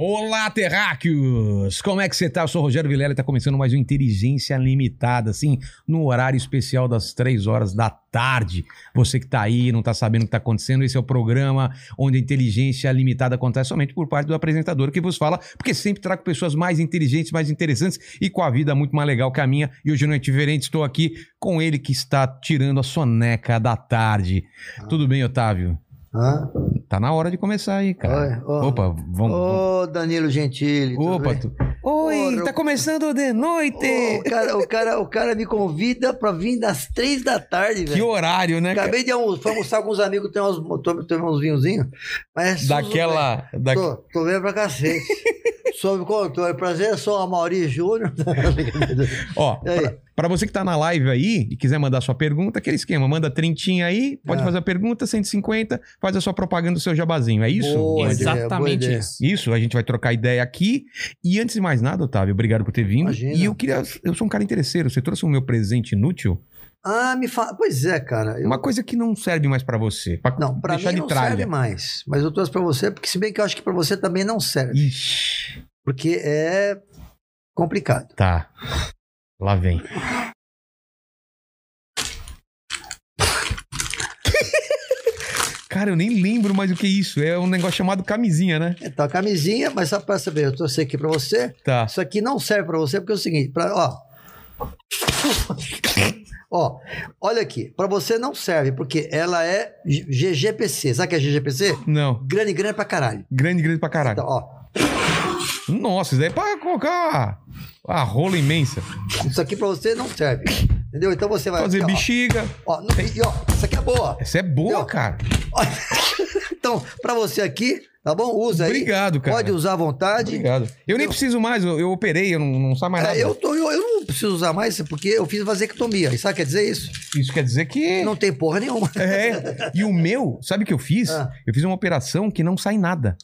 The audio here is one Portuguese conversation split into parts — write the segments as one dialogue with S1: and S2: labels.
S1: Olá, terráqueos! Como é que você tá? Eu sou o Rogério Vilela e tá começando mais um Inteligência Limitada, assim, no horário especial das três horas da tarde. Você que tá aí, não tá sabendo o que tá acontecendo, esse é o programa onde a inteligência limitada acontece somente por parte do apresentador que vos fala, porque sempre trago pessoas mais inteligentes, mais interessantes e com a vida muito mais legal que a minha. E hoje não é diferente, estou aqui com ele que está tirando a soneca da tarde. Tudo bem, Otávio?
S2: Hã?
S1: Tá na hora de começar aí, cara.
S2: Oi, ó.
S1: Opa, vamos.
S2: Ô, Danilo Gentili. tudo
S1: Opa,
S2: bem?
S1: tu... Oi,
S2: Ora,
S1: tá
S2: o-
S1: começando de noite.
S2: Ô, o, cara, o, cara, o cara me convida pra vir das três da tarde,
S1: que
S2: velho.
S1: horário, né? cara?
S2: Acabei de almoçar, fui almoçar com uns amigos, tem uns, to- tomei uns vinhozinhos. Mas é
S1: Daquela. Da...
S2: Tô, tô vendo pra cacete. Sob controle. Prazer, sou a Mauri Júnior.
S1: Ó,
S2: E aí?
S1: pra, pra você que tá na live aí e quiser mandar sua pergunta, aquele esquema, manda trintinha aí, pode
S2: Ah.
S1: fazer a pergunta, 150, faz a sua propaganda, o seu jabazinho. É isso?
S2: Boa ideia, boa
S3: Exatamente
S2: ideia.
S3: isso.
S1: Isso, a gente vai trocar ideia aqui. E antes de mais nada, Otávio, obrigado por ter vindo.
S2: Imagina.
S1: E eu queria. Eu sou um cara interesseiro. Você trouxe o meu presente inútil?
S2: Ah, me fala. Pois é, cara. eu-
S1: Uma coisa que não serve mais pra você. Pra
S2: Não, pra
S1: deixar
S2: mim
S1: de
S2: não
S1: tralha.
S2: serve mais. Mas eu trouxe pra você, porque se bem que eu acho que pra você também não serve.
S1: Ixi,
S2: Porque é complicado.
S1: tá. Lá vem. Cara, eu nem lembro mais o que é isso. É um negócio chamado camisinha, né?
S2: Então, a camisinha, mas só pra saber, eu trouxe aqui pra você.
S1: Tá.
S2: Isso aqui não serve pra você, porque é o seguinte, pra, ó. ó, olha aqui, pra você não serve, porque ela é G- GGPC. Sabe o que é GGPC?
S1: Não.
S2: Grande, grande pra caralho.
S1: Grande, grande pra caralho.
S2: Então, ó,
S1: Nossa, isso daí é pra colocar uma, uma rola imensa.
S2: isso aqui pra você não serve. Entendeu? Então você vai.
S1: Fazer
S2: ó,
S1: bexiga.
S2: Ó, no- e, ó, isso aqui é boa.
S1: Essa é boa,
S2: Ó,
S1: cara.
S2: Ó, então, pra você aqui, tá bom? Usa aí.
S1: Obrigado, cara.
S2: Pode usar à vontade.
S1: Obrigado. Eu nem preciso mais, eu, eu operei, eu não, não saio mais
S2: É,
S1: nada.
S2: eu, tô, eu, eu não preciso usar mais porque eu fiz vasectomia. E sabe o que quer dizer isso?
S1: Isso quer dizer que.
S2: Não tem porra nenhuma.
S1: É. E o meu, sabe o que eu fiz?
S2: Ah.
S1: Eu fiz uma operação que não sai nada.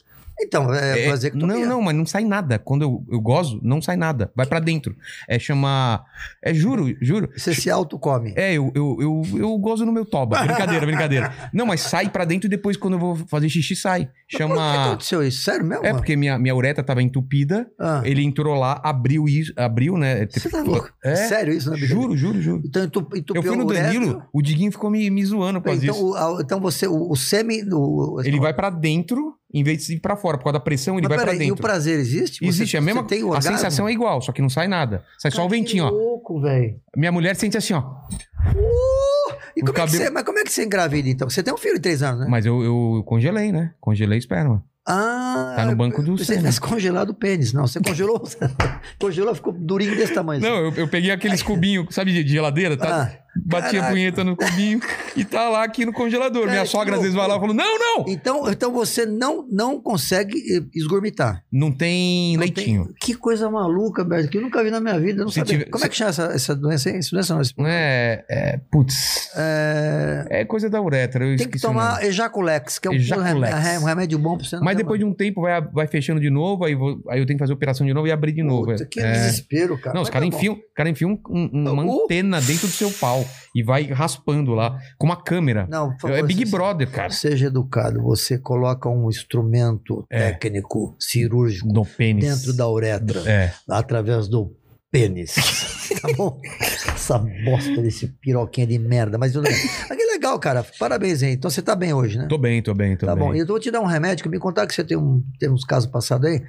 S2: Então, é,
S1: É,
S2: vasectomia.
S1: não, não, mas não sai nada. Quando eu, eu gozo, não sai nada. Vai pra dentro. É chamar. É juro, juro.
S2: Você se autocome.
S1: É, eu, eu, eu, eu gozo no meu toba. Brincadeira, brincadeira. Não, mas sai pra dentro e depois quando eu vou fazer xixi, sai.
S2: Por que
S1: Chama.
S2: aconteceu isso? Sério mesmo?
S1: É, porque minha, minha ureta tava entupida.
S2: Ah,
S1: Ele entrou lá, abriu isso. Abriu, né?
S2: Você tá louco?
S1: É.
S2: Sério isso, né? Bidu?
S1: Juro, juro, juro.
S2: Então, entup- entupeu
S1: Eu fui no
S2: o uretra.
S1: Danilo, o Diguinho ficou me, me zoando por causa
S2: Então,
S1: disso.
S2: o, a- então você, o, o sêmen. O,
S1: Ele vai pra dentro, em vez de ir pra fora. Por causa da pressão, ele
S2: Mas
S1: vai pra
S2: peraí, E o
S1: dentro.
S2: prazer existe? Tipo, Você-
S1: Existe, é a
S2: você
S1: mesma
S2: tem
S1: A sensação é igual, só que não sai nada. Sai só o ventinho,
S2: que
S1: ó.
S2: louco, velho.
S1: Minha mulher sente assim, ó.
S2: Uh,
S1: O
S2: e como é que
S1: cabelo-
S2: você, mas como é que você engravida então? Você tem um filho de três anos, né?
S1: Mas eu, eu congelei, né? Congelei esperma.
S2: Ah,
S1: Tá no banco do
S2: Você
S1: sêmen.
S2: tivesse congelado o pênis. Não, você congelou. congelou, ficou durinho desse tamanho.
S1: Não,
S2: assim.
S1: eu, eu peguei aqueles cubinhos, sabe, de, de geladeira? Tá?
S2: Ah,
S1: Bati a
S2: caraca.
S1: punheta no cubinho e tá lá aqui no congelador.
S2: Cara,
S1: Minha
S2: que
S1: sogra às vezes vai lá e fala: Não, não!
S2: então, então você não, não consegue eh, esgurmitar.
S1: Não tem
S2: Não
S1: leitinho.
S2: tem- Que coisa maluca, Berto, que eu nunca vi na minha vida. eu não
S1: Se
S2: sabia.
S1: tiver-
S2: Como
S1: se-
S2: é que chama essa, essa doença aí? Essa doença não, esse-
S1: É, é. Putz.
S2: É,
S1: É coisa da uretra. Eu
S2: tem que
S1: esqueci o nome.
S2: tomar Ejaculex, que é um,
S1: Ejaculex.
S2: remé- um remédio bom pra você
S1: Mas depois de um tempo vai, vai fechando de novo, aí, vou- aí eu tenho que fazer operação de novo e abrir de novo. é.
S2: que
S1: É.
S2: desespero, cara.
S1: Não, os
S2: Mas
S1: caras
S2: tá bom.
S1: enfiam, cara enfia um- um- uma
S2: Uh.
S1: antena dentro do seu pau e vai raspando lá com uma câmera.
S2: Não, por favor,
S1: é Big
S2: se-
S1: Brother, cara.
S2: Seja educado, você coloca um instrumento
S1: É.
S2: técnico, cirúrgico,
S1: Do pênis.
S2: dentro da uretra,
S1: É.
S2: através do pênis. tá bom? Essa bosta desse piroquinha de merda. Mas, tudo bem. Ah, que legal, cara. Parabéns aí. Então você tá bem hoje, né?
S1: Tô bem, tô bem, tô
S2: Tá
S1: bem.
S2: bom, eu vou te dar um remédio, que me contaram que você tem, um, tem uns casos passados aí,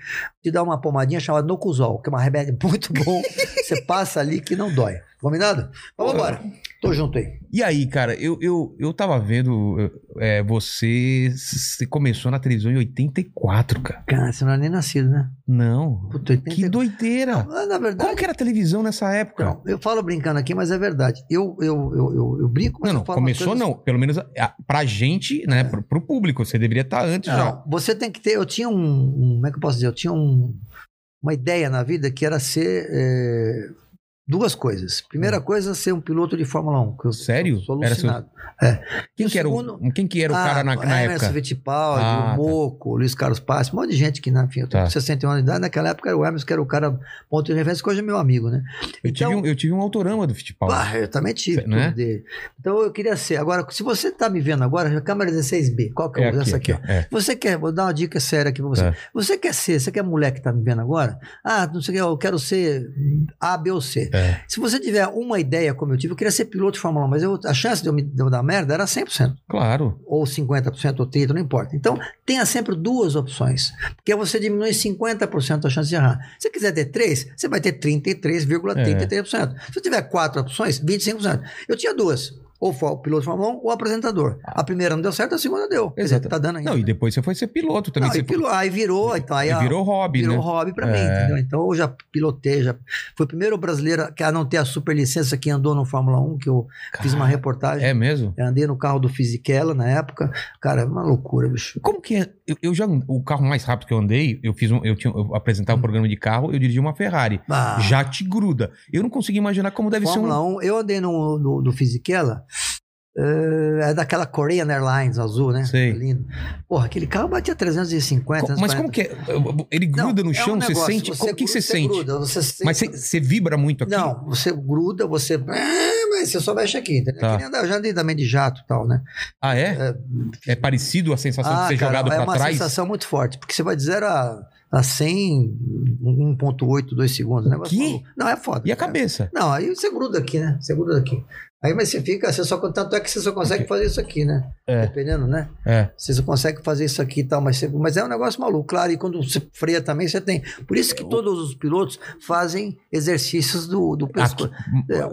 S2: te dar uma pomadinha chamada Nocuzol, que é um remédio muito bom, você passa ali que não dói. Combinado? Vamos embora. Tô junto aí.
S1: E aí, cara, eu, eu, eu tava vendo. eu- é, você, você começou na televisão em 84, cara.
S2: Cara, você não era nem nascido, né?
S1: Não.
S2: Puta, 80...
S1: Que doideira.
S2: Ah, Na
S1: Como
S2: verdade,
S1: que era a televisão nessa época?
S2: não, eu falo brincando aqui, mas é verdade. Eu, eu, eu, eu, eu brinco, mas
S1: Não, não,
S2: eu falo
S1: começou
S2: umas coisas-
S1: não. Pelo menos a- a- pra gente, né? Pro, pro público. Você deveria estar antes já.
S2: É. Não, você tem que ter, eu tinha um, um- como é que eu posso dizer? Eu tinha um, uma ideia na vida que era ser... é, duas coisas. Primeira coisa, ser um piloto de Fórmula 1, que eu
S1: Hum. Sério?
S2: sou
S1: Era seu-
S2: alucinado. É.
S1: Quem
S2: E o
S1: que, era
S2: segundo- Ah, é,
S1: o, quem que era o cara na, na
S2: Emerson
S1: época?
S2: Fittipaldi,
S1: Ah, tá.
S2: o Moco, o Luiz Carlos Passi, um monte de gente que, na- enfim, eu tenho
S1: Tá.
S2: 61 anos de idade, naquela época era o Emerson, que era o cara ponto de referência, que hoje é meu amigo, né?
S1: Eu, tive
S2: Então-
S1: um, eu tive um autorama do Fittipaldi.
S2: Ah, eu também tive
S1: Cê- né?
S2: tudo dele. Então eu queria ser. Agora, se você tá me vendo agora, a câmera 16B, qual que é,
S1: aqui,
S2: essa aqui, ó.
S1: aqui, é.
S2: Você quer, vou dar uma dica séria aqui pra você.
S1: Tá.
S2: Você quer ser, você quer mulher que tá me vendo agora? Ah, não sei o que, eu quero ser A, B ou C.
S1: É.
S2: Se você tiver uma ideia como eu tive, eu queria ser piloto de Fórmula 1, mas eu- a chance de eu, me, de eu dar merda era 100%
S1: Claro.
S2: ou 50% ou 30%, não importa. Então, tenha sempre duas opções, porque você diminui 50% a chance de errar. Se você quiser ter três, você vai ter
S1: É.
S2: 33,33%. Se você tiver quatro opções, 25%. Eu tinha duas, ou foi o piloto de Fórmula 1 ou o apresentador. A primeira não deu certo, a segunda deu. Quer dizer,
S1: Exato.
S2: Tá dando ainda.
S1: Não, e depois você foi ser piloto também.
S2: Não,
S1: você
S2: e pilo- aí virou, então aí
S1: e
S2: a-
S1: virou hobby,
S2: virou
S1: né?
S2: hobby pra mim,
S1: É.
S2: entendeu? Então eu já pilotei, já fui o primeiro brasileiro que a não ter a superlicença que andou no Fórmula 1, que eu fiz uma reportagem.
S1: É mesmo?
S2: Eu andei no carro do Fisichella na época. Cara, é uma loucura, bicho.
S1: Como que é? Eu, eu já and- o carro mais rápido que eu andei, eu fiz um, eu tinha eu apresentava um programa de carro, eu dirigi uma Ferrari.
S2: Hum. Ah,
S1: Já te gruda. Eu não consigo imaginar como deve ser um
S2: Fórmula 1. Eu andei no, no, no Fisichella. eh, É daquela Korean Airlines azul, né?
S1: Sei.
S2: Lindo. Porra, aquele carro batia 350.
S1: um. Co- Mas
S2: 340.
S1: como que é? Ele
S2: né? Não,
S1: gruda
S2: é um
S1: no chão, você
S2: negócio,
S1: sente? Como- O que
S2: gruda,
S1: você sente?
S2: gruda, você sente-
S1: Mas você, você vibra muito aqui.
S2: Não, você gruda, você. Ah, mas você só mexe aqui, entendeu?
S1: Tá.
S2: Que nem andar- eu já andei também de jato e tal, né?
S1: Ah, é? É, parecido a sensação de ser jogado
S2: é
S1: pra
S2: uma
S1: trás?
S2: sensação muito forte, porque você vai dizer a, a 100, 1,8, 2 segundos. O negócio
S1: quê?
S2: maluco. Não, é foda.
S1: E a
S2: cara.
S1: cabeça?
S2: Não, aí você gruda aqui, né? Você gruda aqui. Aí, mas você fica, você só, tanto é que você só consegue fazer isso aqui, né?
S1: É.
S2: Dependendo, né?
S1: É.
S2: Você só consegue fazer isso aqui e tal, mas, você- mas é um negócio maluco, claro. E quando você freia também, você tem. Por isso que
S1: É,
S2: todos os pilotos fazem exercícios do, do
S1: Aqui,
S2: pescoço.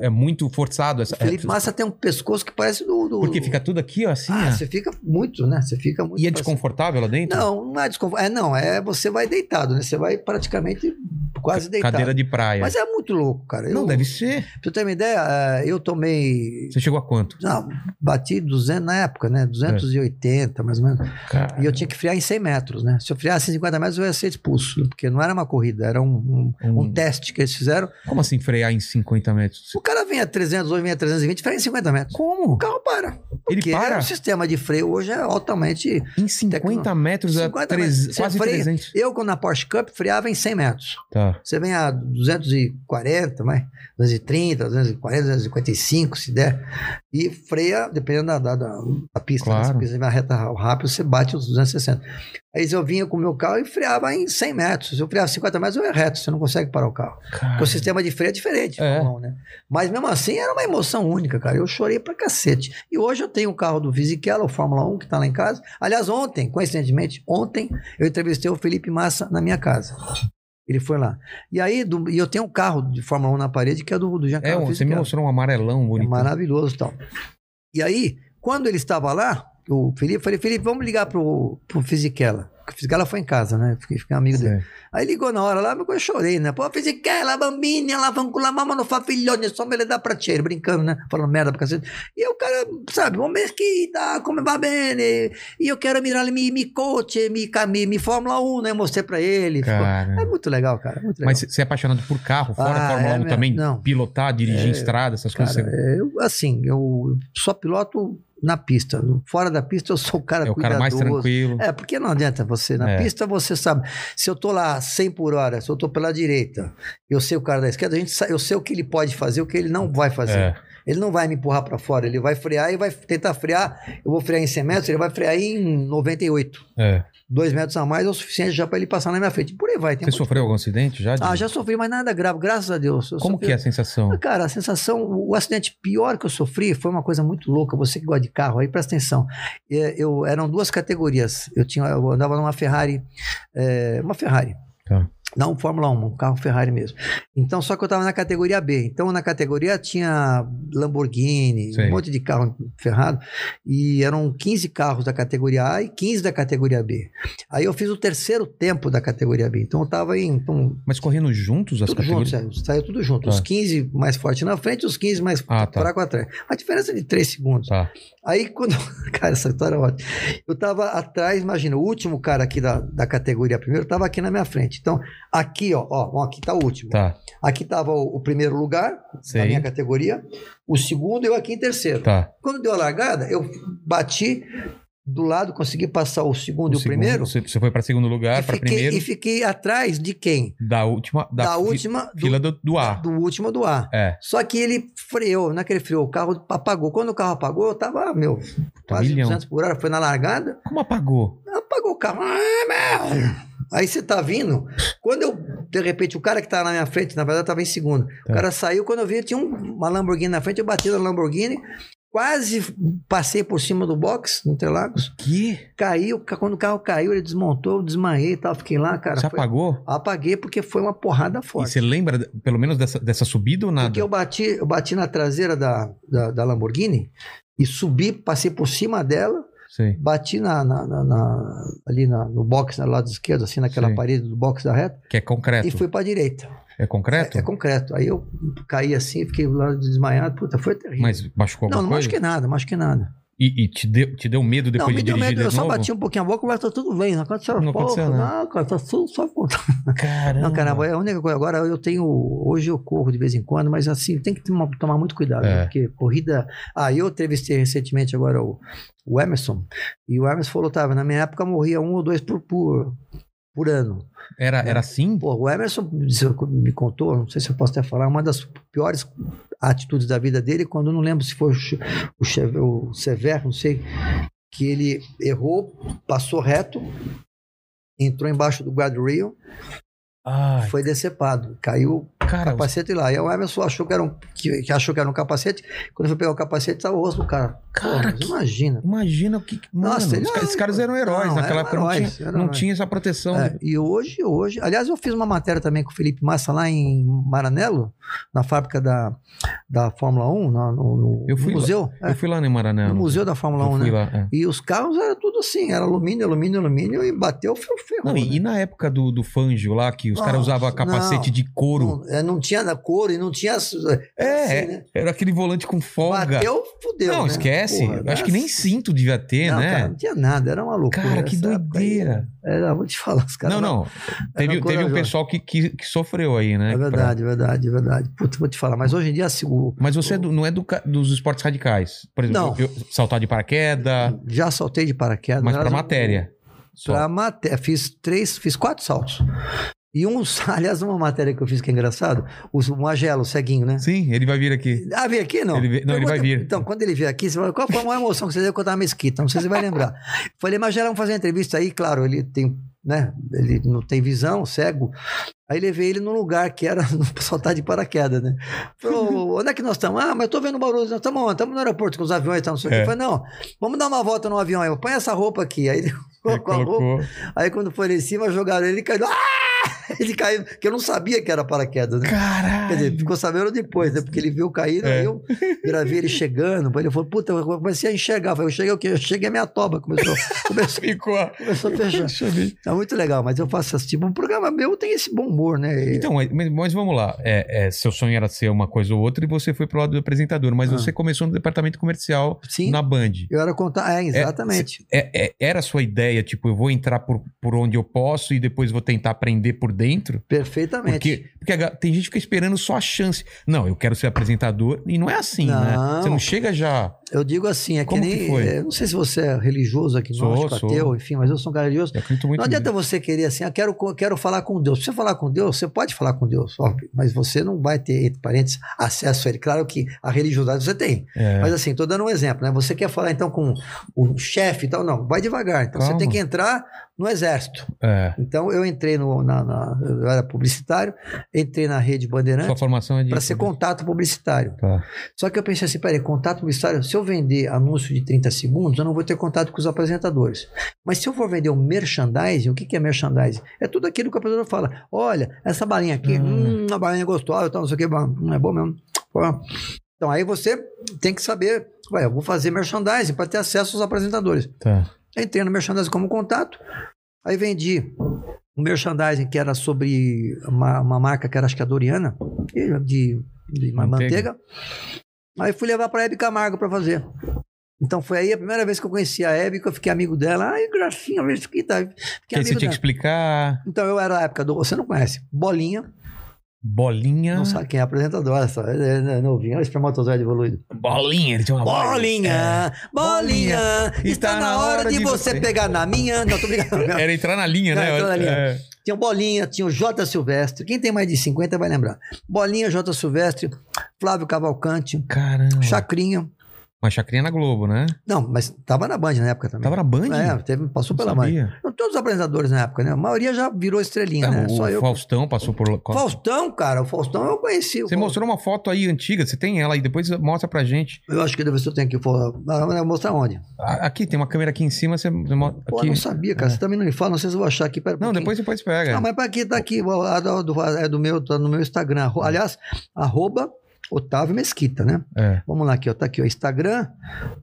S1: é muito forçado essa.
S2: O Felipe
S1: é,
S2: Massa tem um pescoço que parece do. do
S1: porque fica tudo aqui, ó, assim.
S2: Ah,
S1: ó.
S2: você fica muito, né? Você fica muito.
S1: E é
S2: pra-
S1: desconfortável lá dentro?
S2: Não, não é desconfortável. É, não, é você vai deitado, né? Você vai praticamente quase deitado.
S1: Cadeira de praia.
S2: Mas é muito louco, cara. Eu,
S1: Não, deve ser.
S2: Pra você ter uma ideia, eh, eu tomei
S1: Você chegou a quanto?
S2: Não, bati 200 na época, né? 280, mais ou menos.
S1: Cara,
S2: E eu tinha que frear em 100 metros, né? Se eu freasse em 50 metros, eu ia ser expulso. né? Porque não era uma corrida, era um, um,
S1: Um-
S2: um teste que eles fizeram.
S1: Como assim frear em 50 metros?
S2: O cara vinha 300, hoje vinha 320, freia em 50 metros.
S1: Como?
S2: O carro para.
S1: Ele
S2: Porque
S1: para?
S2: O sistema de freio hoje é altamente...
S1: Em 50
S2: Tecno-
S1: metros a
S2: 50
S1: três-
S2: metros. Você
S1: quase
S2: freia.
S1: 300.
S2: Eu, quando na Porsche Cup, freava em 100 metros.
S1: Tá.
S2: Você vem a 240, vai, 230, 240, 255, se der. E freia, dependendo da, da, da- da pista. né?
S1: Claro.
S2: Se você vai reta rápido, você bate os 260. Aí eu vinha com o meu carro e freava em 100 metros. Se eu freava 50 metros, eu ia reto, você não consegue parar o carro. Porque o sistema de freio é diferente.
S1: Ah, É.
S2: Fórmula 1, né? Mas mesmo assim, era uma emoção única, cara. Eu chorei pra cacete. E hoje eu tenho o carro do Fisichella, o Fórmula 1, que tá lá em casa. Aliás, ontem, coincidentemente, ontem, eu entrevistei o Felipe Massa na minha casa. Ele foi lá. E aí, do- e eu tenho um carro de Fórmula 1 na parede, que é do, do
S1: É,
S2: Giancarlo
S1: um- você me
S2: Fisichella.
S1: mostrou um amarelão
S2: É
S1: bonito.
S2: maravilhoso e tal. E aí, quando ele estava lá, o Felipe, eu falei, Felipe, vamos ligar pro, pro Fisichella. Porque o Fisichella foi em casa, né? Fiquei, fiquei amigo dele.
S1: Certo.
S2: Aí ligou na hora lá, mas eu chorei, né? Pô, fiz aquela bambinha, alavanco la mama no favilhone, só me dá prateira, brincando, né? Falando merda pra cacete. E o cara, sabe, um uma mesquita, come va bene, e eu quero mirar mi, mi coach, mi, ca- mi, mi Fórmula 1, né? Mostrei pra ele. ficou-
S1: Cara.
S2: É muito legal, cara, muito legal.
S1: Mas você é apaixonado por carro, fora
S2: Ah,
S1: Fórmula
S2: é
S1: 1
S2: mesmo.
S1: também?
S2: Não. É,
S1: Pilotar, dirigir estrada, essas
S2: Cara,
S1: coisas. você-
S2: eu, assim, eu só piloto na pista. Fora da pista eu sou o cara
S1: É o cara mais
S2: cuidadoso.
S1: tranquilo.
S2: É, porque não adianta você. Na
S1: É.
S2: pista você sabe. Se eu tô lá 100 por hora, se eu tô pela direita, eu sei o cara da esquerda, a gente sa- eu sei o que ele pode fazer, o que ele não vai fazer.
S1: É.
S2: Ele não vai me empurrar pra fora, ele vai frear e vai tentar frear. Eu vou frear em 100 metros, ele vai frear em 98.
S1: é.
S2: Dois metros a mais é o suficiente já pra ele passar na minha frente. Por aí vai. Tem
S1: Você
S2: muito-
S1: sofreu algum acidente já?
S2: Ah, já sofri, mas nada grave, graças a Deus. Eu
S1: Como
S2: sofri-
S1: que é a sensação?
S2: ah, Cara, a sensação, o o acidente pior que eu sofri foi uma coisa muito louca. Você que gosta de carro, aí presta atenção. É, Eu, eram duas categorias. Eu, tinha, eu andava numa Ferrari, é, uma Ferrari.
S1: Tá.
S2: Não, Fórmula 1, um carro Ferrari mesmo. Então, só que eu estava na categoria B. Então, na categoria tinha Lamborghini,
S1: Sei.
S2: um monte de carro ferrado. E eram 15 carros da categoria A e 15 da categoria B. Aí eu fiz o terceiro tempo da categoria B. Então, eu estava em. Então,
S1: Mas correndo juntos as
S2: tudo
S1: categorias?
S2: junto, Sérgio. Saiu tudo junto.
S1: Tá.
S2: Os 15 mais fortes na frente, os 15 mais
S1: Ah, tá.
S2: fracos atrás. A diferença é de 3 segundos.
S1: Tá.
S2: Aí quando. Cara, essa história é ótima. Eu tava atrás, imagina, o último cara aqui da, da categoria primeiro tava aqui na minha frente. Então, Aqui, ó, ó, ó, aqui tá o último.
S1: Tá,
S2: Aqui estava o, o primeiro lugar
S1: Sei.
S2: da minha categoria, o segundo e eu aqui em terceiro.
S1: tá.
S2: Quando deu a largada, eu bati do lado, consegui passar o segundo e o
S1: segundo-
S2: primeiro
S1: Você você foi pra segundo
S2: e
S1: lugar, pra
S2: fiquei,
S1: primeiro.
S2: e fiquei atrás de quem?
S1: Da última. Da,
S2: Da,
S1: fi-
S2: última do,
S1: fila do, do A.
S2: do último do ar.
S1: É.
S2: Só que ele freou, não é que ele freou, o carro apagou. Quando o carro apagou, eu tava, meu, quase
S1: milhão.
S2: 200 por hora, foi na largada,
S1: Como apagou?
S2: apagou o carro. Ah, meu! Aí você tá vindo. Quando eu, de repente, o cara que tava na minha frente, na verdade, tava em segundo.
S1: Tá.
S2: O cara saiu, quando eu vi, tinha um- uma Lamborghini na frente, eu bati na Lamborghini, quase passei por cima do box, no Interlagos,
S1: Que?
S2: caiu, ca- quando o carro caiu, ele desmontou, eu desmaiei e tal, fiquei lá, cara.
S1: Você
S2: foi-
S1: apagou?
S2: Apaguei porque foi uma porrada
S1: E
S2: forte.
S1: você lembra, de- pelo menos, dessa, dessa subida ou nada?
S2: Porque eu bati, eu bati na traseira da, da, da Lamborghini e subi, passei por cima dela,
S1: Sei.
S2: bati na, na- na- na- ali na- no box do lado esquerdo, assim naquela
S1: Sim.
S2: parede do box da reta,
S1: Que é concreto.
S2: e fui para direita.
S1: É concreto?
S2: É, é concreto. Aí eu caí assim, fiquei lá desmaiado, puta, foi terrível.
S1: Mas machucou
S2: não,
S1: alguma
S2: não
S1: coisa?
S2: machuquei nada, machuquei nada.
S1: E, e te, deu, te deu medo depois
S2: não, me
S1: de
S2: deu
S1: dirigir
S2: medo, eu
S1: de
S2: só
S1: novo?
S2: bati um pouquinho a boca, mas tá tudo bem. Não aconteceu,
S1: Não
S2: porra,
S1: aconteceu nada.
S2: Não, cara, tá tudo só
S1: Caramba.
S2: Não, cara, é a única coisa. Agora eu tenho. Hoje eu corro de vez em quando, mas assim, tem que tomar, tomar muito cuidado,
S1: É.
S2: né? porque corrida. Ah, eu entrevistei recentemente agora o, o Emerson, e o Emerson falou: tava, na minha época morria um ou dois por, por, por ano.
S1: Era, era assim?
S2: Pô, o Emerson me contou, não sei se eu posso até falar, uma das piores atitudes da vida dele, quando eu não lembro se foi o, Che- o, Che- o Severo, não sei, que ele errou, passou reto, entrou embaixo do guardrail,
S1: Ai,
S2: foi decepado, caiu
S1: cara, os-
S2: capacete lá. E o Emerson achou que era um, que, que achou que era um capacete. Quando foi pegar o capacete, tava o rosto do cara.
S1: Cara,
S2: Pô, mas
S1: que-
S2: imagina.
S1: imagina o que. que- Mano,
S2: Nossa,
S1: os,
S2: não,
S1: ca- esses caras eram heróis.
S2: não,
S1: Naquela
S2: eram
S1: época não,
S2: heróis,
S1: tinha,
S2: eram
S1: não
S2: heróis.
S1: tinha essa proteção.
S2: É, e hoje, hoje. Aliás, eu fiz uma matéria também com o Felipe Massa lá em Maranello, na fábrica da, da Fórmula 1, na- no, no-
S1: Eu fui
S2: no
S1: lá.
S2: museu.
S1: Eu
S2: É,
S1: fui lá no Maranhão.
S2: no museu da Fórmula
S1: eu
S2: 1,
S1: fui
S2: né?
S1: lá. é.
S2: E os carros era tudo assim, era alumínio, alumínio, alumínio, e bateu, ferrou.
S1: Não, e,
S2: né?
S1: e na época do, do Fangio lá, que os caras
S2: Nossa,
S1: usavam capacete
S2: não.
S1: de couro.
S2: Não, é, não tinha da cor e não tinha.
S1: é,
S2: assim, né?
S1: era aquele volante com folga.
S2: Bateu, fudeu.
S1: não,
S2: né?
S1: esquece.
S2: Porra,
S1: Eu acho que nem
S2: nossa.
S1: cinto devia ter,
S2: não,
S1: né?
S2: Cara, não tinha nada, era uma loucura.
S1: Cara, que
S2: Essa época aí,
S1: doideira.
S2: Era, É, vou te falar, os caras.
S1: não, não. Teve,
S2: uma
S1: teve um
S2: corajosa.
S1: pessoal que, que, que sofreu aí, né?
S2: É verdade, é verdade, é verdade. Puta, vou te falar, mas hoje em dia assim, o-
S1: Pra- Mas você é do- não é do ca- dos esportes radicais. Por exemplo,
S2: Não.
S1: eu- saltar de paraquedas,
S2: já saltei de paraquedas.
S1: mas
S2: era-
S1: pra matéria. Só.
S2: Pra matéria. Fiz três, fiz quatro saltos. E um, aliás, uma matéria que eu fiz que é engraçado, o Magelo, o ceguinho, né?
S1: Sim, ele vai vir aqui.
S2: Ah, veio aqui não?
S1: Ele veio- não, ele vai
S2: Pergunta-
S1: vir.
S2: Então, quando ele vier aqui, você fala, qual foi a maior emoção que você deu quando eu tava na mesquita? Não sei se você vai lembrar. Falei, mas já vamos fazer uma entrevista aí, claro, ele tem, né? Ele não tem visão, cego. Aí levei ele num lugar que era no soltar de paraquedas, né? Falou, onde é que nós estamos? Ah, mas eu tô vendo barulho. Nós estamos onde? Estamos no aeroporto com os aviões, estamos não sei o
S1: É.
S2: quê. Falei, não, vamos dar uma volta no avião aí, põe essa roupa aqui. Aí ele colocou a
S1: Ele
S2: roupa. Aí quando foi lá em cima, jogaram ele e caiu. Ah! Ele caiu, porque eu não sabia que era paraquedas, né?
S1: Caralho!
S2: Quer dizer, ficou sabendo depois, né? Porque ele viu cair,
S1: É.
S2: aí eu gravei ele chegando. Ele falou, puta, eu comecei a enxergar. Eu falei, eu cheguei o quê? Eu cheguei a minha toba. Começou, começou,
S1: Ficou.
S2: começou a fechar.
S1: Deixa eu ver.
S2: É muito legal, mas eu faço esse tipo. Um programa meu tem esse bom humor, né?
S1: Então, mas, mas vamos lá. É, é, seu sonho era ser uma coisa ou outra e você foi pro lado do apresentador, mas
S2: Ah.
S1: você começou no departamento comercial
S2: Sim,
S1: na Band.
S2: eu era contar. É, exatamente.
S1: É- é- era a sua ideia, tipo, eu vou entrar por, por onde eu posso e depois vou tentar aprender por dentro?
S2: Perfeitamente.
S1: Porque, porque a ga- tem gente que fica esperando só a chance. Não, eu quero ser apresentador. E não é assim, né?
S2: Não.
S1: Você não chega já.
S2: Eu digo assim, é que
S1: Como
S2: nem.
S1: que foi?
S2: é, não sei se você é religioso aqui,
S1: Sou,
S2: não, acho que
S1: sou.
S2: ateu, enfim, mas eu sou um cara religioso.
S1: Eu acredito muito
S2: Não adianta
S1: nisso.
S2: você querer assim, ah, quero, co- quero falar com Deus. Se você falar com Deus, você pode falar com Deus, óbvio, mas você não vai ter, entre parênteses, acesso a ele. Claro que a religiosidade você tem.
S1: É.
S2: Mas assim, estou dando um exemplo, né? Você quer falar então com o chefe e tal? Não, vai devagar. Então
S1: Calma.
S2: você tem que entrar no exército.
S1: É.
S2: Então eu entrei no. Na, na- eu era publicitário, entrei na rede
S1: Sua
S2: Bandeirante
S1: formação é de.
S2: para né? ser contato publicitário.
S1: Tá.
S2: Só que eu pensei assim, peraí, contato publicitário, se eu vender anúncio de 30 segundos, eu não vou ter contato com os apresentadores. Mas se eu for vender um merchandising, o que, que é merchandising? É tudo aquilo que o apresentador fala. Olha, essa balinha aqui,
S1: Hum.
S2: hum, uma balinha gostosa, tal, não sei o que, não é bom mesmo. Ó. Então aí você tem que saber, ué, eu vou fazer merchandising para ter acesso aos apresentadores.
S1: tá.
S2: Entrei no merchandising como contato, aí vendi um merchandising que era sobre uma, uma marca que era, acho que a Doriana, de, de
S1: Manteiga.
S2: manteiga. Aí fui levar para Hebe Camargo para fazer. Então foi aí a primeira vez que eu conheci a Hebe, que eu fiquei amigo dela. Ai, gracinha, veja que tá. Fiquei
S1: Porque aí você tinha
S2: amigo
S1: que
S2: dela.
S1: explicar.
S2: Então eu era a época do. Você não conhece? Bolinha.
S1: Bolinha.
S2: Não sabe quem é apresentadora, só. É, é, é novinho. Olha o espermatozoide evoluído.
S1: Ah, Bolinha, É. ele tinha uma
S2: Bolinha! Bolinha! Está na hora de você pegar na minha. Não, tô brincando.
S1: É. Era entrar na linha,
S2: Era
S1: né?
S2: entrar na linha.
S1: É.
S2: Tinha o Bolinha, tinha o Jota Silvestre. Quem tem mais de 50 vai lembrar. Bolinha, Jota Silvestre, Flávio Cavalcante,
S1: Caramba.
S2: Chacrinha.
S1: Mas Chacrinha na Globo, né?
S2: Não, mas tava na Band na época também.
S1: Tava na Band?
S2: É, teve, passou pela Band.
S1: sabia.
S2: Então, Todos os apresentadores na época, né? A maioria já virou estrelinha,
S1: Tá,
S2: né?
S1: o
S2: Só eu.
S1: Faustão passou por.
S2: Faustão, cara, o Faustão eu conheci. o
S1: Você
S2: Faustão.
S1: mostrou uma foto aí antiga, você tem ela aí, depois mostra pra gente.
S2: Eu acho que deve ser eu tenho aqui. Vou vou mostrar onde.
S1: A- Aqui, tem uma câmera aqui em cima, você você mo-
S2: Pô,
S1: aqui. É.
S2: eu não sabia, cara. Você também não me fala, não sei se eu vou achar aqui. Pera um
S1: Não,
S2: pouquinho.
S1: depois depois pega.
S2: Ah, mas pra aqui tá aqui. A do- do- É do meu, tá no meu Instagram.
S1: Hum.
S2: Arro- Aliás, arroba Otávio Mesquita, né?
S1: É.
S2: Vamos lá aqui, ó. Tá aqui, ó. Instagram.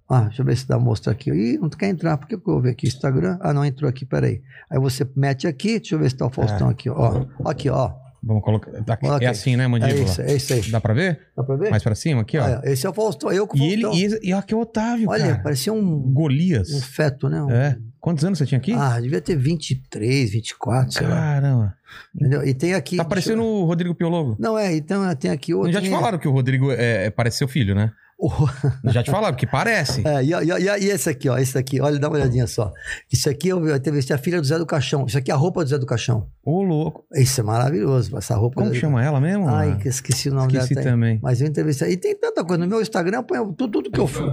S2: Ah, deixa eu ver se dá mostrar aqui. Ih, não quer entrar. Por que que eu ouvi aqui? Instagram. Ah, não, entrou aqui, peraí. Aí você mete aqui, deixa eu ver se tá o
S1: É.
S2: Faustão aqui, ó. ó. Aqui, ó.
S1: Vamos colocar. tá aqui.
S2: Olha aqui.
S1: É assim, né,
S2: É
S1: mandíbula?
S2: isso, é isso aí.
S1: Dá pra ver?
S2: Dá pra ver?
S1: Mais pra cima aqui, ó.
S2: Ah, é, esse é o Faustão. Eu com o
S1: E ele
S2: Faustão.
S1: e, e aqui é o Otávio,
S2: Olha,
S1: cara.
S2: parecia um,
S1: Golias.
S2: um feto, né? Um-
S1: É. Quantos anos você tinha aqui?
S2: Ah, devia ter 23, 24, sei lá.
S1: Caramba.
S2: Entendeu? E tem aqui.
S1: Tá
S2: deixa eu-
S1: parecendo o Rodrigo Piologo.
S2: Não, é, então tem aqui outro.
S1: Já te
S2: né?
S1: falaram que o Rodrigo é, é, parece seu filho, né?
S2: O-
S1: Já te falaram, que parece.
S2: É, e, e- e- e esse aqui, ó, esse aqui, olha, dá uma olhadinha só. Isso aqui eu eu entrevistei a filha do Zé do Caixão. Isso aqui é a roupa do Zé do Caixão.
S1: Ô, louco.
S2: Isso é maravilhoso, essa roupa.
S1: Como
S2: do
S1: que
S2: Zé do-
S1: chama ela mesmo?
S2: Ai,
S1: mano?
S2: que esqueci o nome
S1: Esqueci
S2: dela. tá aí.
S1: também.
S2: Mas eu entrevistei. E tem tanta coisa. No meu Instagram eu ponho tudo, tudo que eu fui.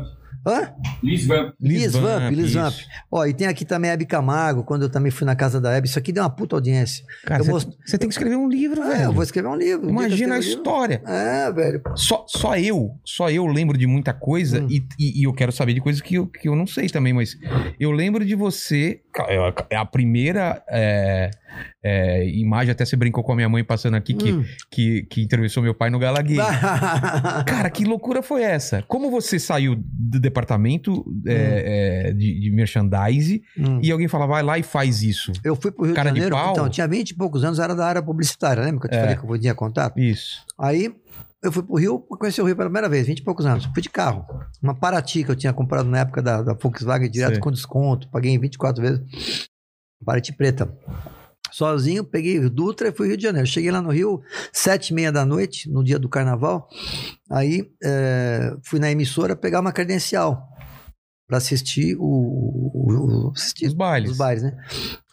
S2: Hã?
S3: Lisbon.
S2: Liz Vamp, Liz
S1: isso.
S2: Vamp. Ó, e tem aqui também a Hebe Camargo, quando eu também fui na casa da Hebe. Isso aqui deu uma puta audiência.
S1: Cara,
S2: eu
S1: você
S2: vou-
S1: tem que escrever um livro,
S2: É,
S1: velho.
S2: eu vou escrever um livro. Um dia que eu
S1: Imagina a
S2: escrever um livro.
S1: história.
S2: É, velho.
S1: Só, só eu, só eu lembro de muita coisa
S2: Hum.
S1: e, e- e eu quero saber de coisas que eu, que eu não sei também, mas eu lembro de você. é A primeira é, é, imagem, até você brincou com a minha mãe passando aqui, que,
S2: Hum.
S1: que, que entrevistou meu pai no Galaguei. Cara, que loucura foi essa? Como você saiu do departamento é, é, de, de merchandise
S2: Hum.
S1: e alguém fala, vai lá e faz isso?
S2: Eu fui pro Rio
S1: Cara de
S2: de Janeiro,
S1: pau?
S2: então, eu tinha 20 e poucos anos, era da área publicitária, lembra que eu te
S1: É.
S2: falei que eu podia contato?
S1: Isso.
S2: Aí eu fui pro Rio, conheci o Rio pela primeira vez, 20 e poucos anos. Fui de carro. Uma Paraty que eu tinha comprado na época da, da Volkswagen direto
S1: Sei.
S2: com desconto. Paguei em 24 vezes. Paraty preta. Sozinho, peguei o Dutra e fui Rio de Janeiro. Cheguei lá no Rio, sete e meia da noite, no dia do carnaval. Aí eh, fui na emissora pegar uma credencial para assistir o, o- o- assistir
S1: Os bailes.
S2: os bares, né?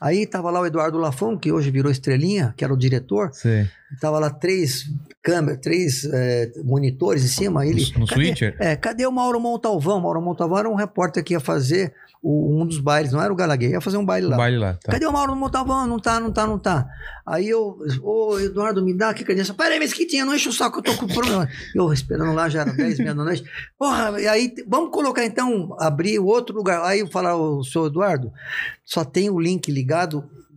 S2: Aí tava lá o Eduardo Lafon, que hoje virou estrelinha, que era o diretor.
S1: Sei.
S2: Tava lá três câmeras, três eh, monitores em cima. Ele,
S1: No, no
S2: cadê,
S1: Switcher?
S2: é, cadê o Mauro Montalvão? Mauro Montalvão era um repórter que ia fazer o- um dos bailes, não era o Galaguei, ia fazer um baile
S1: No
S2: lá.
S1: baile lá. Tá.
S2: Cadê o Mauro Montalvão? Não tá, não tá, não tá. Aí eu, ô Eduardo, me dá que credencial. Peraí, Mesquitinha, não enche o saco, eu tô com problema. Eu esperando lá, já era 10 meia da noite. Porra, e aí, t- vamos colocar então, abrir outro lugar. Aí eu falar, o senhor Eduardo, só tem o link ligado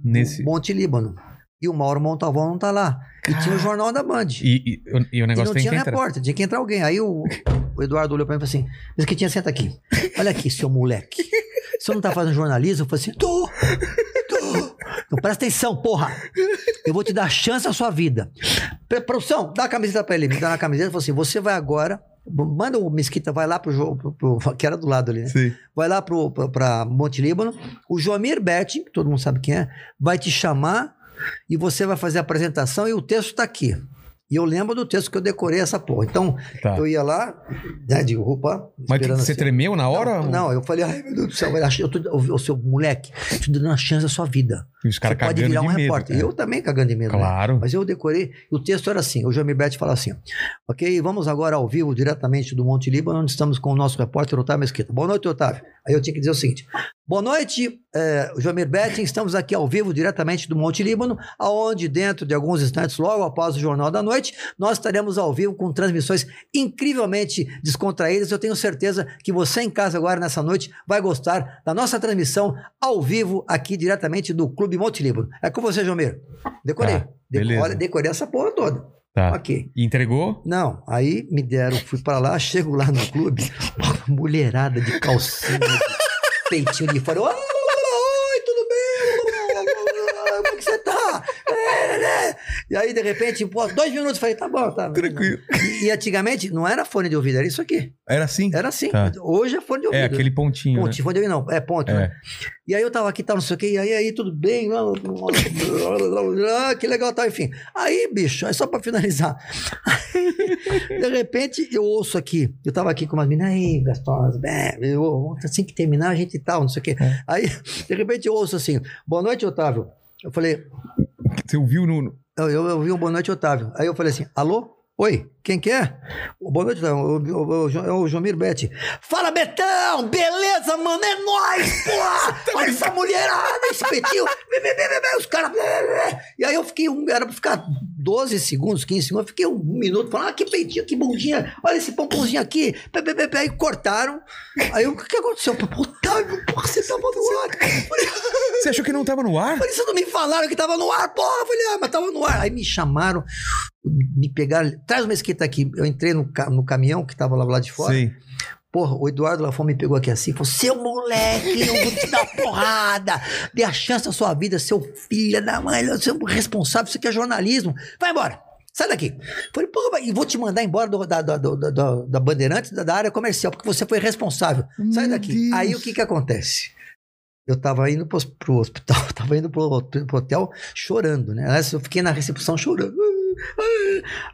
S1: Nesse.
S2: Monte Líbano. E o Mauro Montalvão não tá lá. E tinha o Jornal da Band.
S1: E,
S2: E,
S1: e- e o negócio
S2: não
S1: tem
S2: tinha
S1: que entrar.
S2: repórter, tinha que entrar alguém. Aí o, o Eduardo olhou pra mim e falou assim: Mas que tinha, senta aqui. Olha aqui, seu moleque. O senhor não tá fazendo jornalismo? Eu falei assim: Tô! Tô! Então presta atenção, porra! Eu vou te dar chance à sua vida. Pe- Produção, dá a camiseta pra ele. Me dá uma camiseta e falou assim: Você vai agora. Manda o Mesquita, vai lá pro, jo- pro, pro- que era do lado ali, né?
S1: Sim.
S2: vai lá pro, pra, pra Monte Líbano, o Joamir Berti, que todo mundo sabe quem é, vai te chamar e você vai fazer a apresentação e o texto tá aqui. E eu lembro do texto que eu decorei essa porra. Então,
S1: Tá.
S2: eu ia lá, né, de roupa,
S1: Mas que,
S2: esperando
S1: você
S2: assim.
S1: tremeu na hora?
S2: Não, não, eu falei, ai meu Deus do céu, eu, eu tô, ô, ô, seu moleque, eu tô dando uma chance à sua vida.
S1: E os
S2: Você
S1: caras
S2: pode
S1: cagando
S2: virar um
S1: de medo.
S2: repórter.
S1: cara.
S2: Eu também cagando de medo. né?
S1: Claro.
S2: Mas eu decorei, o texto era assim, o Jamir Berti fala assim, ok, vamos agora ao vivo, diretamente do Monte Líbano, onde estamos com o nosso repórter Otávio Mesquita. Boa noite, Otávio. Aí eu tinha que dizer o seguinte, boa noite, eh, Jamir Berti, estamos aqui ao vivo, diretamente do Monte Líbano, aonde dentro de alguns instantes, logo após o Jornal da Noite, nós estaremos ao vivo com transmissões incrivelmente descontraídas. Eu tenho certeza que você em casa agora, nessa noite, vai gostar da nossa transmissão ao vivo, aqui diretamente do Clube Monte Líbano. É com você, Jamir. Decorei.
S1: Tá,
S2: Deco-
S1: beleza.
S2: olha, decorei essa porra toda.
S1: Tá.
S2: Ok.
S1: E entregou?
S2: Não, aí me deram, fui pra lá, chego lá no clube, uma mulherada de calcinha, de peitinho de fora. "Olá, olá, olá, Oi, tudo bem? Olá, olá, olá, Como é que você tá? É, né? E aí, de repente, pô, dois minutos, falei, tá bom, tá.
S1: Tranquilo.
S2: E, e antigamente não era fone de ouvido, era isso aqui.
S1: Era assim?
S2: Era assim.
S1: Tá.
S2: Hoje é fone de ouvido.
S1: É, aquele pontinho.
S2: Ponte, fone de ouvido não, é ponto,
S1: né?
S2: né?
S1: É.
S2: E aí eu tava aqui, tava não sei o quê, e aí, aí tudo bem, lá, lá, lá, lá, lá, que legal, tá, enfim. Aí, bicho, é só pra finalizar. de repente, eu ouço aqui, eu tava aqui com umas meninas, aí, gostosas, bem, eu, assim que terminar, a gente tal, não sei o quê.
S1: É.
S2: Aí, de repente, eu ouço assim, boa noite, Otávio. Eu falei,
S1: Você ouviu no. no-
S2: eu, eu, eu vi um boa noite, Otávio. Aí eu falei assim, alô? Oi, quem que é? O- Boa noite, Otávio. O- o- o- o Jo- É o Jomir Bete. Fala, Betão! Beleza, mano? É nóis, porra! Olha essa ah, mulherada, espetinho! Vê, vê, vê, vê, vê, Os caras... E aí eu fiquei... um- Era pra ficar 12 segundos, 15 segundos. Eu fiquei um minuto falando, ah, que peitinho, que bundinha. Olha esse pompomzinho aqui. Pé, pé, pé, pé. Aí cortaram. Aí eu, o que aconteceu? Pô, Otávio, porra, você tá tava no ar.
S1: Você achou que não tava no ar?
S2: Por isso não me falaram que tava no ar, porra. Eu falei, ah, mas tava no ar. Aí me chamaram, me pegaram, traz uma esquita aqui. Eu entrei no, ca- no caminhão que tava lá do lado de fora.
S1: Sei.
S2: Porra, o Eduardo Lafon me pegou aqui assim, falou, seu moleque, eu vou te dar uma porrada. Dê a chance à sua vida, seu filho da mãe, seu responsável, isso aqui é jornalismo. Vai embora. Sai daqui. Falei, pô, e vou te mandar embora do- da, da, do- da, da- da Bandeirante, da, da área comercial, porque você foi responsável. Sai
S1: Meu
S2: daqui.
S1: Deus.
S2: Aí o que que acontece? Eu tava indo pro, hos- pro hospital, tava indo pro, pro hotel chorando, né? Aliás, eu fiquei na recepção chorando.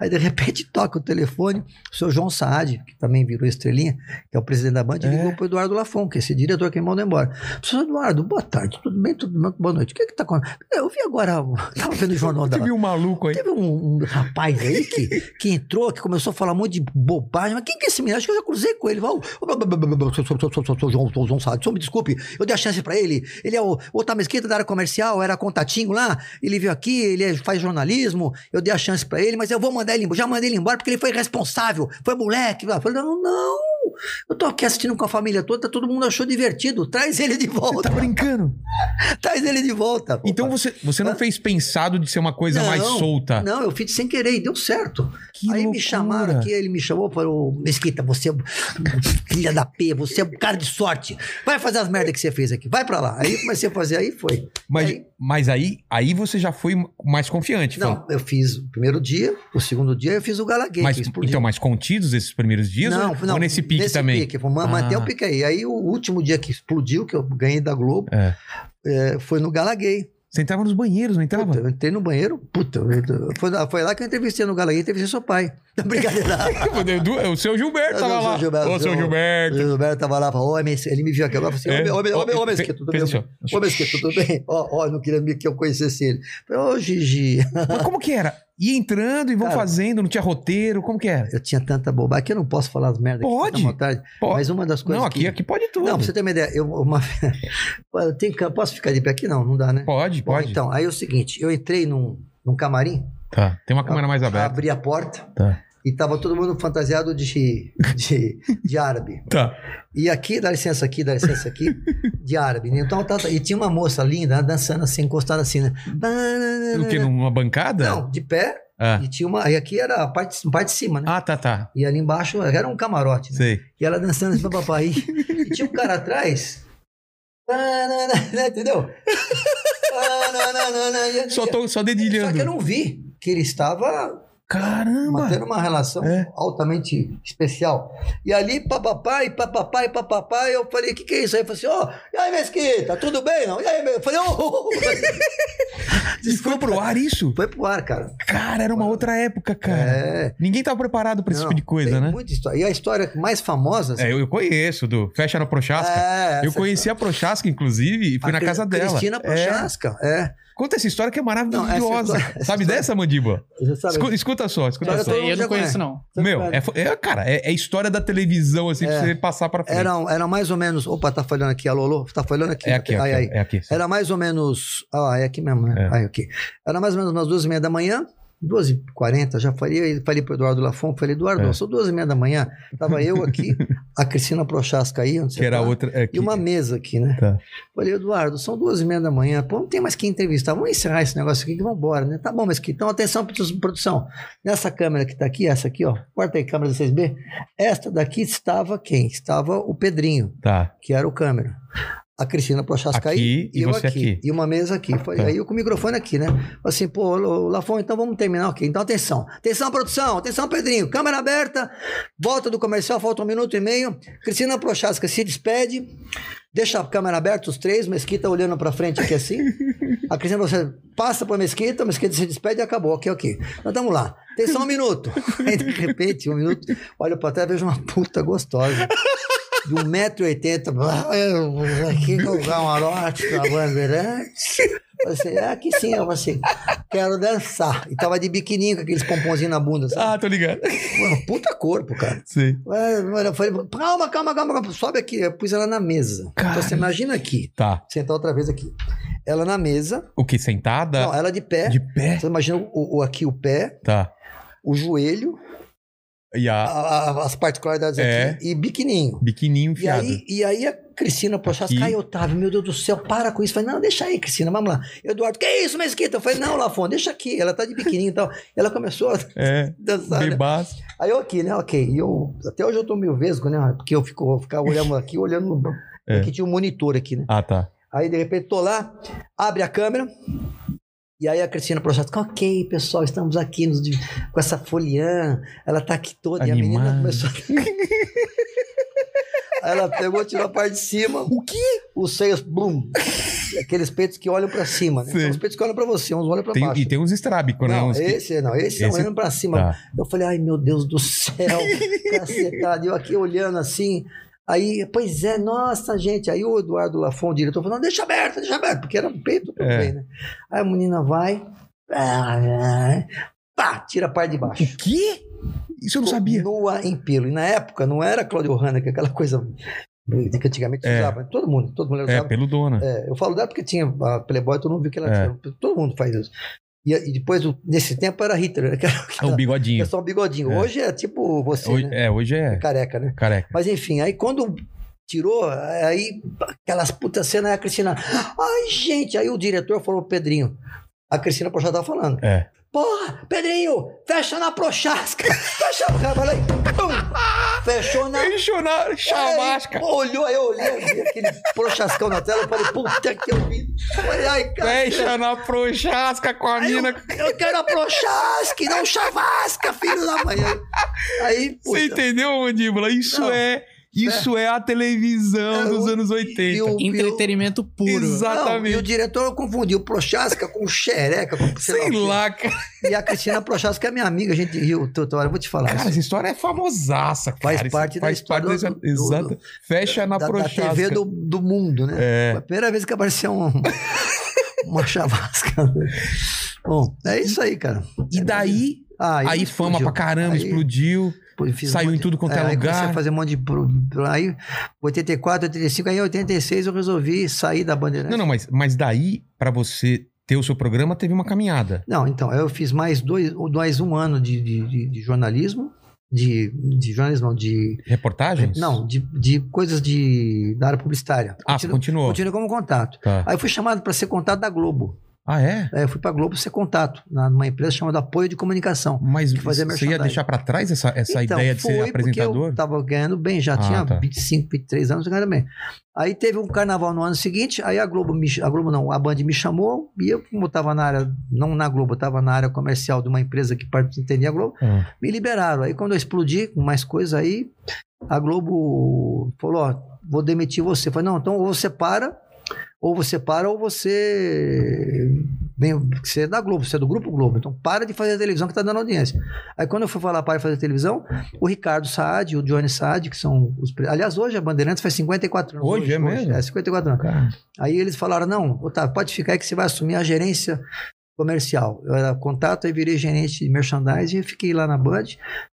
S2: Aí, de repente, toca o telefone, o seu João Saad, que também virou estrelinha, que é o presidente da Band,
S1: É.
S2: ligou pro Eduardo Lafon, que é esse diretor que mandou embora. Professor Eduardo, boa tarde, tudo bem, tudo bem, boa noite. O que é que tá acontecendo? Eu vi agora, tava vendo o jornal da...
S1: Você viu um maluco aí?
S2: Teve um, um rapaz aí que, que entrou, que começou a falar um monte de bobagem. Mas quem que é esse menino? Acho que eu já cruzei com ele. Vai, ô, ô, blá, blá, blá, blá, blá, Sou sou- sou- sou- sou João sou João Sá. Só me desculpe, eu dei a chance pra ele. Ele é o Otávio Mesquita da área comercial, era contatinho lá. Ele veio aqui, ele é- faz jornalismo. Eu dei a chance pra ele, mas eu vou mandar ele embora. Já mandei ele embora porque ele foi responsável. Foi moleque. Eu falei, não, não. Eu tô aqui assistindo com a família toda, todo mundo achou divertido. Traz ele de
S1: Você tá
S2: volta.
S1: brincando?
S2: Traz ele de volta.
S1: Então
S2: Opa. Ah.
S1: você, você não fez pensado de ser uma coisa mais
S2: Não,
S1: solta.
S2: Não, eu fiz sem querer e deu certo.
S1: Que
S2: aí
S1: loucura.
S2: me chamaram aqui, ele me chamou para o Mesquita, você é filha da P, você é um cara de sorte. Vai fazer as merdas que você fez aqui, vai pra lá. Aí eu comecei a fazer, aí foi.
S1: Mas,
S2: Aí-
S1: mas aí, aí você já foi mais confiante. falou,
S2: é Não, eu fiz o primeiro dia, o segundo dia eu fiz o Galaguei,
S1: mas,
S2: que explodiu.
S1: então, mais contidos esses primeiros dias? ou, ou nesse pique também?
S2: pique, vou ma- manter
S1: Ah.
S2: o pique aí. Aí o último dia que explodiu, que eu ganhei da Globo,
S1: É.
S2: eh, foi no Galaguei.
S1: Você entrava nos banheiros, não entrava?
S2: Puta, eu entrei no banheiro, puta, eu- foi, lá- foi lá que eu entrevistei no Galaguei, entrevistei seu pai. Brincadeira.
S1: o seu Gilberto
S2: Eu
S1: tava
S2: não sou
S1: lá.
S2: Gilberto,
S1: Ô, seu
S2: eu-
S1: Gilberto.
S2: O Gilberto tava lá, falou, "Ô, Messi", ele me viu aqui agora, falou assim,
S1: É.
S2: ô, Messi, ô, Messi, ô,
S1: Ó,
S2: Messi,
S1: fe-
S2: tudo
S1: fez
S2: bem?
S1: assim, ó.
S2: Ô, Mesquita, tudo bem? Ó, ó, não queria me- que eu conhecesse ele. Falei, ô, Gigi,
S1: Mas como que era? Ia entrando e vão
S2: Cara,
S1: fazendo, não tinha roteiro, como que era?
S2: eu tinha tanta bobagem que eu não posso falar as merdas.
S1: Pode.
S2: Aqui, tarde,
S1: Pô,
S2: mas uma das coisas
S1: não, aqui,
S2: que...
S1: aqui pode tudo.
S2: Não, pra você ter uma ideia, eu, uma... eu tenho que- posso ficar de pé aqui? Não, não dá, né?
S1: Pode,
S2: Bom,
S1: pode.
S2: Então, aí é o seguinte, eu entrei num, num camarim,
S1: Tá, tem uma câmera mais aberta.
S2: abri a porta
S1: Tá.
S2: e tava todo mundo fantasiado de, de, de árabe.
S1: Tá.
S2: E aqui, dá licença aqui, dá licença aqui, de árabe. né? Então, tá, tá. e tinha uma moça linda dançando assim, encostada assim, né?
S1: O que, numa bancada?
S2: Não, de pé.
S1: Ah,
S2: E tinha uma. E aqui era a parte, parte de cima, né?
S1: Ah, tá, tá.
S2: E ali embaixo era um camarote. né?
S1: Sei.
S2: E ela dançando assim, papai. E tinha um cara atrás. Entendeu?
S1: Só, tô, só
S2: Só
S1: dedilhando.
S2: que eu não vi que ele estava
S1: Caramba!
S2: mantendo uma relação
S1: É.
S2: altamente especial. E ali, papapá, e papapá, e papapá, eu falei, o que, que é isso? Aí eu falei assim, ó, e aí, Mesquita, tudo bem? Não? E aí, meu? Eu falei, ô!
S1: E foi pro ar isso?
S2: Foi pro ar, cara.
S1: Cara, era uma outra época, cara.
S2: É.
S1: Ninguém tava preparado pra esse
S2: Não,
S1: tipo de coisa,
S2: tem
S1: né?
S2: Muita história. E a história mais famosa... assim,
S1: É, eu, eu conheço, do Fecha na Prochasca.
S2: é,
S1: eu
S2: essa-
S1: conheci a Prochasca, inclusive, e fui
S2: a
S1: na
S2: Cri-
S1: casa dela.
S2: Cristina
S1: É.
S2: Prochaska, é.
S1: Conta essa história que é maravilhosa.
S2: Não, essa história- essa
S1: Sabe
S2: história-
S1: dessa, Mandiba?
S2: Você sabe?
S1: Escuta, escuta só, escuta
S2: Não,
S1: só.
S2: eu
S3: Essa aí eu
S2: já
S3: não conheço, não.
S1: Meu,
S2: sabe-
S1: é, fo- é, cara, é, é história da televisão, assim, pra
S2: É.
S1: você passar pra frente.
S2: Eram, eram mais ou menos... Opa, tá falhando aqui, alô, alô, tá falhando aqui.
S1: é aqui, é
S2: ai,
S1: aqui,
S2: ai.
S1: é aqui.
S2: Era mais ou menos. Ah, é aqui mesmo, né?
S1: É.
S2: Ah, é aqui. Era mais ou menos umas duas e meia da manhã, duas e quarenta, já falei, falei pro Eduardo Lafon, falei, Eduardo,
S1: É.
S2: são duas e meia da manhã. Tava eu aqui, a Cristina Prochasca aí, onde
S1: Que
S2: você
S1: era
S2: tá,
S1: outra. é aqui.
S2: E uma mesa aqui, né?
S1: Tá.
S2: Falei, Eduardo, são duas e meia da manhã, pô, não tem mais quem entrevistar, vamos encerrar esse negócio aqui que vamos embora, né? Tá bom, mas que então atenção, produ- produção. Nessa câmera que tá aqui, essa aqui, ó, corta aí, câmera 16B, esta daqui estava quem? Estava o Pedrinho
S1: Tá.
S2: que era o câmera. a Cristina Prochaska
S1: Aqui
S2: aí
S1: e
S2: eu
S1: você aqui.
S2: E uma mesa aqui. Falei,
S1: É.
S2: Aí eu com o microfone aqui, né? Falei assim, pô, Lô- Lafon, então vamos terminar aqui. Então atenção. Atenção, produção. Atenção, Pedrinho. Câmera aberta. Volta do comercial, falta um minuto e meio. Cristina Prochaska se despede. Deixa a câmera aberta, os três. Mesquita olhando pra frente aqui assim. A Cristina Prochaska passa pra Mesquita, Mesquita se despede e acabou. Ok, ok. Então vamos lá. Atenção, um minuto. Aí de repente, um minuto. Olha pra trás e vejo uma puta gostosa de 1,80m, aqui no camarote, na Bandeirantes. Falei assim, ah, que sim, eu falei assim, quero dançar. E tava de biquininho com aqueles pomponzinhos na bunda, sabe?
S1: Ah, tô ligado.
S2: Mano, puta corpo, cara.
S1: Sei.
S2: Ué, mano, Eu falei, calma, calma, calma, calma, sobe aqui. Eu pus ela na mesa.
S1: Cara.
S2: Então você imagina aqui,
S1: Tá.
S2: sentar outra vez aqui. Ela na mesa,
S1: O que? Sentada?
S2: não, ela é de pé.
S1: É. De pé?
S2: Você imagina o, o- aqui o pé,
S1: Tá.
S2: o joelho,
S1: E a
S2: a- a- as particularidades
S1: Ah. É.
S2: aqui e biquininho.
S1: biquininho
S2: Ah, E
S1: enfiado.
S2: aí, e aí a Cristina Prochaska,
S1: Aqui.
S2: ai, Otávio, meu Deus do céu, para com isso. Eu Falei, não, deixa aí, Cristina, vamos lá. Eduardo, que isso, Mesquita? Eu falei, não, Lafon, deixa aqui, ela tá de biquininho e tal. Ela começou a
S1: É.
S2: dançar. né?
S1: Bebás.
S2: Aí eu aqui, né, ok. E eu, até hoje eu tô meio vesgo, né, porque eu fico, eu ficava olhando aqui, olhando,
S1: É.
S2: aqui tinha um monitor aqui, né.
S1: Ah, tá.
S2: Aí, de repente, tô lá, abre a câmera, e aí a Cristina Prochaska, ok, pessoal, estamos aqui nos div- com essa foliã, ela tá aqui toda, e a menina
S1: Animada.
S2: começou... Aí ela pegou, tirou a parte de cima. O quê? Os seios, bum. Aqueles peitos que olham pra cima, né?
S1: Sim.
S2: São os peitos que olham pra você, uns olham pra
S1: Tem-
S2: baixo.
S1: e tem uns estrábicos, né?
S2: Não,
S1: Uns que-
S2: esse não, esse, tá
S1: Esse-
S2: olhando pra cima.
S1: Tá.
S2: Eu falei, ai meu Deus do céu, cacetada. Eu aqui olhando assim. Aí, pois é, nossa, gente. Aí o Eduardo Lafon, o diretor, falou: não, deixa aberto, deixa aberto, porque era peito tudo
S1: É.
S2: bem, né? Aí a menina vai, pá, pá, tira a parte de baixo.
S1: O quê? Isso eu não sabia.
S2: Nua em pelo. E na época não era Claudio Hanna, que é aquela coisa que antigamente
S1: É.
S2: usava. Todo mundo, todo mundo
S1: É,
S2: usava.
S1: pelo dona.
S2: É, eu falo dela porque tinha a Playboy, todo mundo viu que ela
S1: É.
S2: tinha. Todo mundo faz isso. E, e depois, o- nesse tempo, era Hitler, que era,
S1: Ah, o
S2: é
S1: bigodinho.
S2: só um bigodinho.
S1: É.
S2: Hoje é tipo você,
S1: Hoje,
S2: né?
S1: É, hoje é
S2: Careca, né?
S1: careca.
S2: Mas enfim, aí quando tirou, aí aquelas putas cenas, aí a Cristina. Ai, gente! Aí o diretor falou pro Pedrinho. A Cristina Prochaska tava falando.
S1: É.
S2: Porra, Pedrinho, fecha na Prochaska! Fecha a cara, falei, pum! Fechou na
S1: Chorar,
S2: Aí, pô, Olhou, aí eu olhei, eu vi aquele prochascão na tela, eu falei, puta que eu vi. Falei, ai, cara.
S1: na É, prochasca com a
S2: Aí eu, eu quero a Prochasque, não chavasca, filho da mãe. Aí, aí, puta.
S1: entendeu, mandíbula? Isso
S2: então. Não.
S1: é. Isso é a televisão
S2: É, o-
S1: anos 80.
S2: e o-
S3: Entretenimento puro.
S2: Não, e o diretor confundiu Prochaska com xereca. Com, sei, lá, o quê.
S1: cara.
S2: E a Cristina Prochaska é minha amiga, a gente riu. Tuto, olha, eu vou te falar.
S1: Cara, essa história é famosaça, cara.
S2: Faz
S1: Isso
S2: parte da
S1: faz
S2: história
S1: parte dessa-
S2: do- do-
S1: Exato. Fecha na
S2: da, da
S1: prochasca.
S2: TV do, do mundo, né?
S1: É.
S2: Foi a primeira vez que apareceu um, uma chavasca. Bom, é isso aí, cara.
S1: E daí,
S2: Ah,
S1: aí, fama
S2: explodiu.
S1: pra caramba,
S2: Aí-
S1: explodiu.
S2: Pô, fiz um
S1: Saiu em
S2: monte-
S1: tudo quanto é
S2: aí
S1: lugar.
S2: comecei a fazer um monte de. pro- pro- Aí, 84, 85, aí em 86 eu resolvi sair da Bandeirante.
S1: Não, não, mas, mas daí, pra você ter o seu programa, teve uma caminhada.
S2: Não, então, eu fiz mais, dois, mais um ano de, de- de- de jornalismo. De, de jornalismo, não, de.
S1: Reportagens?
S2: Não, de, de coisas de, da área publicitária.
S1: Ah,
S2: Continu-
S1: continuou.
S2: continuei como contato.
S1: Tá.
S2: Aí eu fui chamado para ser contato da Globo.
S1: Ah, é?
S2: Aí eu fui para Globo ser contato, na- numa empresa chamada Apoio de Comunicação.
S1: Mas
S2: que
S1: você
S2: fazer
S1: ia
S2: merchandising.
S1: deixar pra trás essa, essa
S2: Então,
S1: ideia de
S2: foi
S1: ser
S2: porque
S1: apresentador?
S2: Eu tava ganhando bem, já
S1: Ah,
S2: tinha
S1: tá.
S2: 25, 23 anos, eu ganhando bem. Aí teve um carnaval no ano seguinte, aí a Globo, me, ch- a Globo não, a Band me chamou, e eu, como estava na área, não na Globo, estava na área comercial de uma empresa que parte- entendia a Globo,
S1: Ah,
S2: me liberaram. Aí quando eu explodi com mais coisa aí, a Globo falou, ó, vou demitir você. Eu falei, não, então ou você para, ou você para, ou você vem, você é da Globo, você é do Grupo Globo, então para de fazer a televisão que tá dando audiência. Aí quando eu fui falar para de fazer televisão, o Ricardo Saad e o Johnny Saad, que são os... pre- Aliás, hoje a Bandeirantes faz 54 anos.
S1: Hoje é mesmo?
S2: É, 54 anos.
S1: cara.
S2: Aí eles falaram: não, Otávio, pode ficar aí que você vai assumir a gerência comercial. Eu era contato, aí virei gerente de merchandising e fiquei lá na Band.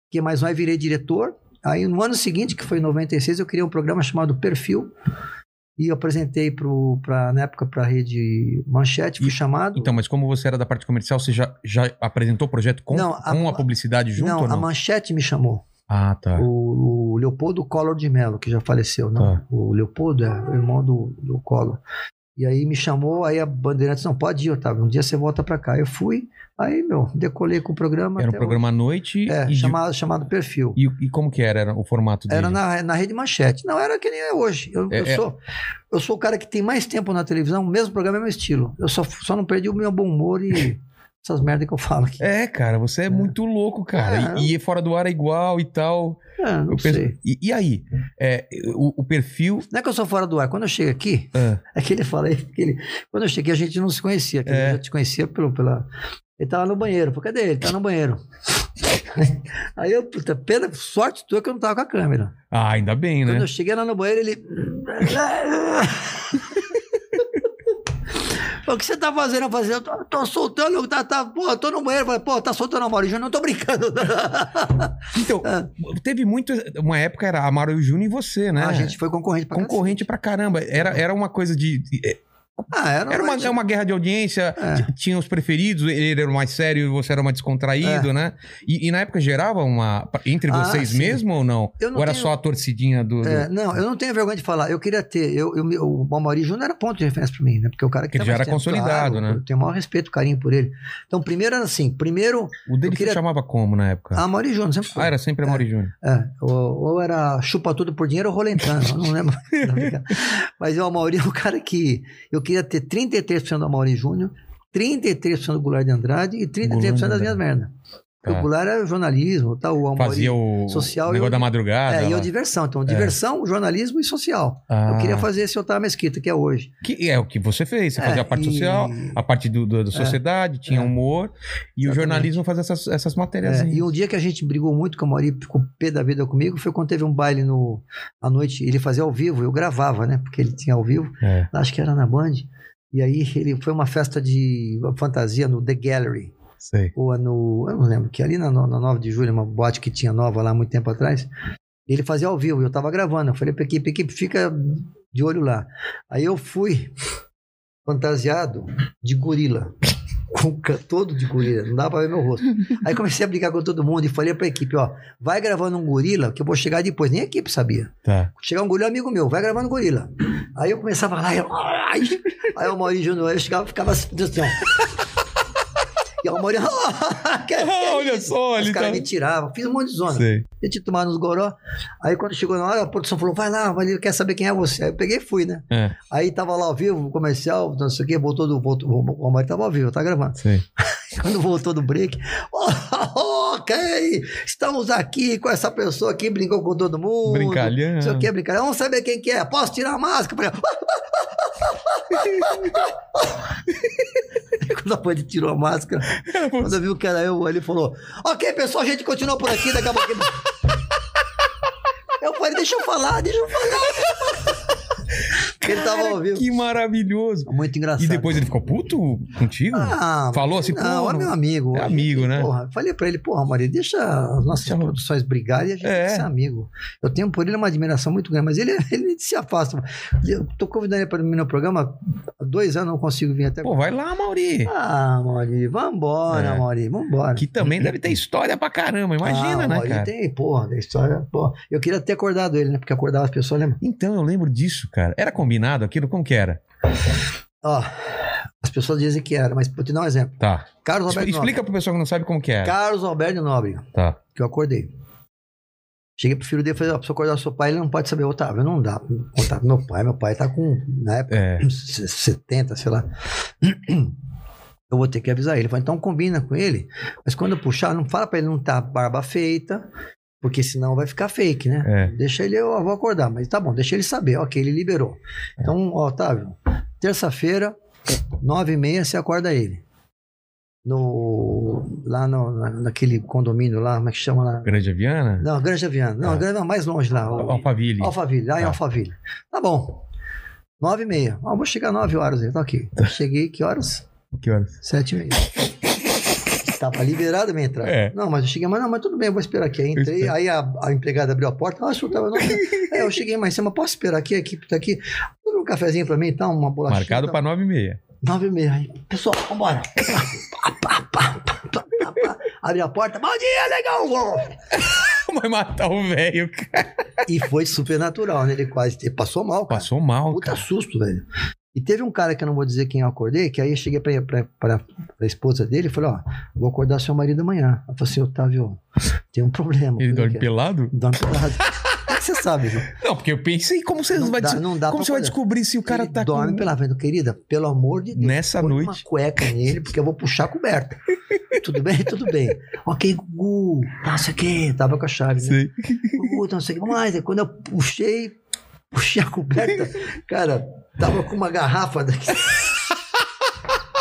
S2: Fiquei mais um, aí virei diretor. Aí no ano seguinte, que foi em 96, eu criei um programa chamado Perfil. E eu apresentei pro, pra, na época para a rede Manchete, fui
S1: E-
S2: chamado.
S1: Então, mas como você era da parte comercial, você já, já apresentou o projeto com,
S2: Não, a-
S1: com a publicidade junto
S2: não,
S1: ou
S2: a
S1: não?
S2: Manchete me chamou.
S1: Ah, tá.
S2: O, o Leopoldo Collor de Mello, que já faleceu, não?
S1: Tá.
S2: O Leopoldo é o irmão do, do Collor. E aí me chamou, aí a Bandeirantes, não, pode ir, Otávio, um dia você volta pra cá. Eu fui, aí, meu, decolei com o programa.
S1: Era um
S2: até
S1: programa à noite.
S2: hoje. É,
S1: e, de-
S2: chamado, chamado Perfil.
S1: e, e como que era, era o formato dele?
S2: Era na, na Rede Manchete. Não era que nem é hoje. Eu,
S1: É,
S2: eu
S1: é.
S2: Sou, eu sou o cara que tem mais tempo na televisão, mesmo programa, mesmo estilo. Eu só, só não perdi o meu bom humor e essas merdas que eu falo aqui.
S1: É, cara, você é, muito louco, cara.
S2: É.
S1: E, e fora do ar é igual e tal.
S2: Ah, não
S1: Eu penso-
S2: sei.
S1: e, e aí? É, o, o perfil.
S2: Não é que eu sou fora do ar. Quando eu chego aqui,
S1: Ah,
S2: é que ele fala aí, que ele- quando eu cheguei a gente não se conhecia, que
S1: É.
S2: eu já te conhecia pelo, pela... Ele tava no banheiro. Pô, cadê ele? Ele Tá no banheiro. Aí eu, puta, pela sorte tua que eu não tava com a câmera.
S1: ah, ainda bem,
S2: Quando
S1: né?
S2: eu cheguei lá no banheiro, ele. O que você tá fazendo? Eu falei, assim, eu tô, tô soltando, tá, tá, pô, tô no banheiro. Eu falei, pô, tá soltando a Maurício, eu não tô brincando.
S1: Então, teve muito. Uma época era Amaro e o Júnior e você, né?
S2: A gente foi concorrente pra
S1: Concorrente pra caramba. Era, era uma coisa de.
S2: cacete. Ah, era,
S1: Era uma, era uma guerra de audiência,
S2: É.
S1: t- tinha os preferidos, ele era o mais sério e você era o mais descontraído, né? E, e na época gerava uma. Entre
S2: É. Ah,
S1: vocês
S2: sim.
S1: mesmo ou não?
S2: Eu não
S1: ou era
S2: tenho-
S1: só a torcidinha do. do-
S2: É, não, eu não tenho vergonha de falar. Eu queria ter. Eu, eu, me- o Maurício Júnior era ponto de referência pra mim, né? Porque o cara
S1: Porque
S2: que
S1: ele já
S2: mais
S1: era consolidado, né?
S2: Eu tenho o maior respeito, carinho por ele. Então, primeiro era assim: primeiro,
S1: O dele
S2: eu queria-
S1: se chamava como na época?
S2: a Maurício Júnior sempre foi.
S1: Tá. Ah, era sempre a Mauri Júnior.
S2: É, ou, ou era chupa tudo por dinheiro ou rolentano, eu não lembro. Mas o Amaury é um cara que eu queria ter 33% do Amaury Júnior, 33% do Goulart de Andrade e 33% das minhas merdas. Porque
S1: Tá.
S2: O Goulart era jornalismo, tá? o Amaury...
S1: Fazia o
S2: social e
S1: negócio
S2: eu-
S1: da madrugada.
S2: É, e eu
S1: lá.
S2: diversão. Então, diversão, jornalismo e social. Eu
S1: Ah,
S2: queria fazer esse Otávio Mesquita, que é hoje.
S1: que é o que você fez. Você
S2: É,
S1: fazia a parte
S2: e-
S1: social, a parte do, do- da sociedade, tinha
S2: é.
S1: humor. E o
S2: Exatamente.
S1: jornalismo fazia essas, essas matérias.
S2: É, e um dia que a gente brigou muito com o Amaury, ficou pé da vida comigo, foi quando teve um baile no, à noite. Ele fazia ao vivo, eu gravava, né? Porque ele tinha ao vivo.
S1: É.
S2: acho que era na Band. E aí ele foi uma festa de fantasia no The Gallery,
S1: Sei.
S2: ou no, eu não lembro, que ali na, no- na 9 de julho, uma boate que tinha nova lá muito tempo atrás. Ele fazia ao vivo, e eu tava gravando. Eu falei pra equipe, equipe, fica de olho lá. Aí eu fui fantasiado de gorila. Com ca- todo de gorila, não dava pra ver meu rosto. Aí comecei a brigar com todo mundo e falei pra equipe, ó, vai gravando um gorila que eu vou chegar depois. Nem a equipe sabia.
S1: Tá.
S2: Chegar um gorila, amigo meu, vai gravando gorila. Aí eu começava lá, eu, ai, aí o Maurício Júnior, eu chegava, ficava assim, assim, ó. E o Maurício, que, que é
S1: Olha
S2: isso?
S1: só,
S2: Os
S1: ele
S2: caras
S1: tá.
S2: me tiravam, fiz um monte de zona.
S1: Sei.
S2: Eu tinha tomado uns goró. Aí quando chegou na hora, a produção falou, vai lá, vai, quer saber quem é você. Aí eu peguei e fui, né?
S1: É,
S2: Aí tava lá ao vivo, o comercial, não sei o quê, voltou do... Voltou, o Maurício tava ao vivo, tá gravando.
S1: sei.
S2: Quando voltou do break, "Oh, ok, estamos aqui com essa pessoa que brincou com todo mundo.
S1: Brincalhão.
S2: Não sei o que, brincadeira. Vamos saber quem que é. Posso tirar a máscara? Falei, Quando a Band tirou a máscara, quando viu que era eu, ele falou: Ok, pessoal, a gente continua por aqui, daqui a pouco. Eu falei: Deixa eu falar, deixa eu falar. ele tava ao vivo.
S1: Que maravilhoso.
S2: Muito engraçado.
S1: E depois ele ficou puto contigo?
S2: Ah,
S1: Falou assim,
S2: não,
S1: pô,
S2: é
S1: não-
S2: meu amigo.
S1: é amigo, né?
S2: Porra, falei pra ele, porra, Maria, deixa as nossas
S1: Deixa-
S2: produções brigarem e a gente
S1: É.
S2: tem que ser amigo. Eu tenho por ele uma admiração muito grande, mas ele, ele se afasta. Eu tô convidando ele para mim no programa, há dois anos não consigo vir até
S1: Pô, vai lá, Mauri.
S2: Ah, Mauri, vambora,
S1: É.
S2: Mauri, vambora.
S1: Que também deve ter história pra caramba, imagina,
S2: Ah,
S1: né,
S2: Mauri
S1: cara?
S2: tem, porra, da história, porra. Eu queria ter acordado ele, né? Porque acordava as pessoas, lembra?
S1: Então, eu lembro disso, cara. Era combinado aquilo? Como que era?
S2: Ó, as pessoas dizem que era, mas vou te dar um exemplo.
S1: Tá.
S2: Carlos
S1: Expl-
S2: Alberto
S1: Explica pro pessoal que não sabe como que
S2: Nóbrega.
S1: era.
S2: Carlos Alberto Nóbrega.
S1: Tá.
S2: que eu acordei. Cheguei pro filho dele e falei, ó, preciso acordar seu pai, ele não pode saber. Otávio, não dá pra contar com meu pai, meu pai tá com, na época,
S1: É.
S2: uns 70, sei lá. Eu vou ter que avisar ele. Ele falou, então combina com ele, mas quando eu puxar, não fala pra ele não tá barba feita, porque senão vai ficar fake, né?
S1: É.
S2: Deixa ele, eu vou acordar, mas tá bom, deixa ele saber. Ok, ele liberou. Então, ó, Otávio, terça-feira, nove e meia, você acorda ele. No, lá no, na- naquele condomínio lá, como é que chama lá?
S1: Grande Aviana?
S2: Não, Granja Viana. Não,
S1: Tá.
S2: Granja não, mais longe lá. o-
S1: Alphaville.
S2: Alphaville, lá em
S1: Tá.
S2: Alphaville. Tá bom. Nove e meia. Ah, vou chegar nove horas aí, tá ok. Cheguei, que horas?
S1: Que horas?
S2: Sete e meia. Tava liberado a minha entrada.
S1: É.
S2: Não, mas eu cheguei, mas não, mas tudo bem, eu vou esperar aqui. Aí entrei,
S1: espero.
S2: aí a, a empregada abriu a porta. Ah, isso tava. não- É, eu cheguei mais cedo, mas posso esperar aqui? A equipe tá aqui. Tudo um cafezinho pra mim, tá? Uma bolachinha.
S1: Marcado
S2: tá?
S1: pra nove e meia.
S2: Nove e meia. Aí, Pessoal, vambora. Pá, pá, pá, pá, pá, pá, pá. Abre a porta. Bom dia, legal!
S1: Vai matar o velho, cara.
S2: E foi super natural, né? Ele quase ele passou mal, cara.
S1: Passou mal,
S2: Puta
S1: cara.
S2: susto, velho. E teve um cara que eu não vou dizer quem eu acordei, que aí eu cheguei para a esposa dele e falei, ó, vou acordar seu marido amanhã. Ela falou assim, Otávio, tem um problema.
S1: Ele
S2: Falei,
S1: dorme
S2: "O quê?"
S1: pelado?
S2: Dorme pelado. Como é que você sabe, viu?
S1: Não, porque eu pensei, como você
S2: Não
S1: vai,
S2: dá-
S1: des-
S2: não dá
S1: como
S2: pra
S1: você vai
S2: fazer.
S1: descobrir se o cara
S2: ele
S1: tá
S2: dorme
S1: com...
S2: pelado. Falei, querida, pelo amor de Deus.
S1: Nessa
S2: põe
S1: noite.
S2: uma cueca nele, porque eu vou puxar a coberta. tudo bem? Tudo bem. Ok, Gugu, não sei o quê. Tava com a chave, né?
S1: Sei.
S2: Gugu, não sei o que mais. Aí Quando eu puxei, puxei a coberta, cara, tava com uma garrafa daqui.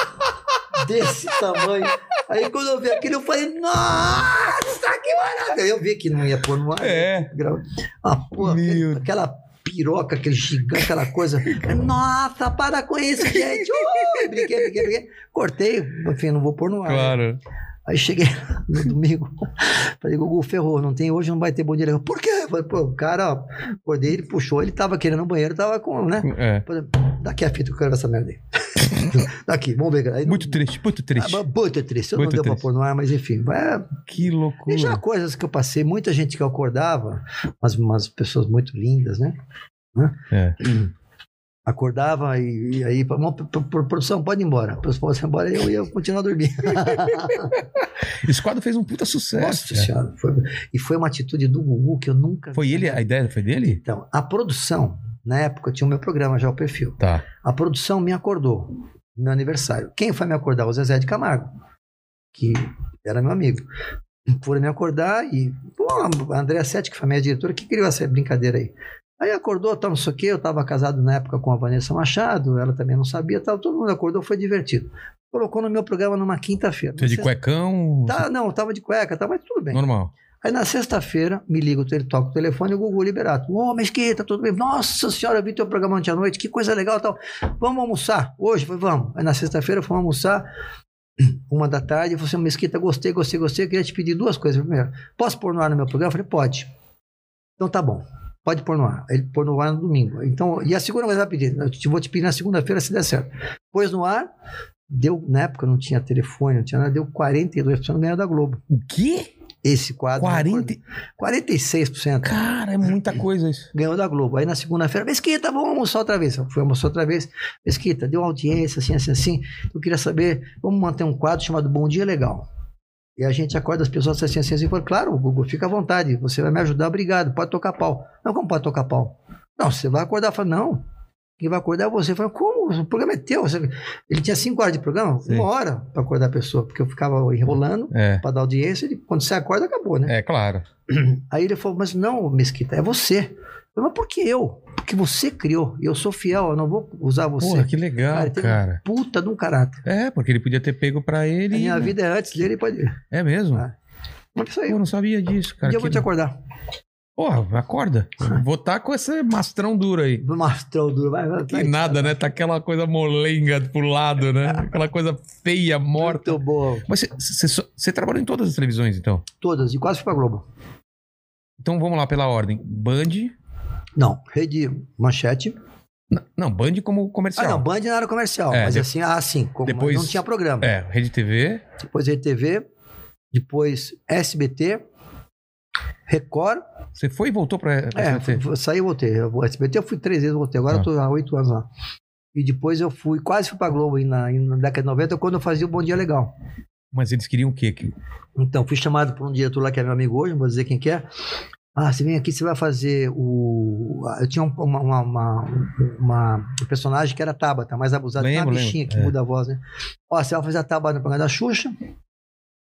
S2: Desse tamanho. Aí quando eu vi aquilo, eu falei, nossa, que maravilha! Eu vi que não ia pôr no ar.
S1: É.
S2: Grau. Ah, pô, aquele-
S1: Meu.
S2: aquela piroca, aquele gigante, aquela coisa. Nossa, para com isso, gente. Ui, brinquei, brinquei, brinquei. Cortei, enfim, não vou pôr no ar.
S1: Claro.
S2: Aí cheguei no domingo, falei, Gugu, ferrou, não tem hoje, não vai ter bom dia. Ele falou, Por quê? Eu falei, pô, o cara, ó, acordei, ele puxou, ele tava querendo no banheiro, tava com, né?
S1: É.
S2: Falei, Daqui a fita que eu quero ver essa merda aí. Daqui, vamos ver. cara. Aí,
S1: Muito triste, muito
S2: Ah,
S1: triste.
S2: mas Muito triste, eu
S1: Muito
S2: não deu pra
S1: triste. é?
S2: pôr no ar, mas é, enfim, vai,
S1: Que loucura.
S2: e já coisas assim, que eu passei, muita gente que eu acordava, umas, umas pessoas muito lindas, né?
S1: É.
S2: Acordava e, e aí, falava, "Pro- pro- pro- produção, pode ir embora. A produção pode ir embora e eu ia continuar dormindo.
S1: Esse quadro fez um puta sucesso.
S2: Nossa
S1: cara.
S2: senhora. foi- e foi uma atitude do Gugu que eu nunca vi.
S1: Foi ele, é. a ideia foi dele?
S2: Então, a produção, na época eu tinha o meu programa já, o perfil.
S1: Tá.
S2: A produção me acordou no meu aniversário. Quem foi me acordar? O Zezé de Camargo, que era meu amigo. Foram me acordar e. Pô, a Andréa Sete, que foi minha diretora, que criou essa brincadeira aí. Aí acordou, tal, não sei o quê. Eu estava casado na época com a Vanessa Machado, ela também não sabia, tal. Todo mundo acordou, foi divertido. Colocou no meu programa numa quinta-feira.
S1: Você é de
S2: Na
S1: cuecão?
S2: sexta- Tá, não, eu tava de cueca, tá, mas tudo bem.
S1: Normal.
S2: Aí na sexta-feira, me liga, o tele- toca o telefone e o Gugu Liberato. Ô, mas que tá tudo bem? Nossa senhora, eu vi teu programa ontem à noite, que coisa legal e tal. Vamos almoçar hoje? Eu Falei, vamos. Aí na sexta-feira fomos almoçar, uma da tarde, e falei assim, Mesquita, gostei, gostei, gostei. Eu queria te pedir duas coisas. Primeiro, posso pôr no ar no meu programa? Eu falei, pode. Então tá bom. Pode pôr no ar. Ele pôr no ar no domingo. Então, e a segunda coisa pedir. Eu te- vou te pedir na segunda-feira se der certo. Pôs no ar, deu, na época não tinha telefone, não tinha nada, deu 42% ganhou da Globo.
S1: O quê?
S2: Esse quadro.
S1: 40?
S2: 46%
S1: Cara, é muita coisa isso.
S2: ganhou da Globo. Aí na segunda-feira, Mesquita, vamos almoçar outra vez. Eu fui almoçar outra vez. Mesquita, deu audiência, assim, assim, assim. Eu queria saber, vamos manter um quadro chamado Bom Dia Legal. E a gente acorda as pessoas assim, assim, assim. Eu falei, claro, Google, fica à vontade. Você vai me ajudar, obrigado. Pode tocar pau. Não, como pode tocar pau? Não, você vai acordar. Eu falei, não. Quem vai acordar é você. Eu falei, como? O programa é teu. Você- Ele tinha cinco horas de programa,
S1: Sim.
S2: uma hora para acordar a pessoa, porque eu ficava enrolando
S1: É.
S2: para dar audiência. E quando você acorda, acabou, né?
S1: É, claro.
S2: Aí ele falou, mas não, Mesquita, é você. Eu, mas por que eu? Porque você criou. E eu sou fiel, eu não vou usar você.
S1: Porra, que legal,
S2: Cara, tem um
S1: cara.
S2: Puta de um caráter.
S1: É, porque ele podia ter pego pra ele.
S2: A minha
S1: né?
S2: vida é antes dele e pode.
S1: É mesmo?
S2: Ah, Mas isso aí.
S1: Pô,
S2: Um
S1: não sabia disso, cara.
S2: dia eu
S1: Que-
S2: vou te Ah. acordar.
S1: Porra, acorda. Vou tá com esse mastrão duro aí.
S2: Mastrão duro, vai, vai.
S1: Que
S2: vai.
S1: nada, né? Tá aquela coisa molenga pro lado, né?
S2: Ah.
S1: Aquela coisa feia, morta.
S2: Muito bom.
S1: Mas você- você só- você trabalhou em todas as televisões, então?
S2: Todas, e quase fui pra Globo.
S1: Então vamos lá pela ordem. Band.
S2: Não, Rede Manchete.
S1: N- Não, Band como
S2: Ah, não,
S1: comercial.
S2: Band na área comercial.
S1: É,
S2: mas
S1: de-
S2: assim, ah, sim, como
S1: depois-
S2: não tinha programa.
S1: é, Rede TV.
S2: Depois Rede TV, depois SBT, Record.
S1: Você foi e voltou pra. pra
S2: É,
S1: SBT?
S2: fu- fu- saí e voltei. Eu- O SBT eu fui três vezes, voltei. Agora
S1: Ah.
S2: eu tô há oito anos lá. E depois eu fui, quase fui pra Globo aí na, aí na década de 90, quando eu fazia o Bom Dia Legal.
S1: Mas eles queriam o quê? Que-
S2: Então, fui chamado por um diretor lá que é meu amigo hoje, não vou dizer quem que é. Ah, você vem aqui, você vai fazer o. ah, Eu tinha um- uma, uma, uma, uma- um personagem que era Tabata, mais abusada. Tem
S1: Lembro,
S2: uma
S1: lembro.
S2: bichinha que
S1: É.
S2: muda a voz, né? Ó, você vai fazer a Tabata no programa da Xuxa.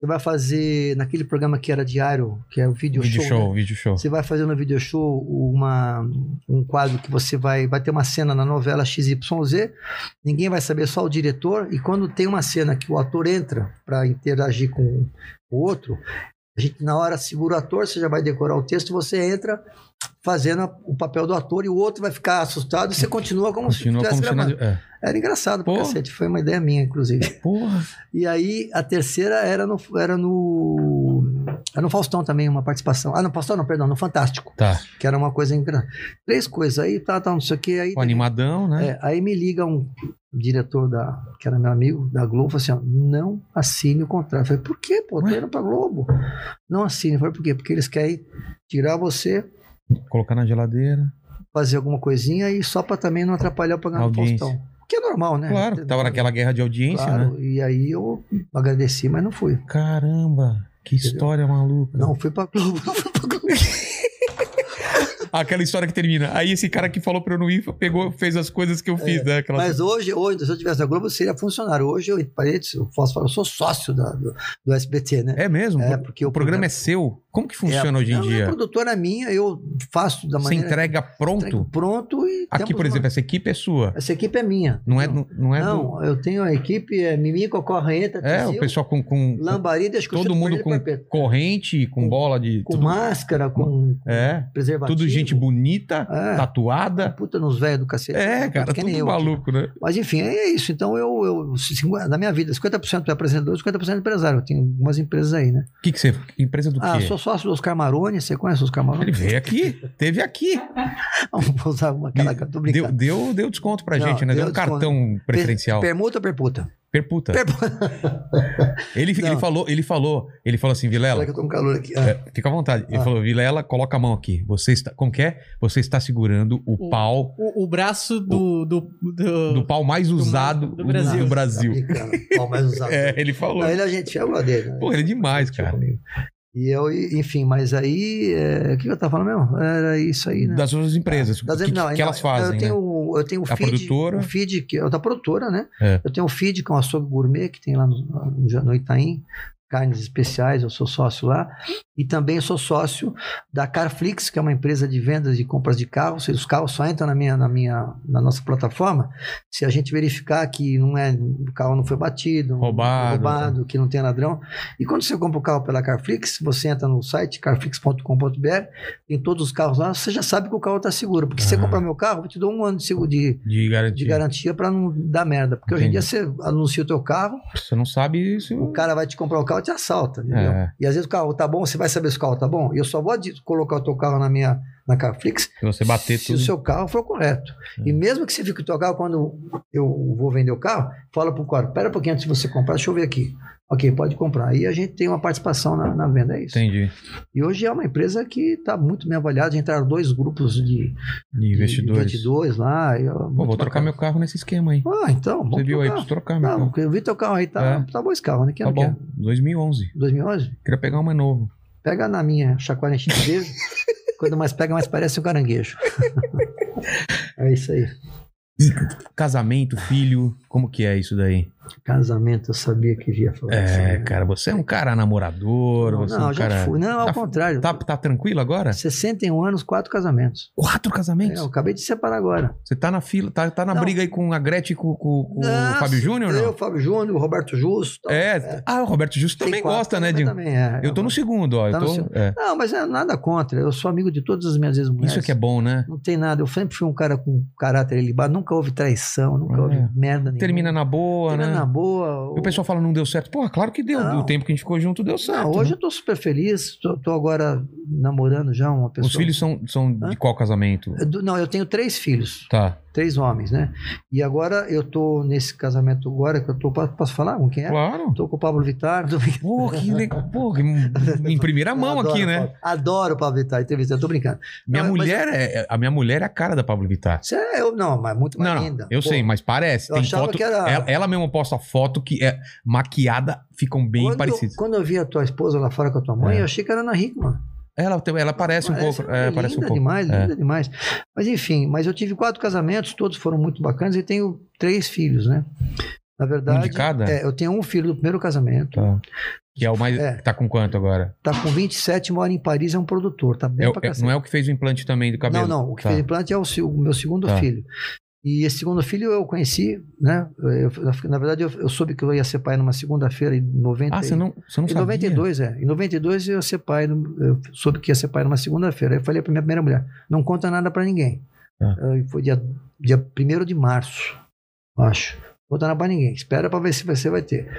S2: Você vai fazer naquele programa que era diário, que é o vídeo,
S1: Vídeo
S2: show.
S1: show,
S2: né?
S1: vídeo show.
S2: Você vai fazer no video show uma, um quadro que você vai. Vai ter uma cena na novela XYZ, ninguém vai saber, só o diretor. E quando tem uma cena que o ator entra para interagir com o outro, a gente na hora segura o ator, você já vai decorar o texto, você entra fazendo a- o papel do ator e o outro vai ficar assustado e você continua como
S1: Continua
S2: se
S1: como
S2: estivesse
S1: se
S2: gravando.
S1: nada. É.
S2: Era engraçado,
S1: Pô.
S2: pra cacete, foi uma ideia minha, inclusive.
S1: Porra.
S2: E aí a terceira era no. Era no. Era no Faustão também, uma participação. Ah, no Faustão, não, perdão, no Fantástico
S1: Tá.
S2: que era uma coisa engra... três coisas aí tá tá não sei o que aí
S1: O animadão, né?
S2: é, aí me liga um diretor da que era meu amigo da Globo falou assim ó, não assine o contrato eu falei por quê pô
S1: Ué?
S2: tô indo pra Globo não assine eu falei por quê porque eles querem tirar você
S1: Colocar na geladeira.
S2: fazer alguma coisinha e só pra também não atrapalhar o programa do
S1: Audiência.
S2: Faustão que é normal, né?
S1: Claro, tava naquela guerra de audiência, né?
S2: Claro, e aí eu agradeci, mas não fui.
S1: Caramba, que história maluca.
S2: Não fui pra Globo, não fui pra Globo.
S1: Aquela história que termina. Aí esse cara que falou pra eu não ir pegou, fez as coisas que eu fiz, né? Aquela-
S2: É, Mas hoje, hoje, se eu tivesse na Globo, eu seria funcionário. Hoje eu parei, de- eu posso falar, eu sou sócio da- do, do SBT, né?
S1: É mesmo?
S2: É, porque
S1: o programa é seu. Como que funciona hoje em
S2: não, A
S1: dia?
S2: produtora é minha, eu faço da
S1: Você
S2: maneira.
S1: entrega
S2: entrego
S1: pronto?
S2: pronto e.
S1: Aqui,
S2: temos
S1: por
S2: uma-
S1: exemplo, essa equipe é sua.
S2: Essa equipe é minha.
S1: Não é, do- não é do...
S2: Não, eu tenho a equipe, é Mimi, Cocó, Raeta,
S1: É, o
S2: Tizil,
S1: pessoal com, com
S2: Lambarida, Escuchão,
S1: todo mundo
S2: Corrida,
S1: com
S2: Papeta.
S1: corrente, com
S2: Com-
S1: bola de...
S2: Com
S1: tudo-
S2: máscara, com
S1: É,
S2: preservativo.
S1: tudo gente bonita,
S2: É.
S1: tatuada.
S2: Puta nos velhos do cacete.
S1: É, cara,
S2: Que
S1: tudo
S2: nem eu aqui.
S1: maluco, né?
S2: Mas enfim, é isso. Então eu, eu cinqu- na minha vida, 50% é apresentador, 50% é empresário. Eu tenho algumas empresas aí, né?
S1: O que que você... Empresa do
S2: Ah,
S1: quê?
S2: sou sócio do Oscar Maroni, você conhece o Oscar
S1: Ele é.
S2: Maroni?
S1: veio aqui, teve aqui.
S2: Não, vou usar uma aquela que eu tô
S1: Deu,
S2: brincando.
S1: deu, deu desconto pra
S2: Não,
S1: gente, né? Deu,
S2: deu
S1: um cartão
S2: Per-
S1: preferencial.
S2: Permuta ou perputa?
S1: Perputa. Ele, ele
S2: Não.
S1: falou, ele falou, ele falou assim, Vilela,
S2: Será que eu tô com calor aqui? Ah,
S1: é, fica à vontade. Ele
S2: Ah.
S1: falou, Vilela, coloca a mão aqui. Você está, como que é? Você está segurando o,
S3: O-
S1: pau,
S3: O, o braço do. do, do-
S1: do pau mais usado
S3: do Brasil.
S1: Brasil.
S2: Americano. Ó, mas usado.
S1: É, ele falou.
S2: Não, ele é gente, eu gosto dele. né?
S1: Pô, ele é demais,
S2: Tipo
S1: cara.
S2: comigo. E eu, e- enfim, mas aí. é, O que eu tava falando mesmo? Era isso aí, né?
S1: Das outras empresas.
S2: Das-
S1: o que,
S2: não, é,
S1: que
S2: não,
S1: elas
S2: Eu
S1: fazem,
S2: tenho,
S1: né?
S2: eu tenho um
S1: A
S2: feed,
S1: produtora.
S2: um feed que é da produtora, né?
S1: É.
S2: Eu tenho um feed com açougue gourmet que tem lá no, no, no Itaim, carnes especiais, eu sou sócio lá. E também sou sócio da Carflix, que é uma empresa de vendas e compras de carros. Os carros só entram na minha, na minha, na nossa plataforma se a gente verificar que não é, o carro não foi batido, não foi
S1: Roubado. né?
S2: roubado, que não tem ladrão. E quando você compra o carro pela Carflix, você entra no site carflix.com.br tem todos os carros lá, você já sabe que o carro está seguro. Porque se você
S1: Ah.
S2: comprar meu carro, eu te dou um ano de, seguro, de,
S1: De
S2: de
S1: garantia.
S2: garantia para não dar merda. Porque hoje em dia
S1: Entendi.
S2: você anuncia o teu carro,
S1: Você não sabe isso.
S2: o cara vai te comprar o carro e te assalta. Entendeu?
S1: É.
S2: E às vezes o carro tá bom, você vai saber se o carro tá bom. E eu só vou adi- colocar o teu carro na minha na Carflix
S1: Se você bater
S2: se
S1: tudo.
S2: o seu carro for correto.
S1: É.
S2: E mesmo que você fique com o teu carro, quando eu vou vender o carro, fala pro cara, pera um pouquinho antes de você comprar, deixa eu ver aqui. Ok, pode comprar. E a gente tem uma participação na, na venda, é isso.
S1: Entendi.
S2: E hoje é uma empresa que está muito bem avaliada. Já entraram dois grupos de
S1: De
S2: de
S1: investidores.
S2: investidores lá. e, ó,
S1: Pô,
S2: muito
S1: vou trocar
S2: bacana.
S1: meu carro nesse esquema aí.
S2: Ah, então.
S1: Você
S2: vamos
S1: viu aí,
S2: trocar.
S1: preciso trocar meu
S2: Não,
S1: carro.
S2: porque eu vi teu carro aí, tá,
S1: É.
S2: tá bom esse carro, né? Que
S1: Tá
S2: ano que
S1: bom.
S2: é?
S1: 2011.
S2: 2011?
S1: Queria pegar uma novo.
S2: Pega na minha chacoalha chinesa. Quando mais pega, mais parece um caranguejo. é isso aí.
S1: Casamento, filho, como que é isso daí?
S2: Casamento, eu sabia que ia falar isso,
S1: É,
S2: né?
S1: cara, você é um cara namorador,
S2: Não,
S1: você é
S2: não,
S1: um
S2: eu já
S1: cara...
S2: fui. Não, ao
S1: Tá-
S2: contrário.
S1: Tá, tá tranquilo agora?
S2: 61 anos, quatro casamentos.
S1: Quatro
S2: É, eu
S1: casamentos?
S2: acabei de separar agora.
S1: Você tá na fila, tá, tá na
S2: Não.
S1: briga aí com a Gretchen e com, com- com o
S2: Nossa,
S1: Fábio Júnior, não?
S2: Eu, Fábio Júnior, Roberto Justo. tal.
S1: É. Ah, o Roberto Justo
S2: Tem
S1: também
S2: quatro,
S1: gosta, né,
S2: também,
S1: Dinho?
S2: também, é.
S1: Eu tô no segundo, ó. eu
S2: Tá no
S1: tô-
S2: segundo.
S1: é.
S2: Não, mas é nada contra. Eu sou amigo de todas as minhas ex-mulheres.
S1: Isso é que é bom, né?
S2: Não tem nada. Eu sempre fui um cara com caráter ilibado. Nunca houve traição, nunca
S1: É.
S2: houve merda nenhuma.
S1: Termina na boa,
S2: Termina
S1: né?
S2: na boa.
S1: E o pessoal fala, não deu certo. Porra, claro que deu.
S2: Não.
S1: O tempo que a gente ficou junto deu certo.
S2: Não, hoje
S1: né?
S2: eu tô super feliz. Tô, tô agora namorando já uma pessoa.
S1: Os filhos são, são de
S2: Hã?
S1: qual casamento?
S2: Do- Não, eu tenho três filhos.
S1: Tá,
S2: Três homens, né? E agora eu tô nesse casamento agora que eu tô... Posso falar com quem é?
S1: claro.
S2: Tô com o Pablo Vittar. Tô...
S1: Pô, que legal. Pô, que- em primeira mão
S2: Eu adoro
S1: aqui,
S2: o
S1: né?
S2: Pablo- Adoro o Pablo Vittar. Entrevista, eu tô brincando.
S1: Minha
S2: Não, mas-
S1: mulher é, é- a minha mulher é a cara da Pablo Vittar.
S2: Você é... eu- Não, mas muito mais
S1: Não, não,
S2: linda.
S1: eu
S2: Pô,
S1: sei, mas parece.
S2: eu
S1: Tem
S2: achava
S1: foto. é
S2: que era-
S1: Ela, ela mesma posta foto que é maquiada, ficam bem
S2: quando,
S1: parecidas.
S2: Quando eu vi a tua esposa lá fora com a tua mãe,
S1: É.
S2: eu achei que era Ana Hickman.
S1: Ela, ela parece um
S2: Essa
S1: pouco.
S2: mulher
S1: É,
S2: é
S1: parece um
S2: linda
S1: pouco.
S2: demais,
S1: É.
S2: linda demais. Mas enfim, mas eu tive quatro casamentos, todos foram muito bacanas e tenho três filhos, né? Na
S1: Um
S2: verdade,
S1: de cada?
S2: é, eu tenho um filho do primeiro casamento,
S1: Tá. Que é o mais.
S2: É.
S1: Tá com quanto agora?
S2: tá com 27, mora em Paris, é um produtor, tá
S1: É
S2: bem
S1: o-
S2: pra
S1: é-
S2: cacete.
S1: não é o que fez o implante também do cabelo?
S2: Não, não, o que
S1: Tá.
S2: fez implante é o, se- o meu segundo
S1: Tá.
S2: filho. E esse segundo filho eu conheci, né? Eu- na verdade, eu, eu soube que eu ia ser pai numa segunda-feira em 90.
S1: Ah,
S2: e-
S1: você não, você não
S2: Em
S1: sabia?
S2: 92, é. Em 92 eu, ser pai, eu soube que ia ser pai numa segunda-feira. Aí eu falei pra minha primeira mulher: não conta nada pra ninguém.
S1: Ah.
S2: Aí Foi dia, dia 1 de março, eu acho. Não conta nada pra ninguém. Espera pra ver se você vai ter.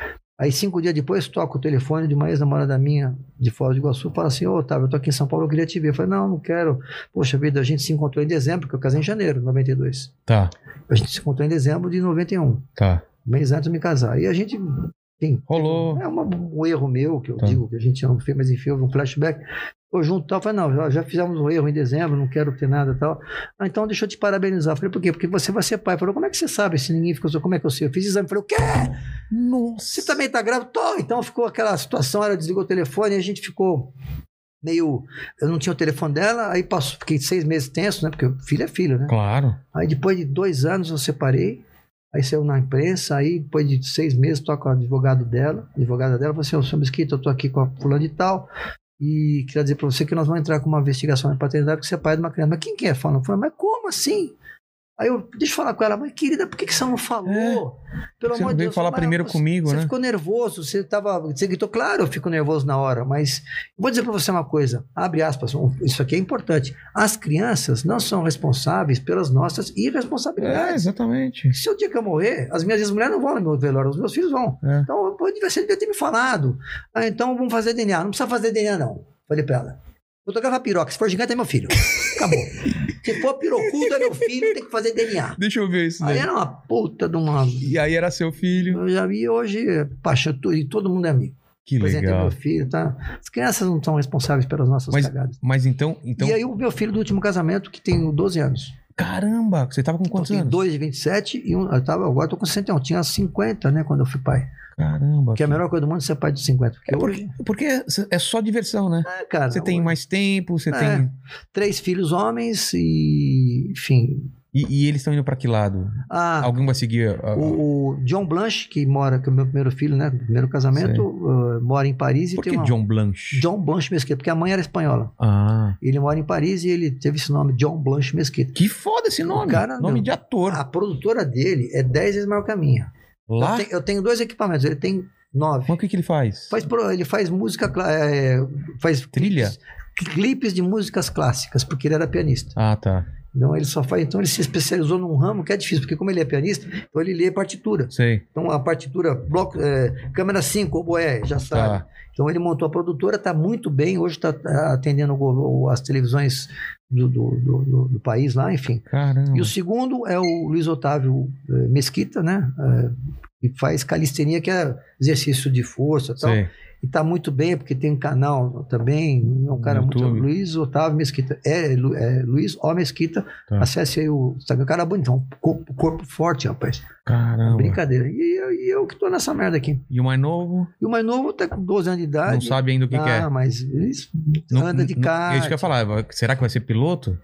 S2: Aí cinco dias depois toca o telefone de uma ex-namorada minha de Foz do Iguaçu fala assim, ô Otávio, eu tô aqui em São Paulo, eu queria te ver. Eu falei, não, não quero. Poxa vida, a gente se encontrou em dezembro, porque eu casei em janeiro de 92.
S1: Tá,
S2: A gente se encontrou em dezembro de 91,
S1: tá.
S2: um mês antes de me casar. E a gente, enfim,
S1: Rolou.
S2: é uma- um erro meu que eu
S1: Tá.
S2: digo que a gente não fez, mas enfim, houve um flashback. eu junto tal, eu falei, não, já, já fizemos um erro em dezembro, não quero ter nada e tal. Ah, então deixa eu te parabenizar. Eu falei, por quê? Porque você vai ser pai. Ele Falou, como é que você sabe se ninguém ficou, como é que eu sei? Eu fiz exame, Eu falei, o quê? Você
S1: Nossa.
S2: também tá grávida? Tô. Então ficou aquela situação, ela desligou o telefone, a gente ficou meio, eu não tinha o telefone dela, aí passou, fiquei seis meses tenso, né? Porque filho é filho, né?
S1: Claro.
S2: Aí depois de dois anos eu separei, aí saiu na imprensa, aí depois de seis meses toca o advogado dela, a advogada dela, falou assim, ô, senhor Mesquita, eu tô aqui com a fulana de tal, e queria dizer pra você que nós vamos entrar com uma investigação de paternidade porque você é pai de uma criança. Mas quem que é? Falando, falei, mas como assim? Aí eu, deixa eu falar com ela, mas querida, por que, que você não falou? Pelo
S1: É. Você não veio falar
S2: mas
S1: primeiro
S2: você-
S1: comigo,
S2: você
S1: né?
S2: ficou nervoso, você tava. Você gritou, claro, eu fico nervoso na hora, mas eu vou dizer para você uma coisa, abre aspas, um- isso aqui é importante. As crianças não são responsáveis pelas nossas
S1: É,
S2: irresponsabilidades.
S1: exatamente.
S2: Se o dia que eu morrer, as minhas mulheres não vão no meu velório, os meus filhos vão.
S1: É.
S2: Então, eu- pô, você devia ter me falado. Ah, então vamos fazer DNA. Não precisa fazer DNA, não. Falei pra ela. Fotografar piroca. Se for gigante, é meu filho. Acabou. Se for pirocudo, é meu filho, tem que fazer DNA.
S1: Deixa eu ver isso
S2: Aí
S1: daí.
S2: era uma puta de uma.
S1: E aí era seu filho.
S2: Eu já vi hoje, paixão, tu- e todo mundo é amigo.
S1: Que
S2: Apresentei
S1: legal.
S2: meu filho, tá? As crianças não são responsáveis pelas nossas
S1: Mas-
S2: cagadas.
S1: Mas então, então.
S2: E aí o meu filho do último casamento, que tem 12 anos.
S1: Caramba, você tava com quantos
S2: então, tem
S1: anos?
S2: dois de 27 e um. Eu tava, agora eu tô com 61. Tinha 50, né? Quando eu fui pai.
S1: Caramba.
S2: Que é a
S1: que-
S2: melhor coisa do mundo é ser pai de 50. Porque,
S1: É porque,
S2: hoje,
S1: porque é- é só diversão, né?
S2: é, cara,
S1: Você tem mais tempo, você
S2: É.
S1: tem.
S2: três filhos homens e. Enfim.
S1: E, e eles estão indo pra que lado?
S2: Ah,
S1: Alguém vai seguir. a- a-
S2: o, o John Blanche, que mora, que é o meu primeiro filho, né? Primeiro casamento, ah, mora em Paris e
S1: Por
S2: tem
S1: que
S2: uma.
S1: John Blanche?
S2: John Blanche Mesquita, porque a mãe era espanhola.
S1: Ah.
S2: Ele mora em Paris e ele teve esse nome, John Blanche Mesquita.
S1: Que foda esse
S2: O
S1: nome.
S2: cara-
S1: nome de ator.
S2: A produtora dele é 10 vezes maior que a minha.
S1: Lá.
S2: Eu, te- eu tenho dois equipamentos, ele tem nove.
S1: Mas o que, que ele faz?
S2: Faz pro- ele faz música. cla- é, faz
S1: Trilha?
S2: Clipes, clipes de músicas clássicas, porque ele era pianista.
S1: Ah, tá.
S2: Então ele só faz. Então ele se especializou num ramo que é difícil, porque como ele é pianista, então ele lê partitura.
S1: Sei.
S2: Então a partitura, bloco, é, câmera 5, oboé, já sabe.
S1: Tá.
S2: Então ele montou a produtora, está muito bem, hoje está atendendo o go- o- as televisões do, do- do- do- do país lá, enfim.
S1: Caramba.
S2: E o segundo é o Luiz Otávio eh, Mesquita, né? Eh, Que faz calistenia, que é exercício de força e tal.
S1: Sei.
S2: E tá muito bem, porque tem um canal também. É um cara
S1: No
S2: muito.
S1: YouTube.
S2: Luiz Otávio Mesquita. É, Lu- é Luiz O Mesquita.
S1: Tá.
S2: Acesse aí o Instagram. O cara é bonitão. Corpo, corpo forte, rapaz.
S1: Caramba.
S2: Brincadeira. E, eu- e eu que tô nessa merda aqui.
S1: E o mais novo
S2: E o mais novo tá com 12 anos de idade.
S1: não sabe ainda o que,
S2: ah,
S1: que é.
S2: mas eles
S1: Não-
S2: anda de
S1: não-
S2: kart.
S1: É isso que eu ia falar. Será que vai ser piloto?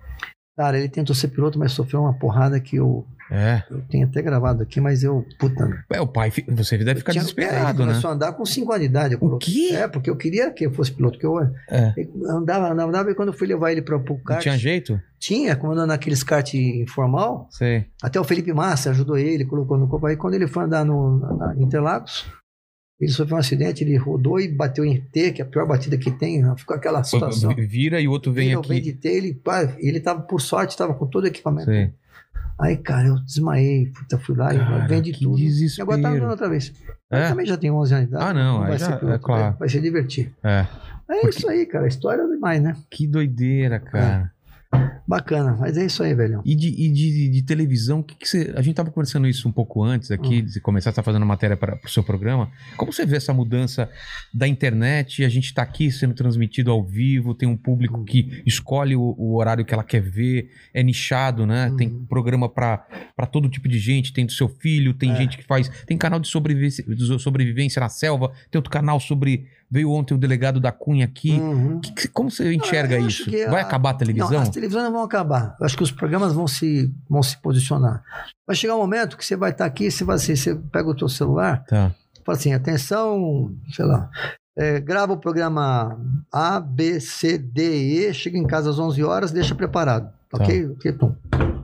S2: Cara, ele tentou ser piloto, mas sofreu uma porrada que eu,
S1: É.
S2: eu tenho até gravado aqui, mas eu. Puta,
S1: É, o pai, fi- você deve ficar
S2: Tinha-
S1: desesperado,
S2: é,
S1: né?
S2: começou a andar com 5 anos de idade. eu
S1: O
S2: coloquei.
S1: quê?
S2: É, porque eu queria que eu fosse piloto, que eu
S1: É.
S2: eu andava, andava, andava, e quando eu fui levar ele para o
S1: Não
S2: kart,
S1: tinha jeito?
S2: tinha, como andando naqueles kart informal,
S1: Sei.
S2: até o Felipe Massa ajudou ele, colocou no corpo. Aí quando ele foi andar no na- na Interlagos, ele sofreu um acidente, ele rodou e bateu em T, que é a pior batida que tem, né? ficou aquela situação.
S1: Vira e o outro vem
S2: Ele
S1: aqui.
S2: vem de T, ele, pá, ele tava, por sorte, estava com todo o equipamento.
S1: Sei.
S2: Aí, cara, eu desmaiei, puta, fui lá
S1: Cara,
S2: e vende
S1: que
S2: tudo. E
S1: desespero.
S2: agora tá andando outra vez. Eu
S1: É?
S2: também já tenho 11 anos de idade.
S1: Ah, não, aí
S2: vai
S1: já-
S2: ser piloto,
S1: é claro.
S2: Vai, vai se divertir.
S1: É.
S2: É isso aí, cara. História é demais, né?
S1: Que doideira, cara.
S2: Bacana, mas é isso aí, velho.
S1: E de, e de, de televisão, o que, que você. A gente tava conversando isso um pouco antes
S2: Hum.
S1: aqui, de começar a estar fazendo matéria para o seu programa. Como você vê essa mudança da internet? A gente tá aqui sendo transmitido ao vivo, tem um
S2: Hum.
S1: público que escolhe o, o horário que ela quer ver, é nichado, né?
S2: Uhum.
S1: Tem programa para todo tipo de gente, tem do seu filho, tem
S2: É.
S1: gente que faz. Tem canal de sobrevivência, de sobrevivência na selva, tem outro canal sobre. Veio ontem o delegado da Cunha aqui.
S2: Uhum.
S1: Que- que- Como você enxerga
S2: Ah, eu acho
S1: isso?
S2: que a-
S1: Vai acabar a
S2: Não,
S1: televisão?
S2: as televisões não vão acabar. Eu acho que os programas vão se, vão se posicionar. Vai chegar um momento que você vai estar aqui, você, vai, assim, você pega o teu celular,
S1: Tá.
S2: fala assim, atenção, sei lá, é, grava o programa A, B, C, D, E, chega em casa às 11 horas, deixa preparado,
S1: Tá.
S2: ok? Ok, pum. Tá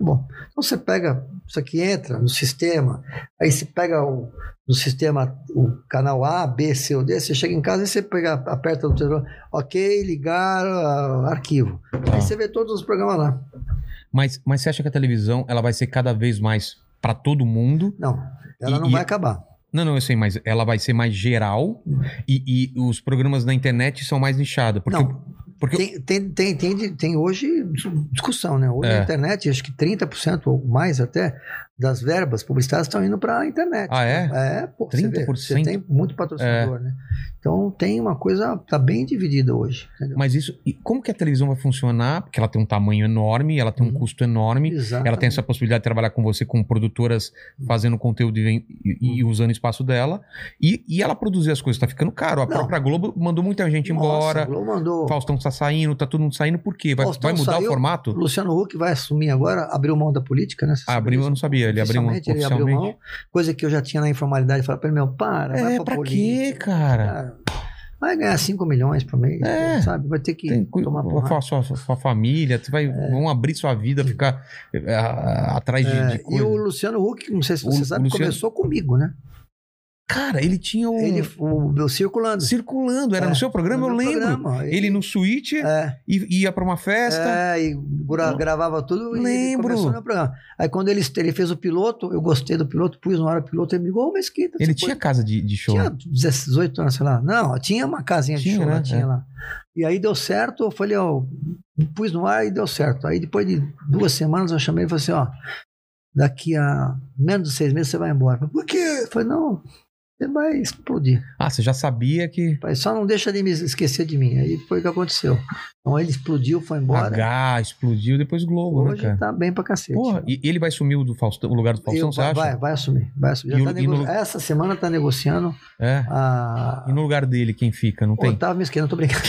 S2: Bom, então você pega, isso aqui entra no sistema, aí você pega o, no sistema o canal A, B, C ou D, você chega em casa e você pega, aperta no telefone, ok, ligar, ah, arquivo.
S1: Tá.
S2: Aí você vê todos os programas lá.
S1: Mas, mas você acha que a televisão ela vai ser cada vez mais pra todo mundo?
S2: Não, ela
S1: E-
S2: não
S1: e-
S2: vai acabar.
S1: Não, não, eu sei, mas ela vai ser mais geral e, e os programas na internet são mais nichados. Porque,
S2: não,
S1: porque
S2: Tem, tem, tem, tem, de- tem hoje dis- discussão, né? Hoje
S1: É.
S2: a internet, acho que 30% ou mais até, das verbas publicitárias estão indo para a internet.
S1: Ah, é?
S2: É, pô, você vê,
S1: 30%?
S2: Você tem muito patrocinador, né? Então tem uma coisa, tá bem dividida hoje. Entendeu?
S1: Mas isso. e Como que a televisão vai funcionar? Porque ela tem um tamanho enorme, ela tem um
S2: Uhum.
S1: custo enorme.
S2: Exatamente.
S1: Ela tem essa possibilidade de trabalhar com você, com produtoras fazendo conteúdo e, ven- e- e
S2: Uhum.
S1: usando o espaço dela. E, e ela produzir as coisas, tá ficando caro. A
S2: Não.
S1: própria Globo mandou muita gente
S2: Nossa,
S1: embora.
S2: o Globo mandou.
S1: Faustão tá saindo, tá todo mundo saindo, por quê? Vai,
S2: Faustão
S1: vai mudar
S2: saiu,
S1: o formato?
S2: Luciano Huck vai assumir agora, abriu mão da política, né? Você sabe
S1: Ah, Abriu, eu
S2: disso?
S1: não sabia. Ele abriu um
S2: Oficialmente, ele abriu
S1: oficialmente.
S2: mão, coisa que eu já tinha na informalidade, falar para ele, meu, para,
S1: É,
S2: vai pra, Ah,
S1: pra quê,
S2: política,
S1: cara?
S2: cara. Vai ganhar 5 milhões por mês,
S1: É.
S2: sabe? Vai ter que
S1: Tem, cu-
S2: tomar
S1: com
S2: porrada.
S1: a sua, sua- sua família, tu vai, vão abrir sua vida, ficar eh, a- atrás de, de
S2: É, e
S1: coisa.
S2: o Luciano Huck, não sei se
S1: O-
S2: você
S1: o
S2: sabe,
S1: Luciano-
S2: começou comigo, né?
S1: Cara, ele tinha um.
S2: Ele, o, o Circulando.
S1: Circulando, era
S2: É,
S1: no seu programa,
S2: no
S1: eu
S2: meu
S1: lembro.
S2: programa,
S1: Ele, no suíte
S2: É,
S1: e ia pra uma festa.
S2: é, e gra- gravava tudo e
S1: Lembro.
S2: ele começou no programa. Aí quando ele, ele fez o piloto, eu gostei do piloto, pus na hora o piloto, ele me ligou, mas que
S1: ele tinha casa de, de show. né?
S2: Tinha 18 anos, sei lá. Não, tinha uma casinha
S1: Tinha,
S2: de show, lá,
S1: né?
S2: tinha
S1: É.
S2: lá. E aí deu certo, eu falei, ó, pus no ar e deu certo. Aí depois de duas semanas eu chamei ele e falei assim, ó, daqui a menos de seis meses você vai embora. Eu Falei, Por quê? Eu falei, não, você vai explodir.
S1: Ah, você já sabia que.
S2: Eu Falei, só não deixa de me esquecer de mim. Aí foi o que aconteceu. Então ele explodiu, foi embora.
S1: H, explodiu, depois Globo,
S2: Hoje
S1: né, cara?
S2: tá bem pra cacete.
S1: Porra, e ele vai sumir o, do Faustão, o lugar do Faustão,
S2: Eu-
S1: você acha?
S2: vai, vai assumir, vai assumir.
S1: E
S2: Já
S1: o-
S2: tá
S1: e no-
S2: nego- Essa semana tá negociando
S1: É.
S2: a.
S1: E no lugar dele, quem fica? Não tem?
S2: Otávio Mesquita, não tô brincando.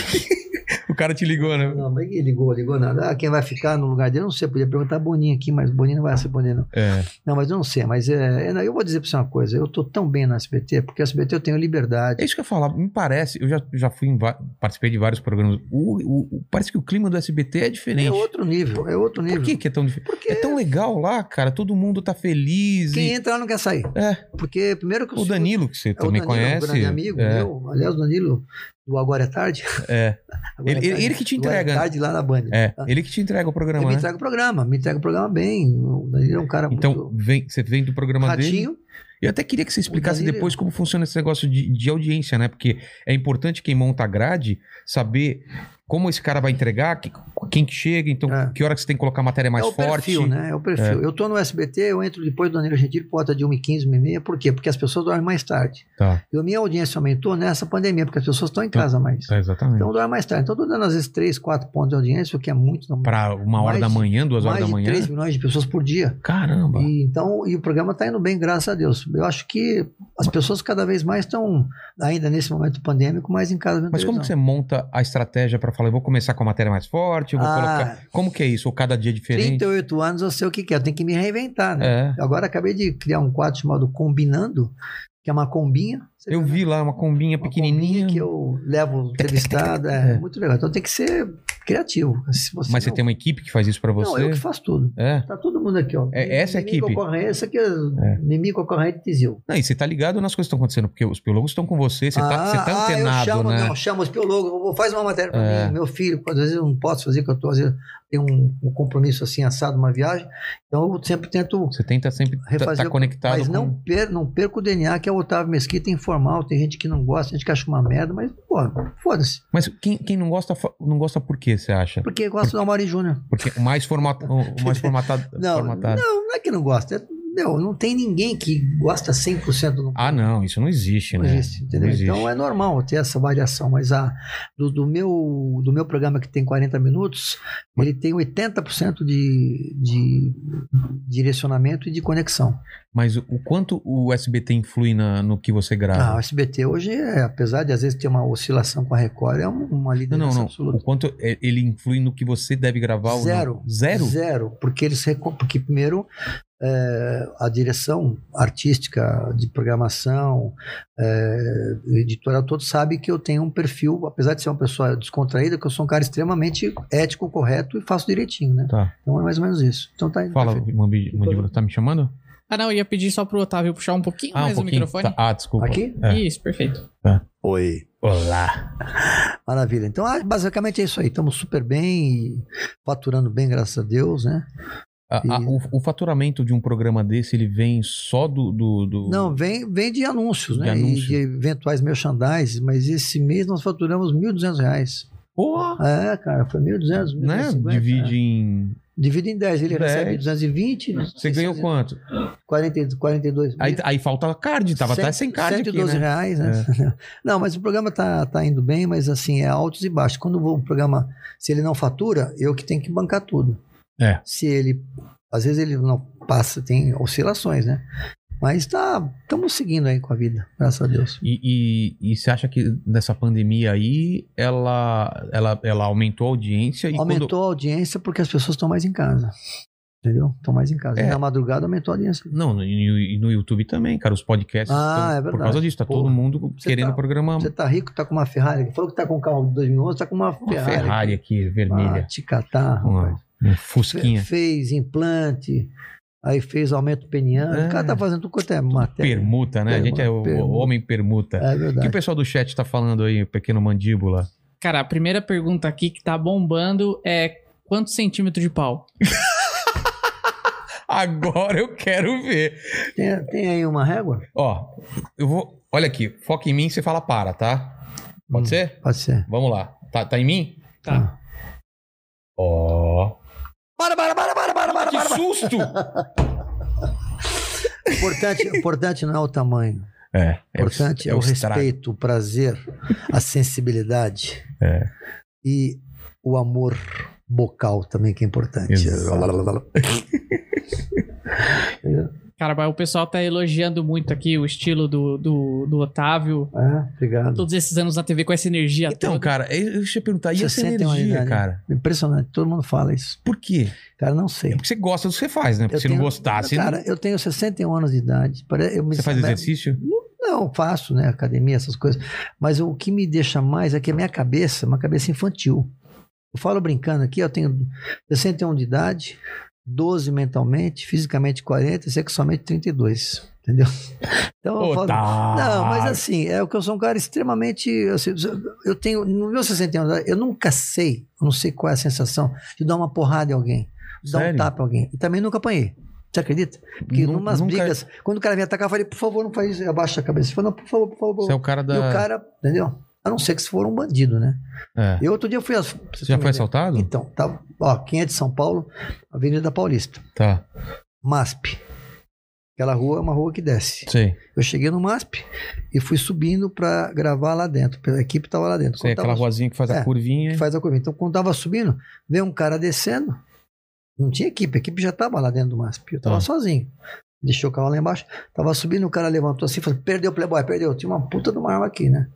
S1: O cara te ligou, né?
S2: Não, mas ninguém ligou, ligou nada. Ah, quem vai ficar no lugar dele, eu não sei. Podia perguntar a Boninho aqui, mas Boninho não vai ser Boninho, não.
S1: É.
S2: Não, mas eu não sei. Mas é, é, não, eu vou dizer pra você uma coisa. Eu tô tão bem na SBT, porque a SBT eu tenho liberdade.
S1: É isso que eu ia falar. Me parece, eu já, já fui em va- participei de vários programas. O, o- o- parece que o clima do SBT é diferente.
S2: É outro nível, é outro nível.
S1: Por que, que é tão diferente?
S2: Porque
S1: É tão legal lá, cara. Todo mundo tá feliz.
S2: quem
S1: e-
S2: entra lá não quer sair.
S1: É.
S2: Porque primeiro que
S1: O Danilo, que você
S2: É, o
S1: também
S2: Danilo
S1: conhece.
S2: é um grande amigo
S1: é,
S2: meu. Aliás, o Danilo do Agora é Tarde.
S1: é.
S2: Agora
S1: Ele- ele que te
S2: Agora
S1: entrega,
S2: É
S1: né?
S2: tarde lá na Band.
S1: É,
S2: Tá?
S1: ele que te entrega o
S2: Ele
S1: programa,
S2: me
S1: né?
S2: entrega o programa, me entrega o programa bem. O Danilo é um cara
S1: Então,
S2: muito
S1: vem, você vem do programa dele.
S2: ratinho.
S1: Eu até queria que você explicasse
S2: Danilo-
S1: depois como funciona esse negócio de, de audiência, né? Porque é importante quem monta a grade saber como esse cara vai entregar, que- quem que chega, então
S2: É.
S1: que hora que você tem que colocar a matéria mais
S2: é o
S1: forte.
S2: perfil, né? É o perfil. Eu tô no SBT, eu entro depois do Danilo Gentili, porta de 1h15, 1h30. Por quê? Porque as pessoas dormem mais tarde.
S1: Tá,
S2: E a minha audiência aumentou nessa pandemia, porque as pessoas estão em casa mais.
S1: tá, exatamente.
S2: Então dorme mais tarde. Então eu tô dando às vezes 3, 4 pontos de audiência, o que é muito. Não,
S1: Pra uma hora
S2: Mais
S1: da
S2: de-
S1: manhã, duas horas
S2: mais
S1: da
S2: de
S1: manhã.
S2: 3 milhões de pessoas por dia.
S1: Caramba.
S2: E, então, e o programa está indo bem, graças a Deus. Eu acho que as pessoas cada vez mais estão, ainda nesse momento pandêmico, mais em casa vendo
S1: Mas como que você é monta a estratégia pra falar, eu vou começar com a matéria mais forte, eu vou
S2: Ah.
S1: colocar. Como que é isso? Ou cada dia é diferente?
S2: 38 anos, eu sei o que que é, eu tenho que me reinventar, né?
S1: É.
S2: Agora acabei de criar um quadro chamado Combinando, que é uma combinha. Você
S1: Eu né?
S2: vê, né?
S1: vi lá uma combinha
S2: Uma
S1: pequenininha.
S2: combinha que eu levo o entrevistado, é,
S1: É.
S2: muito legal. Então tem que ser criativo. Se você
S1: Mas você
S2: não-
S1: tem uma equipe que faz isso pra
S2: Não,
S1: você?
S2: eu que faço tudo.
S1: É.
S2: Tá todo mundo aqui, ó.
S1: É, essa é a
S2: Mimico
S1: equipe.
S2: Ocorrente, essa aqui é, Mimico Ocorrente Tizil.
S1: Não, e você tá ligado nas coisas que estão acontecendo, porque os biólogos estão com você, você tá, você tá
S2: ah, eu
S1: antenado,
S2: chamo,
S1: né?
S2: não, chamo os biólogos, vou- faz uma matéria pra
S1: É.
S2: mim, meu filho, às vezes eu não posso fazer, que eu tô, às vezes tenho um, um compromisso assim, assado, uma viagem, então eu sempre tento
S1: Você tenta sempre estar
S2: Refazer
S1: tá
S2: o-
S1: conectado
S2: Mas
S1: com...
S2: não, per, não perca o DNA, que é o Otávio Mesquita informal. Tem gente que não gosta, tem gente que acha uma merda, mas, pô, foda-se.
S1: Mas quem, quem não gosta, fa- não gosta por quê, você acha?
S2: Porque gosta do Amaury Júnior.
S1: Porque o mais, formata, o mais formatado...
S2: Não, não,
S1: formatado.
S2: não é que não gosta. É, não, não tem ninguém que gosta 100% do.
S1: Ah, não, isso não existe,
S2: Não
S1: né?
S2: existe, entendeu?
S1: Não existe.
S2: Então é normal ter essa variação, mas a, do, do meu, do meu programa que tem 40 minutos, ele tem 80% de, de direcionamento e de conexão.
S1: Mas o- o quanto o SBT influi na- no que você
S2: Ah, o
S1: grava?
S2: SBT hoje, é, apesar de às vezes ter uma oscilação com a Record, é uma, uma
S1: Não,
S2: liderança
S1: não, não.
S2: absoluta.
S1: O quanto é- ele influi no que você deve gravar? ou não?
S2: Zero.
S1: Zero?
S2: porque eles reco- porque primeiro eh, a direção artística de programação, eh, editorial, todos sabem que eu tenho um perfil, apesar de ser uma pessoa descontraída, que eu sou um cara extremamente ético, correto e faço direitinho, né?
S1: Tá.
S2: Então é mais ou menos isso. Então tá indo
S1: Fala,
S2: perfeito.
S1: Mambi- Mandíbula, tá me chamando?
S3: Ah, não, eu ia pedir só pro Otávio puxar um pouquinho
S1: Ah, um
S3: mais o
S1: pouquinho.
S3: microfone.
S1: Tá. Ah, desculpa.
S2: Aqui?
S1: É.
S3: Isso, perfeito.
S2: Oi.
S1: Olá.
S2: Maravilha. Então, ah, basicamente é isso aí. Estamos super bem, faturando bem, graças a Deus, né?
S1: A- a-
S2: E-
S1: o, o faturamento de um programa desse, ele vem só do. do, do-
S2: Não, vem, vem de anúncios,
S1: De
S2: né?
S1: anúncio.
S2: E de eventuais merchandise, mas esse mês nós faturamos R$ 1.200.
S1: Porra!
S2: É, cara, foi 1.200, 1.250.
S1: Né? Divide
S2: é.
S1: em.
S2: Divide em 10, ele
S1: Dez.
S2: recebe 220.
S1: Você ganhou
S2: é
S1: quanto?
S2: 40, 42
S1: Aí, aí faltava card, tava até sem card aqui,
S2: 112
S1: né?
S2: reais, né? Não, mas o programa tá, tá indo bem, mas assim, é altos e baixos. Quando o programa, se ele não fatura, eu que tenho que bancar tudo.
S1: É.
S2: Se ele, às vezes ele não passa, tem oscilações, né? Mas tá, estamos seguindo aí com a vida, graças a Deus.
S1: E, e, e você acha que nessa pandemia aí, ela, ela, ela aumentou a audiência e
S2: aumentou a audiência porque as pessoas estão mais em casa. Entendeu? Estão mais em casa.
S1: É.
S2: E Na madrugada aumentou a audiência.
S1: quando... Não, e no, no YouTube também, cara, os podcasts
S2: Ah,
S1: estão-
S2: é
S1: por
S2: verdade.
S1: causa disso, tá todo
S2: Porra.
S1: mundo
S2: Você
S1: querendo
S2: tá-
S1: programar
S2: Você
S1: uma
S2: tá rico, tá com uma Ferrari. Falou que tá com um carro de 2011, tá com uma
S1: Ferrari,
S2: Ferrari.
S1: aqui,
S2: Ah,
S1: vermelha,
S2: te catar, rapaz.
S1: uma, uma fusquinha.
S2: Fe- Fez implante, aí fez aumento peniano.
S1: É.
S2: O cara tá fazendo tudo quanto é matéria.
S1: Permuta, né? a gente é o,
S2: Permuta,
S1: o homem permuta.
S2: É
S1: O que o
S2: verdade.
S1: pessoal do chat tá falando aí, o pequeno mandíbula?
S3: Cara, a primeira pergunta aqui que tá bombando é quanto centímetro de pau?
S1: Agora eu quero ver.
S2: Tem, tem aí uma régua?
S1: Ó, eu vou. Olha aqui, foca em mim e você fala para, tá? Pode
S2: Hum.
S1: ser?
S2: Pode ser. Ah.
S1: Vamos lá. Tá, tá em mim?
S3: Tá.
S1: Ó.
S2: Para, para, para, para, para, para,
S1: Que
S2: para.
S1: susto!
S2: O importante, o importante não é o tamanho.
S1: É,
S2: O importante é o,
S1: estrago.
S2: respeito, o prazer, a sensibilidade.
S1: É.
S2: E o amor bocal também, que é importante.
S1: Exato.
S3: Cara, mas o pessoal tá elogiando muito aqui o estilo do, do, do Otávio.
S2: É, obrigado.
S3: Todos esses anos na TV com essa energia
S1: Então,
S3: toda.
S1: cara, eu eu deixa eu perguntar, e essa
S2: 61
S1: energia,
S2: idade.
S1: cara?
S2: Impressionante, todo mundo fala isso.
S1: Por quê?
S2: Cara, não
S1: É
S2: sei.
S1: porque você gosta do que você faz, né? Porque
S2: Eu
S1: se não
S2: tenho-
S1: gostasse,
S2: Cara, eu tenho 61 anos de idade. pare- Eu me né?
S1: você faz exercício?
S2: Não, faço, né? Academia, essas coisas. Mas o que me deixa mais é que a minha cabeça, é uma cabeça infantil. Eu falo brincando aqui, eu tenho 61 de idade, 12 mentalmente, fisicamente 40 e sexualmente 32. Entendeu? Então eu falo.
S1: tá.
S2: Não, mas assim, é o que eu sou um cara extremamente. assim, eu tenho. No meu 61 anos, eu nunca sei, eu não sei qual é a sensação de dar uma porrada em alguém, de dar
S1: Sério?
S2: um tapa em alguém. E também nunca apanhei. Você acredita? Porque
S1: Nu-
S2: numas
S1: nunca-
S2: brigas, quando o cara vinha atacar, eu falei, por favor, não faz isso. Eu abaixo a cabeça. Eu falei, não, por favor, por favor. por
S1: Você é
S2: favor.
S1: o cara da.
S2: E o cara, entendeu? A não ser que se for um bandido, né?
S1: É.
S2: E outro dia eu fui. ass-
S1: Você já foi assaltado?
S2: Então, tá, ó, quem é de São Paulo, Avenida Paulista,
S1: Tá.
S2: MASP. Aquela rua é uma rua que desce.
S1: Sei.
S2: Eu cheguei no MASP e fui subindo pra gravar lá dentro. A equipe tava lá dentro.
S1: Sei
S2: Quando
S1: aquela
S2: tava-
S1: ruazinha que faz a
S2: É,
S1: curvinha.
S2: que faz a curva. Então, quando tava subindo, veio um cara descendo. Não tinha equipe, a equipe já tava lá dentro do MASP. Eu tava
S1: Tá.
S2: sozinho. Deixou o carro lá embaixo. Tava subindo, o cara levantou assim, falou: perdeu o Playboy, perdeu. Tinha uma puta de uma arma aqui, né?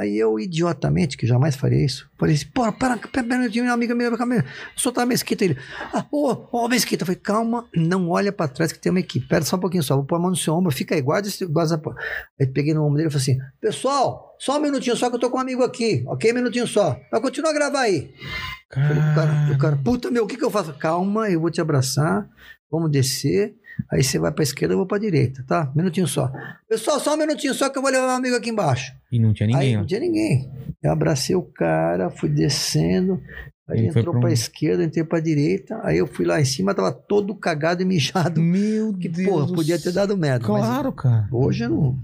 S2: Aí eu, idiotamente, que jamais faria isso, falei assim: porra, para, pera, pera, tinha uma amiga minha, minha, minha, soltar a mesquita. Ele, ah, ô, ô, mesquita. Eu falei: calma, não olha pra trás que tem uma equipe. Pera só um pouquinho só, vou pôr a mão no seu ombro, fica aí, guarda esse. Guarda essa porra. Aí peguei no ombro dele e falei assim: pessoal, só um minutinho só que eu tô com um amigo aqui, ok? Minutinho só. Vai continuar a gravar aí. Falei, o
S1: Ah,
S2: cara, o cara, puta meu, o que, que eu faço? Calma, eu vou te abraçar, vamos descer. Aí você vai pra esquerda, eu vou pra direita, tá? Minutinho só. Pessoal, só um minutinho só que eu vou levar meu amigo aqui embaixo.
S1: E não tinha ninguém,
S2: aí
S1: ó.
S2: não tinha ninguém. Eu abracei o cara, fui descendo. Aí
S1: Ele foi
S2: entrou
S1: pra um-
S2: pra esquerda, entrei pra direita. Aí eu fui lá em cima, tava todo cagado e mijado.
S1: Meu
S2: Que,
S1: Deus.
S2: porra,
S1: do
S2: podia ter
S1: céu.
S2: dado merda. mas
S1: Claro, cara.
S2: hoje eu não.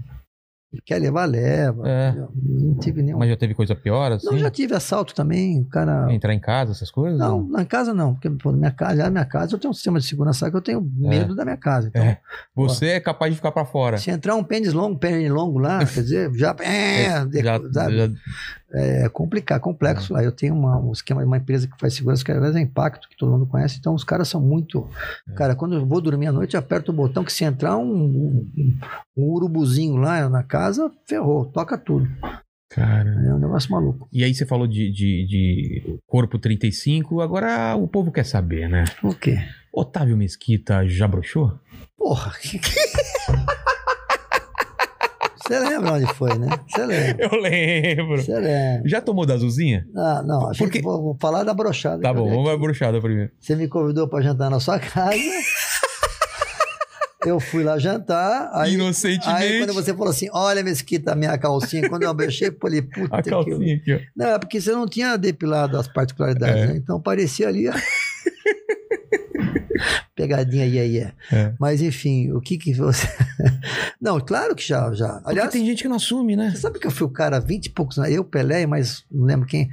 S2: Quer levar, leva.
S1: É.
S2: entendeu? Não tive nenhum.
S1: Mas já teve coisa pior, assim? Então,
S2: Não, já tive assalto também. O cara.
S1: Entrar em casa, essas coisas?
S2: Não, na casa não, porque pô, minha casa, aliás, minha casa, eu tenho um sistema de segurança que eu tenho medo da minha casa. Então,
S1: É. Você é capaz de ficar pra fora.
S2: se entrar um pênis longo, pênis longo lá, quer dizer, já é, de-
S1: já,
S2: sabe?
S1: já- É.
S2: é complicado, complexo lá. Eu tenho uma, um esquema de uma empresa que faz segurança, que aliás é Impacto, que todo mundo conhece, então os caras são muito.
S1: É.
S2: Cara, quando eu vou dormir à noite, eu aperto o botão que se entrar um, um, um urubuzinho lá na casa, ferrou, toca tudo.
S1: Cara.
S2: É um negócio maluco.
S1: E aí você falou de, de, de corpo 35, agora o povo quer saber, né?
S2: O quê?
S1: Otávio Mesquita já broxou?
S2: Porra, que.
S1: é?
S2: Você lembra onde foi, né? Você lembra.
S1: Eu lembro.
S2: Você lembra.
S1: Já tomou da azulzinha?
S2: Ah, não, a gente-
S1: Porque-
S2: vou, vou falar da brochada.
S1: Tá
S2: que eu
S1: bom,
S2: dei.
S1: vamos à bruxada primeiro.
S2: Você me convidou pra jantar na sua casa. eu fui lá jantar. Aí,
S1: Inocentemente.
S2: aí quando você falou assim: olha, Mesquita, a minha calcinha. Quando eu abrechei, eu falei: puta
S1: A
S2: que.
S1: calcinha aqui, ó.
S2: Não, é porque você não tinha depilado as particularidades,
S1: É.
S2: né? Então parecia ali. ó. Pegadinha aí, aí, é.
S1: É.
S2: Mas enfim, o que que você. não, claro que já, já. Aliás,
S1: Porque tem gente que não assume, né?
S2: você sabe que eu fui o cara há 20 e poucos né? anos, eu, Pelé, mas não lembro quem.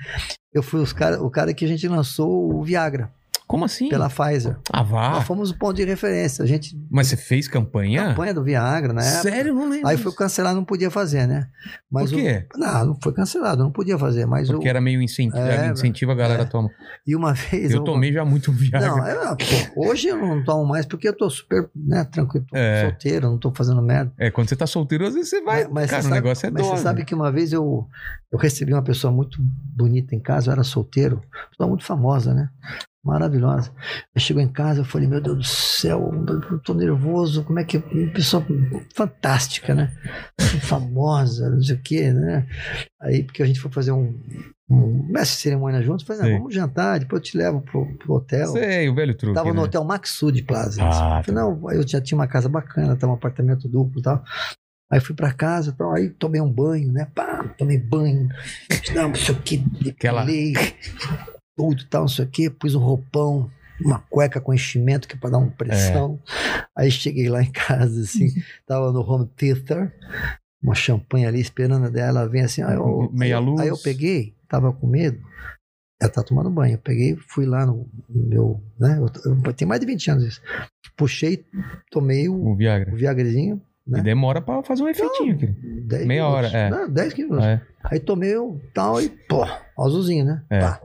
S2: Eu fui os cara, o cara que a gente lançou o Viagra.
S1: Como assim?
S2: pela Pfizer.
S1: Ah, vá.
S2: Nós fomos o ponto de referência. A gente.
S1: Mas você fez campanha?
S2: Campanha do Viagra, né?
S1: Sério? Não lembro.
S2: Aí foi cancelado, não podia fazer, né? Mas
S1: Por
S2: o-
S1: quê?
S2: Não, não foi cancelado, não podia fazer. Mas o...
S1: Porque era meio incentivo,
S2: É,
S1: era incentivo a galera a tomar.
S2: E uma vez.
S1: Eu tomei já muito Viagra.
S2: Não, eu- pô, hoje eu não tomo mais porque eu tô super né, tranquilo, tô
S1: É.
S2: solteiro, não tô fazendo merda.
S1: É, quando você tá solteiro, às vezes você vai.
S2: mas
S1: cara,
S2: você
S1: o
S2: sabe-
S1: negócio é
S2: Mas
S1: dose.
S2: você sabe que uma vez eu, eu recebi uma pessoa muito bonita em casa, eu era solteiro, pessoa muito famosa, né? Maravilhosa. Eu chegou em casa, eu falei, meu Deus do céu, eu tô nervoso, como é que. Uma pessoa fantástica, né? Famosa, não sei o quê, né? Aí, porque a gente foi fazer um. um mestre de cerimônia juntos, eu falei, não,
S1: Sim.
S2: vamos jantar, depois eu te levo pro, pro hotel.
S1: Sei, o velho truque.
S2: é Tava
S1: né?
S2: no hotel Maxud Plaza.
S1: Ah,
S2: Eu falei, não, eu já tinha uma casa bacana, tava um apartamento duplo e tal. Aí fui pra casa, tal, aí tomei um banho, né? Pá, tomei banho. Não, não sei o que,
S1: Aquela-
S2: depilei, tudo e tal, não sei o que, pus um roupão, uma cueca com enchimento, que é pra dar uma pressão.
S1: É.
S2: Aí cheguei lá em casa, assim, tava no home theater, uma champanhe ali esperando dela, ela vem assim, aí eu,
S1: Meia luz.
S2: Aí eu peguei, tava com medo, ela tá tomando banho. Eu peguei, fui lá no, no meu, né? Eu, eu, tem mais de 20 anos isso. Puxei, tomei o,
S1: O Viagra.
S2: o Viagrezinho, né?
S1: E demora pra fazer um efeitinho. querido.
S2: 10
S1: meia
S2: minutos,
S1: hora, é.
S2: Né? 10 minutos.
S1: É.
S2: Aí tomei o tal e, pô, azulzinho, né?
S1: É.
S2: Pá.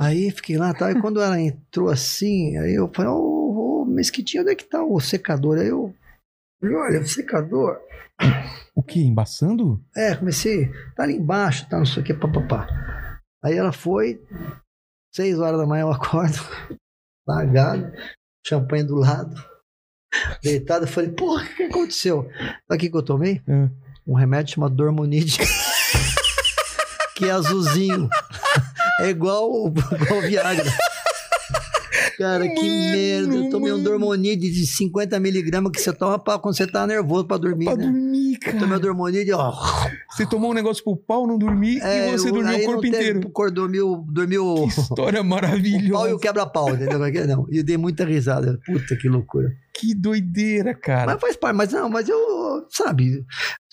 S2: Aí fiquei lá tal. E quando ela entrou assim, aí eu falei, ô, ô, Mesquitinho, onde é que tá o secador? Aí eu. falei, Olha, o secador.
S1: O que? Embaçando?
S2: É, comecei, tá ali embaixo, tá não sei o que, papapá. Aí ela foi, seis horas da manhã eu acordo, largado, champanhe do lado, deitado, eu falei, porra, o que aconteceu? Sabe o que que eu tomei?
S1: É.
S2: Um remédio chamado Dormonide, que é azulzinho, é igual, o- igual o Viagra. Cara, que merda, eu tomei um Dormonide de 50 miligramas que você toma pra, quando você tá nervoso pra dormir,
S1: pra
S2: né?
S1: dormir,
S2: Tomei
S1: cara.
S2: o Dormonide, ó...
S1: Você tomou um negócio pro pau, não dormir
S2: É,
S1: e você dormiu
S2: aí
S1: o
S2: não
S1: corpo
S2: teve-
S1: inteiro.
S2: cor- Dormiu, dormiu o,
S1: Que história
S2: o pau e
S1: maravilhosa.
S2: o quebra-pau, entendeu? Porque Não, e eu dei muita risada. Puta que loucura.
S1: Que doideira, cara.
S2: Mas faz parte, mas não, mas eu, sabe,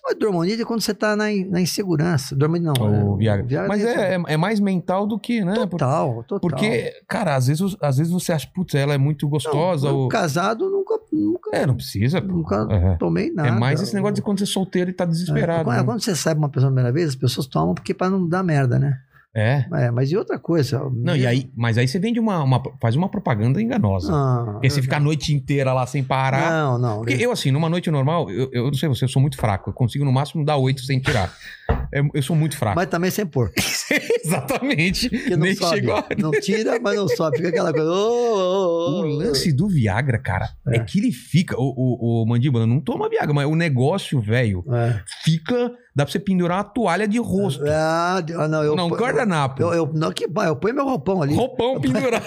S2: mas dormonida é quando você tá na, in- na insegurança. Dormonida não. né?
S1: o Viagra. Mas é,
S2: é
S1: é, é mais mental do que, né? Por-
S2: total, total.
S1: Porque, é cara, às vezes, às vezes você acha, putz, ela é muito
S2: Não,
S1: gostosa.
S2: eu
S1: ou...
S2: Casado, nunca, nunca
S1: É, não precisa. pô.
S2: Nunca
S1: É.
S2: tomei nada.
S1: É mais esse negócio de quando você é solteiro e tá
S2: É,
S1: desesperado.
S2: quando,
S1: né?
S2: quando você sai pra uma pessoa a primeira vez, as pessoas tomam porque pra não dar merda, né?
S1: É.
S2: É, mas e outra coisa.
S1: Não, e aí, mas aí você vende uma, uma- faz uma propaganda enganosa.
S2: Não,
S1: Porque você fica a noite inteira lá sem parar.
S2: Ah, não, não.
S1: Porque eu, assim, numa noite normal, eu, eu não sei você, eu sou muito fraco. Eu consigo no máximo dar oito sem tirar. É, Eu, sou muito fraco.
S2: Mas também sem pôr.
S1: Exatamente.
S2: Porque não
S1: Nem
S2: sobe.
S1: chegou a...
S2: Não tira, mas não sobe. Fica aquela coisa. ô, ô,
S1: O
S2: ô, ô.
S1: lance do Viagra, cara, é,
S2: É.
S1: que ele fica. O, o, o mandíbula não toma Viagra, mas o negócio, velho,
S2: É.
S1: fica. Dá pra você pendurar uma toalha de rosto.
S2: Ah, de- ah, não, eu.
S1: não,
S2: eu-
S1: guardanapo.
S2: Eu, eu, não, que bom, eu ponho meu roupão ali.
S1: Roupão pendurado.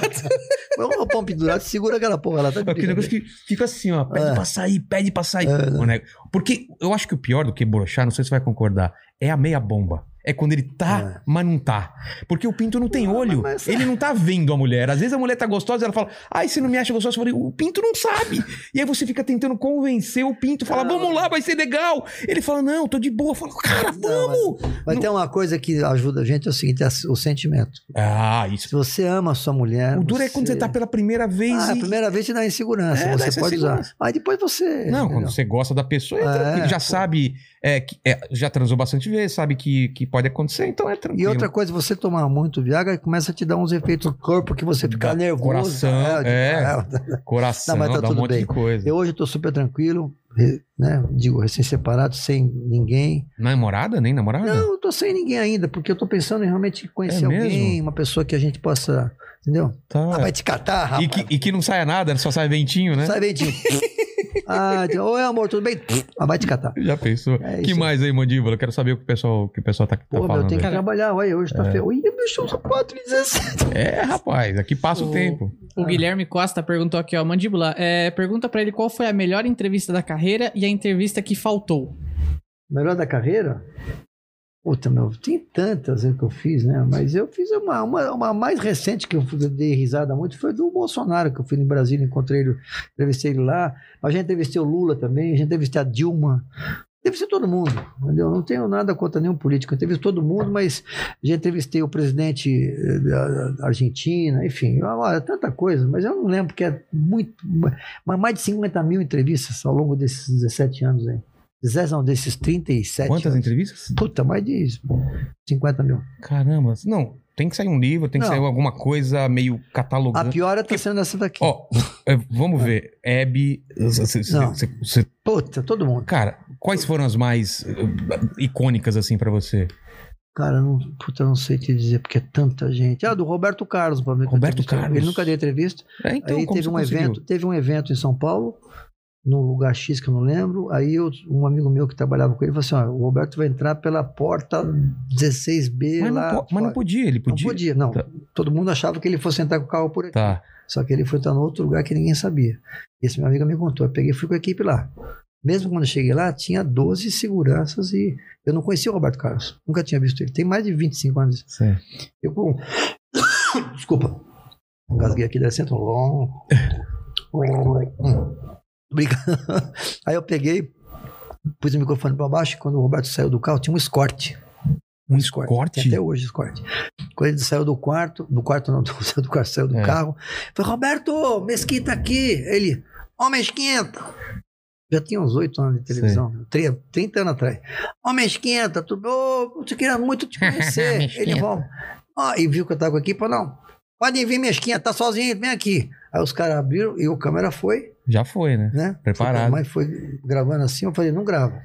S2: Põe um roupão pendurado, segura aquela porra lá. Tá de
S1: Aquele negócio
S2: brincadeira.
S1: que fica assim, ó. Pede
S2: É.
S1: pra sair, pede pra sair.
S2: É, né?
S1: O nego- Porque eu acho que o pior do que broxar, não sei se você vai concordar, é a meia bomba. É quando ele tá, mas não tá. Porque o pinto não tem olho.
S2: Ah. mas- é.
S1: Ele não tá vendo a mulher. Às vezes a mulher tá gostosa e ela fala, ai, você não me acha gostosa? Eu falei, o pinto não sabe. E aí você fica tentando convencer o pinto, fala,
S2: Não.
S1: vamos lá, vai ser legal. Ele fala, não, tô de boa. Eu falo, cara,
S2: Não,
S1: vamos.
S2: Mas tem uma coisa que ajuda a gente, é o seguinte, é o sentimento.
S1: Ah,
S2: Se
S1: isso.
S2: você ama a sua mulher.
S1: O duro é quando você tá pela primeira vez
S2: Ah, a
S1: e...
S2: primeira vez te dá insegurança,
S1: É, dá
S2: você
S1: essa
S2: pode
S1: insegurança.
S2: usar. Mas depois você.
S1: Não,
S2: entendeu?
S1: quando você gosta da pessoa, é
S2: É,
S1: tranquilo. Já
S2: pô.
S1: sabe, é, que- é, já transou bastante vezes, sabe que, que pode acontecer, então é tranquilo.
S2: E outra coisa, você tomar muito Viagra começa a te dar uns efeitos no corpo que você fica
S1: Dá
S2: nervoso.
S1: coração, é.
S2: de-
S1: Coração,
S2: Não, mas tá
S1: dá um
S2: tudo
S1: monte
S2: bem.
S1: de coisa.
S2: Eu hoje estou super tranquilo, re- né? Digo, recém-separado, sem ninguém.
S1: é Namorada? Nem namorada?
S2: Não, eu tô sem ninguém ainda, porque eu tô pensando em realmente conhecer
S1: É
S2: alguém,
S1: mesmo?
S2: uma pessoa que a gente possa. Entendeu? Ah,
S1: Tá.
S2: vai te catar, rapaz.
S1: E que, e que não saia nada, só sai ventinho, né?
S2: Sai bem de. ah, de- oi, amor, tudo bem? Ah, vai te catar.
S1: Já pensou.
S2: É
S1: que
S2: isso.
S1: mais aí, mandíbula? Eu Quero saber o que o pessoal, o que o pessoal tá, tá
S2: Pô, meu, eu
S1: falando.
S2: tenho que
S1: aí.
S2: trabalhar. Olha, hoje tá feio. Ih, bicho, eu sou 4 e 17.
S1: É, rapaz, aqui passa o,
S3: O-
S1: tempo.
S3: O Guilherme Costa perguntou aqui, ó, Mandíbula, é, pergunta pra ele qual foi a melhor entrevista da carreira e a entrevista que faltou.
S2: Melhor da carreira? Puta, meu, tem tantas né, que eu fiz, né? Mas eu fiz uma, uma, uma mais recente que eu fui- dei risada muito, foi do Bolsonaro, que eu fui no Brasil, encontrei ele, entrevistei ele lá. Mas já entrevistei o Lula também, já entrevistei a Dilma, Deve ser todo mundo, entendeu? Não tenho nada contra nenhum político. Eu entrevisto todo mundo, mas já entrevistei o presidente eh, da da Argentina, enfim, olha, tanta coisa, mas eu não lembro que é muito. Mas mais de 50 mil entrevistas ao longo desses 17 anos aí. 17 não, desses 37.
S1: Quantas
S2: anos.
S1: entrevistas?
S2: Puta, mais de 50 mil.
S1: Caramba. Não, tem que sair um livro, tem que
S2: Não.
S1: sair alguma coisa meio
S2: A
S1: catalogada.
S2: pior tá sendo essa daqui.
S1: Uhum. Ó, é, vamos ver. Hebe. cê- cê-
S2: Não.
S1: cê- cê-
S2: Puta, todo mundo.
S1: Cara, quais foram as mais eh, icônicas, assim, pra você?
S2: Cara, não, puta, eu não sei te dizer, porque é tanta gente. Ah, do Roberto Carlos, pra mim. que eu
S1: Roberto
S2: entrevistei.
S1: Carlos.
S2: Ele nunca deu entrevista.
S1: É, então,
S2: aí
S1: como
S2: teve
S1: você
S2: um
S1: conseguiu?
S2: evento, teve um evento em São Paulo, num lugar X que eu não lembro. Aí eu- um amigo meu que trabalhava com ele falou assim: ó, o Roberto vai entrar pela porta 16B
S1: Mas
S2: lá.
S1: não, po- mas não
S2: fora."
S1: podia, ele
S2: Não
S1: podia.
S2: podia, não.
S1: Tá.
S2: Todo mundo achava que ele fosse entrar com o carro por aqui.
S1: Tá.
S2: Só que ele foi entrar em outro lugar que ninguém sabia. Esse meu amigo me contou. Eu peguei e fui com a equipe lá. Mesmo quando eu cheguei lá, tinha 12 seguranças e eu não conhecia o Roberto Carlos. Nunca tinha visto ele. Tem mais de 25 anos.
S1: Certo.
S2: Eu com. Desculpa. Engasguei aqui da centro. Hum. Obrigado. Aí eu peguei, pus o microfone para baixo. e Quando o Roberto saiu do carro, tinha um escorte.
S1: Um
S2: escorte. Tem
S1: escorte?
S2: Até hoje, escorte. Quando ele saiu do quarto, do quarto não, saiu do quarto, saiu do
S1: É.
S2: carro. Foi Roberto, Mesquita aqui. Ele, ó, Mesquita. Já tinha uns oito anos de televisão, tre- 30 anos atrás. Ó, Mesquita, tu, ô, eu queria muito te conhecer.
S1: Mesquita.
S2: ele, vão. Ó, e viu que eu tava aqui, pô, não. Pode vir, Mesquinha, tá sozinho, vem aqui. Aí os caras abriram e o câmera foi,
S1: Já foi, né?
S2: né?
S1: Preparado.
S2: Mas foi gravando assim, eu falei, não grava.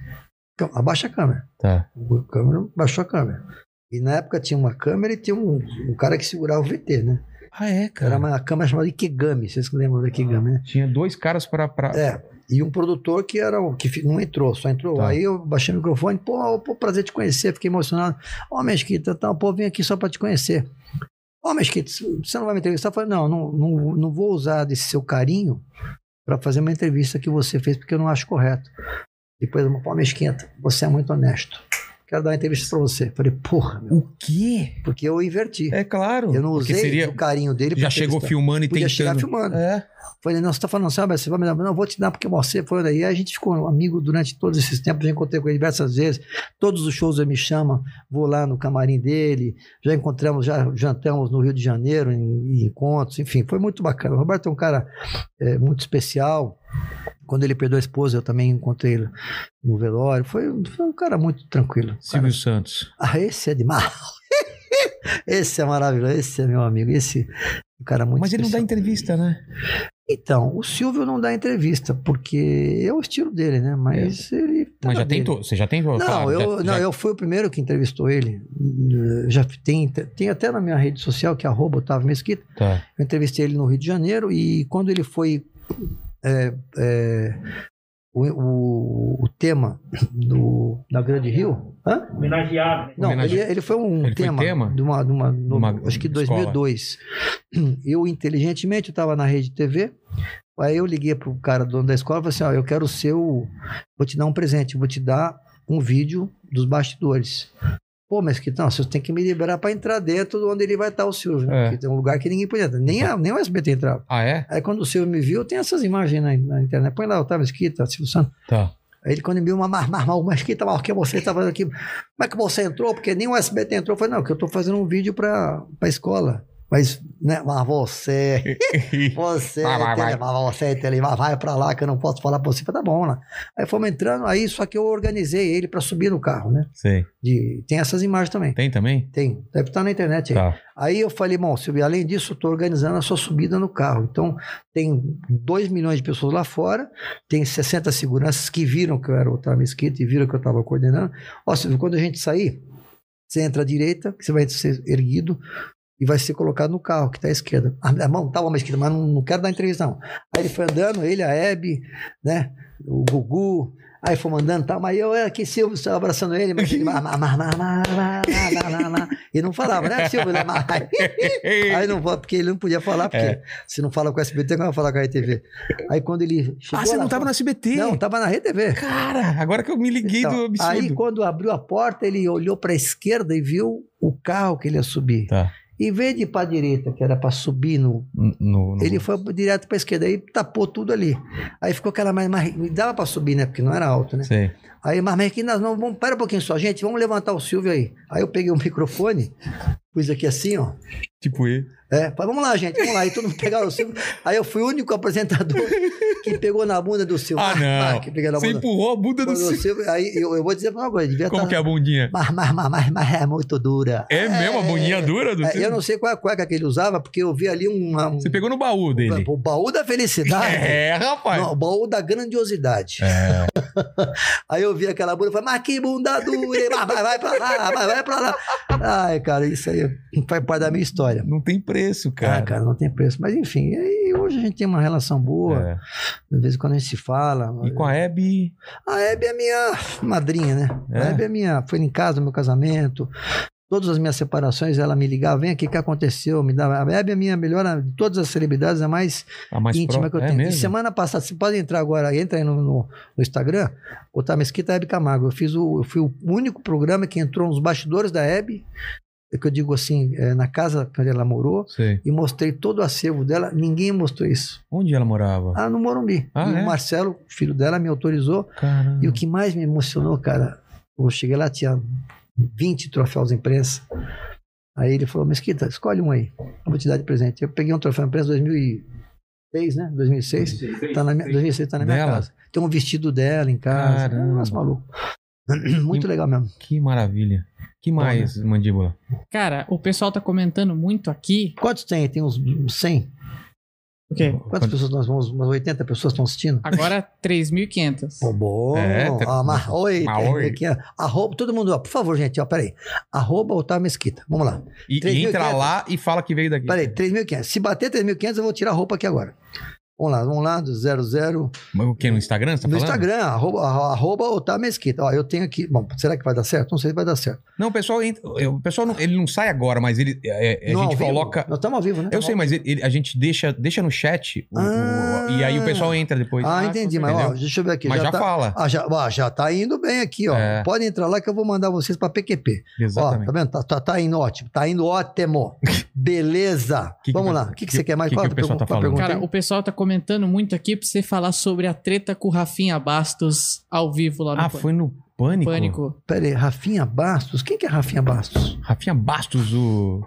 S2: Então, abaixa a câmera.
S1: Tá.
S2: O câmera baixou a câmera. E na época tinha uma câmera e tinha um, um cara que segurava o VT, né?
S1: Ah, é, cara.
S2: Era uma câmera chamada Ikegami, vocês que lembram da Ikegami, né?
S1: Tinha dois caras pra. pra...
S2: É. E um produtor que era o que fi- não entrou, só entrou.
S1: Tá.
S2: Aí eu baixei o microfone, pô, pô, prazer te conhecer, fiquei emocionado. Ó, Mesquita, tá, pô, vim aqui só pra te conhecer. Ó, Mesquita, você não vai me entrevistar? Eu falei, não, não, não, não vou usar desse seu carinho pra fazer uma entrevista que você fez, porque eu não acho correto. Depois, eu, pô, Mesquita, você é muito honesto. Quero dar uma entrevista pra você. Eu falei, porra, meu,
S1: O quê?
S2: porque eu inverti.
S1: É claro.
S2: Eu não
S1: porque
S2: usei
S1: seria-
S2: o carinho dele pra
S1: Já chegou
S2: entrevistar.
S1: filmando e
S2: Podia chegar
S1: tentando.
S2: filmando.
S1: É.
S2: Falei, não, você tá falando, sabe, você vai me dar, não, eu vou te dar porque você foi daí. Aí a gente ficou amigo durante todos esses tempos, já encontrei com ele diversas vezes, todos os shows ele me chama, vou lá no camarim dele, já encontramos, já jantamos no Rio de Janeiro, em, em encontros, enfim, foi muito bacana. O Roberto é um cara é, muito especial, quando ele perdeu a esposa, eu também encontrei ele no velório, foi, foi um cara muito tranquilo. Um cara
S1: Silvio Santos.
S2: ah, esse é demais. esse é maravilhoso, esse é meu amigo, esse um cara muito
S1: Mas ele não dá
S2: especial.
S1: entrevista, né?
S2: Então, o Silvio não dá entrevista, porque é o estilo dele, né? Mas ele.
S1: É.
S2: tá
S1: Mas
S2: na
S1: já
S2: dele.
S1: tentou. Você já tentou?
S2: Não,
S1: claro,
S2: eu,
S1: já-
S2: não,
S1: já-
S2: eu fui o primeiro que entrevistou ele. Eh, Já tem, tem até na minha rede social, que é arroba Otávio Mesquita.
S1: Tá.
S2: Eu entrevistei ele no Rio de Janeiro e quando ele foi. eh, eh, o, o- o tema do, da Grande Rio. Hã?
S4: homenageado. né?
S2: Não,
S1: Homenagem-
S2: ele, ele foi um
S1: Ele foi
S2: tema,
S1: tema?
S2: de uma, de uma, no-
S1: Uma
S2: acho que
S1: escola.
S2: 2002. Eu inteligentemente estava na rede TV, aí eu liguei pro cara dono da escola e falei assim, ó, eu quero ser o, vou te dar um presente, vou te dar um vídeo dos bastidores. Pô, mas que não, você tem que me liberar para entrar dentro de onde ele vai estar o Silvio, né?
S1: É.
S2: porque tem um lugar que ninguém podia, entrar. nem a, nem o SBT entrava.
S1: Ah, é?
S2: Aí quando o Silvio me viu, tem essas imagens na, na internet, põe lá, Otávio Esquita, Silvio Santos.
S1: Tá.
S2: Aí ele quando me viu, mas, mas, mas, mas que, tá- mas que você está fazendo aqui? Como é que você entrou? Porque nem o SBT entrou. Eu falei, não, que eu estou fazendo um vídeo para a escola. Mas, né, mas você, você, é
S1: Vai, vai,
S2: tele- mas você, tele- mas vai para lá que eu não posso falar para você. Eu Falei, tá bom, né? Aí fomos entrando, aí só que eu organizei ele para subir no carro, né?
S1: Sei.
S2: De, tem essas imagens também.
S1: Tem também?
S2: Tem, deve estar na internet aí.
S1: Tá.
S2: Aí eu falei, bom, Silvio, além disso, eu estou organizando a sua subida no carro. Então, tem 2 milhões de pessoas lá fora, tem 60 seguranças que viram que eu era o Otávio Mesquita e viram que eu estava coordenando. Ó, Silvio, quando a gente sair, você entra à direita, que você vai ser erguido e vai ser colocado no carro que está à esquerda. Ah, minha mão, tá bom, Mesquita, mas não, não quero dar entrevista, não. Aí ele foi andando, ele, a Hebe, né, o Gugu, aí foi mandando, tá, mas eu é, aqui, Silvio, só abraçando ele, mas ele... "Má, má, má, má, má, má, má, má, má." E não falava, né, Silvio? Ele, "Má." Aí não fala, porque ele não podia falar, porque
S1: É.
S2: se não fala com o SBT, como vai falar com a RTV? Aí quando ele chegou
S1: Ah, você
S2: lá,
S1: não tava no SBT?
S2: Não, tava na RTV.
S1: Cara, agora que eu me liguei
S2: Então,
S1: do absurdo.
S2: aí quando abriu a porta, ele olhou para a esquerda e viu o carro que ele ia subir.
S1: Tá.
S2: Em vez de ir para a direita, que era para subir no.
S1: No, no-
S2: Ele foi direto para a esquerda, aí tapou tudo ali. Aí ficou aquela mais. mais- Dava para subir, né? Porque não era alto, né?
S1: Sei.
S2: Aí, mas Marquinhos, não, vamos, para um pouquinho só, gente, vamos levantar o Silvio aí. Aí eu peguei o microfone, pus aqui assim, ó.
S1: Tipo ele.
S2: É, falei, vamos lá, gente, vamos lá. Aí todo mundo pegaram o Silvio. Aí eu fui o único apresentador que pegou na bunda do Silvio.
S1: Ah, não.
S2: que pegou na
S1: Você
S2: bunda
S1: empurrou a bunda do
S2: do
S1: Silvio.
S2: Silvio. Aí eu, eu vou dizer pra uma coisa, devia
S1: Como
S2: tá-
S1: que é a bundinha?
S2: Mas, mas, mas, mas, mas é muito dura.
S1: É mesmo a bundinha dura do
S2: É,
S1: Silvio?
S2: eu não sei qual é a cueca que ele usava, porque eu vi ali uma- um.
S1: Você pegou no baú dele.
S2: O baú da felicidade.
S1: É, rapaz.
S2: Não, o baú da grandiosidade.
S1: É.
S2: Aí eu vi aquela bunda e falei, mas que bunda dura, hein? vai, vai, vai pra lá, vai, vai pra lá. Ai, cara, isso aí faz parte da minha história.
S1: Não tem preço,
S2: Ah,
S1: cara.
S2: cara, não tem preço. Mas enfim, aí hoje a gente tem uma relação boa.
S1: É.
S2: De vez em quando a gente se fala.
S1: E com a Hebe,
S2: A Hebe é minha madrinha, né?
S1: É?
S2: A Hebe é minha. Foi em casa no meu casamento. Todas as minhas separações, ela me ligava, vem aqui, o que aconteceu? Me dava. A Hebe é minha melhor, de todas as celebridades, a mais
S1: a mais
S2: íntima
S1: próxima.
S2: que eu
S1: é
S2: tenho. E
S1: Mesmo?
S2: semana passada, você pode entrar agora, entra aí no, no, no Instagram, botar Mesquita Hebe Camargo. Eu fiz o, eu fui o único programa que entrou nos bastidores da Hebe, que eu digo assim, é, na casa onde ela morou,
S1: Sei.
S2: e mostrei todo o acervo dela. Ninguém mostrou isso.
S1: Onde ela morava?
S2: Ah, no Morumbi.
S1: Ah,
S2: e
S1: é?
S2: o Marcelo, filho dela, me autorizou.
S1: Caramba.
S2: Ah, E o que mais me emocionou, cara, eu cheguei lá, tinha 20 troféus de imprensa. Aí ele falou, Mesquita, escolhe um aí, eu vou te dar de presente. Eu peguei um troféu de imprensa 2006, né? 2006. Tá na minha, 2006 tá na minha
S1: Dela?
S2: casa. Tem um vestido dela em casa.
S1: Caramba.
S2: Nossa, maluco. Muito legal mesmo.
S1: Que maravilha. Que mais,
S2: né?
S1: mandíbula?
S3: Cara, o pessoal tá comentando muito aqui.
S2: Quantos tem? Tem uns 100?
S3: O quê?
S2: Quantas pessoas nós vamos? Umas 80 pessoas estão assistindo?
S3: Agora 3.500.
S2: Pô, bom.
S1: É, tá-
S2: Ah, mas, oi,
S1: Mas
S2: tem
S1: oi.
S2: aqui, ó. Arroba, todo mundo, ó, por favor, gente, ó, peraí. Arroba Otávio Mesquita. Vamos lá.
S1: E, e
S2: 3.500.
S1: entra lá e fala que veio daqui.
S2: Peraí, 3.500. Se bater 3.500, eu vou tirar a roupa aqui agora. Vamos lá, vamos lá, do 00.
S1: Mas o que? No Instagram? Você tá
S2: no
S1: falando?
S2: Instagram, arroba, arroba Otávio Mesquita. Ó, eu tenho aqui. Bom, será que vai dar certo? Não sei se vai dar certo.
S1: Não, o pessoal, entra- o pessoal não, ele não sai agora, mas ele é, é, a
S2: Não,
S1: gente
S2: ao vivo?
S1: coloca.
S2: Nós estamos ao vivo, né?
S1: Eu sei, mas ele- ele- a gente deixa, deixa no chat o- o-
S2: Ah.
S1: e aí o pessoal entra depois.
S2: Ah, entendi, mas ó,
S1: Entendeu?
S2: deixa eu ver aqui.
S1: Mas já,
S2: tá,
S1: fala.
S2: ah, já, ó, já tá indo bem aqui, ó.
S1: É.
S2: Pode entrar lá que eu vou mandar vocês pra PQP. Ó,
S1: Exatamente.
S2: tá vendo? Tá, tá- tá indo ótimo. Tá indo ótimo. Beleza.
S1: Que que
S2: Vamos
S1: o-
S2: lá. O que, que
S1: que-
S2: você quer mais?
S1: que
S2: Qual
S1: que o pessoal
S2: pergun-
S1: tá
S2: qual
S1: falando?
S2: pergunta
S3: Cara,
S2: aí?
S3: o pessoal tá comentando muito aqui pra você falar sobre a treta com o Rafinha Bastos ao vivo lá no
S1: Ah,
S3: Pânico.
S1: foi no Pânico?
S3: Pânico.
S2: Pera aí, Rafinha Bastos. Quem que é Rafinha Bastos?
S1: Rafinha Bastos, o,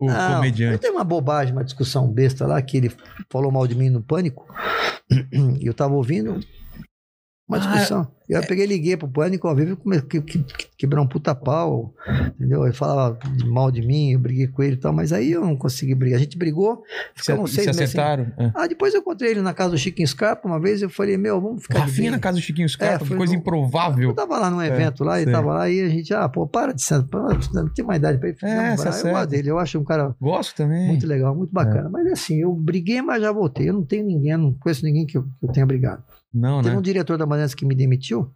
S1: o
S2: Não, Eu
S1: um comediante.
S2: tenho uma bobagem, uma discussão besta lá, que ele falou mal de mim no pânico. E eu tava ouvindo uma
S1: Ah,
S2: discussão. E eu peguei e liguei pro pânico ao vivo e come- que, que, que- quebrar um puta pau. Entendeu? Ele falava mal de mim, eu briguei com ele e tal, mas aí eu não consegui brigar. A gente brigou,
S1: Se,
S2: ficamos
S1: se
S2: seis meses. sem-
S1: acertaram? É.
S2: Ah, depois eu encontrei ele na casa do Chiquinho Scarpa uma vez, eu falei, meu, vamos ficar. de
S1: Rafinha
S2: bem.
S1: na casa do Chiquinho Scarpa,
S2: É,
S1: que
S2: foi
S1: coisa
S2: no-
S1: improvável.
S2: Eu tava lá num evento lá, e
S1: sei.
S2: tava lá, e a gente, ah, pô, para de ser, para- não tem mais idade pra ele.
S1: É,
S2: Não,
S1: tá
S2: eu
S1: certo.
S2: gosto dele, eu acho um cara
S1: Gosto também.
S2: Muito legal, muito bacana.
S1: É.
S2: Mas assim, eu briguei, mas já voltei. Eu não tenho ninguém, eu não conheço ninguém que eu, que eu tenha brigado.
S1: Não,
S2: Teve
S1: né?
S2: um diretor da Bandeirantes que me demitiu,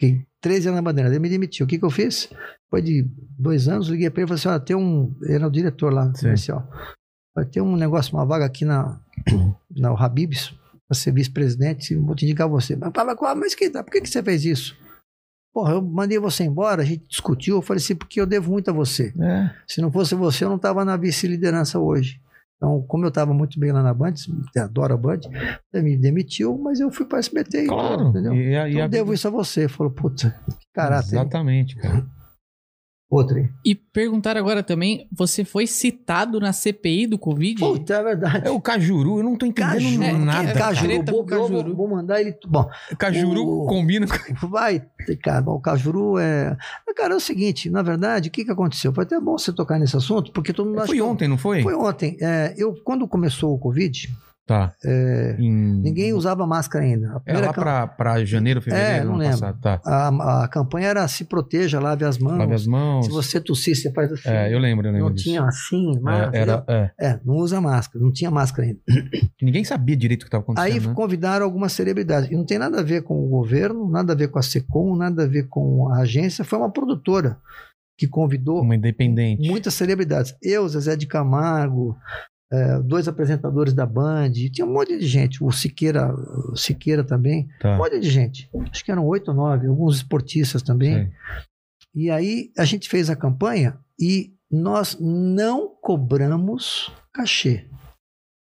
S2: fiquei 13 anos na Bandeirantes, ele me demitiu. O que, que eu fiz? Depois de dois anos, liguei pra ele e falei assim: olha, tem um. Ele era o diretor lá,
S1: Sim.
S2: comercial. Vai ter um negócio, uma vaga aqui na, na Habibs, pra ser vice-presidente, vou te indicar você. Mas, mas, mas, mas que, tá? por que, que você fez isso? Porra, eu mandei você embora, a gente discutiu, eu falei assim, porque eu devo muito a você.
S1: É.
S2: Se não fosse você, eu não estava na vice-liderança hoje. Então, como eu estava muito bem lá na Band, adoro a Band, ele me demitiu, mas eu fui para SBT.
S1: Claro.
S2: Entendeu?
S1: E, a- e
S2: então,
S1: a
S2: eu devo isso a você. Falou, puta, que caráter. hein?
S1: Exatamente, cara.
S2: Outro, hein?
S3: E perguntaram agora também, você foi citado na CPI do Covid?
S2: Puta, é verdade.
S1: É o Cajuru, eu não tô entendendo
S2: Cajuru,
S3: é,
S1: nada.
S3: é
S1: cara.
S2: Cajuru,
S3: Treta
S2: vou,
S3: com o Cajuru.
S2: Vou, vou mandar ele. Bom,
S1: Cajuru
S2: O-
S1: combina com.
S2: vai, cara, o Cajuru é. Cara, é o seguinte, na verdade, o que, que aconteceu? Foi até bom você tocar nesse assunto, porque todo mundo acha
S1: É, Foi
S2: que-
S1: ontem, não foi?
S2: Foi ontem. É, eu, quando começou o Covid, é,
S1: Tá. Em-
S2: ninguém usava máscara ainda. A
S1: Uhum. É
S2: primeira
S1: lá pra, pra janeiro, fevereiro,
S2: É, não
S1: ano
S2: lembro.
S1: passado. Tá.
S2: A, a campanha era se proteja, lave as mãos.
S1: Lave as mãos.
S2: Se você tossir, você faz assim.
S1: É, eu lembro, eu lembro
S2: não
S1: disso.
S2: tinha assim,
S1: É,
S2: máscara.
S1: era, é.
S2: É, não usa máscara, não tinha máscara ainda.
S1: Ninguém sabia direito o que tava acontecendo.
S2: Aí
S1: né?
S2: convidaram algumas celebridades. E não tem nada a ver com o governo, nada a ver com a SECOM, nada a ver com a agência. Foi uma produtora que convidou
S1: Uma independente.
S2: muitas celebridades. Eu, Zezé de Camargo, é, dois apresentadores da Band, tinha um monte de gente. O Siqueira, o Siqueira também.
S1: Tá.
S2: Um monte de gente. Acho que eram oito ou nove, alguns esportistas também.
S1: Sim.
S2: E aí a gente fez a campanha e nós não cobramos cachê.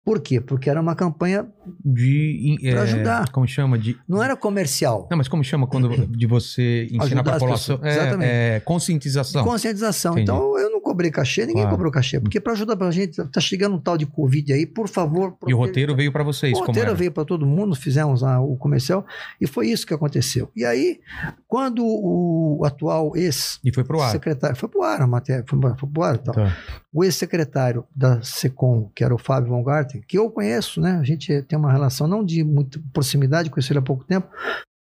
S2: Por quê? Porque era uma campanha,
S1: De. em-
S2: Pra
S1: é,
S2: ajudar.
S1: Como chama? De.
S2: não era comercial,
S1: Não, mas como chama quando de você ensinar
S2: Ajudar
S1: a
S2: as
S1: população?
S2: pessoas,
S1: É,
S2: exatamente.
S1: É,
S2: de
S1: conscientização.
S2: conscientização.
S1: Entendi.
S2: Então eu não cobrei cachê, ninguém
S1: Claro.
S2: cobrou cachê, porque para ajudar pra gente, tá chegando um tal de Covid aí, por
S1: E
S2: favor.
S1: o
S2: proteja-
S1: roteiro veio pra vocês,
S2: O
S1: como
S2: roteiro
S1: era?
S2: veio para todo mundo, fizemos lá o comercial e foi isso que aconteceu. E aí, quando o atual
S1: E foi pro ar.
S2: ex-secretário, foi pro ar a matéria, foi, foi pro ar e tal.
S1: Tá.
S2: O ex-secretário da SECOM, que era o Fábio Von Garten, que eu conheço, né? A gente tem uma relação não de muita proximidade, conheci ele há pouco tempo,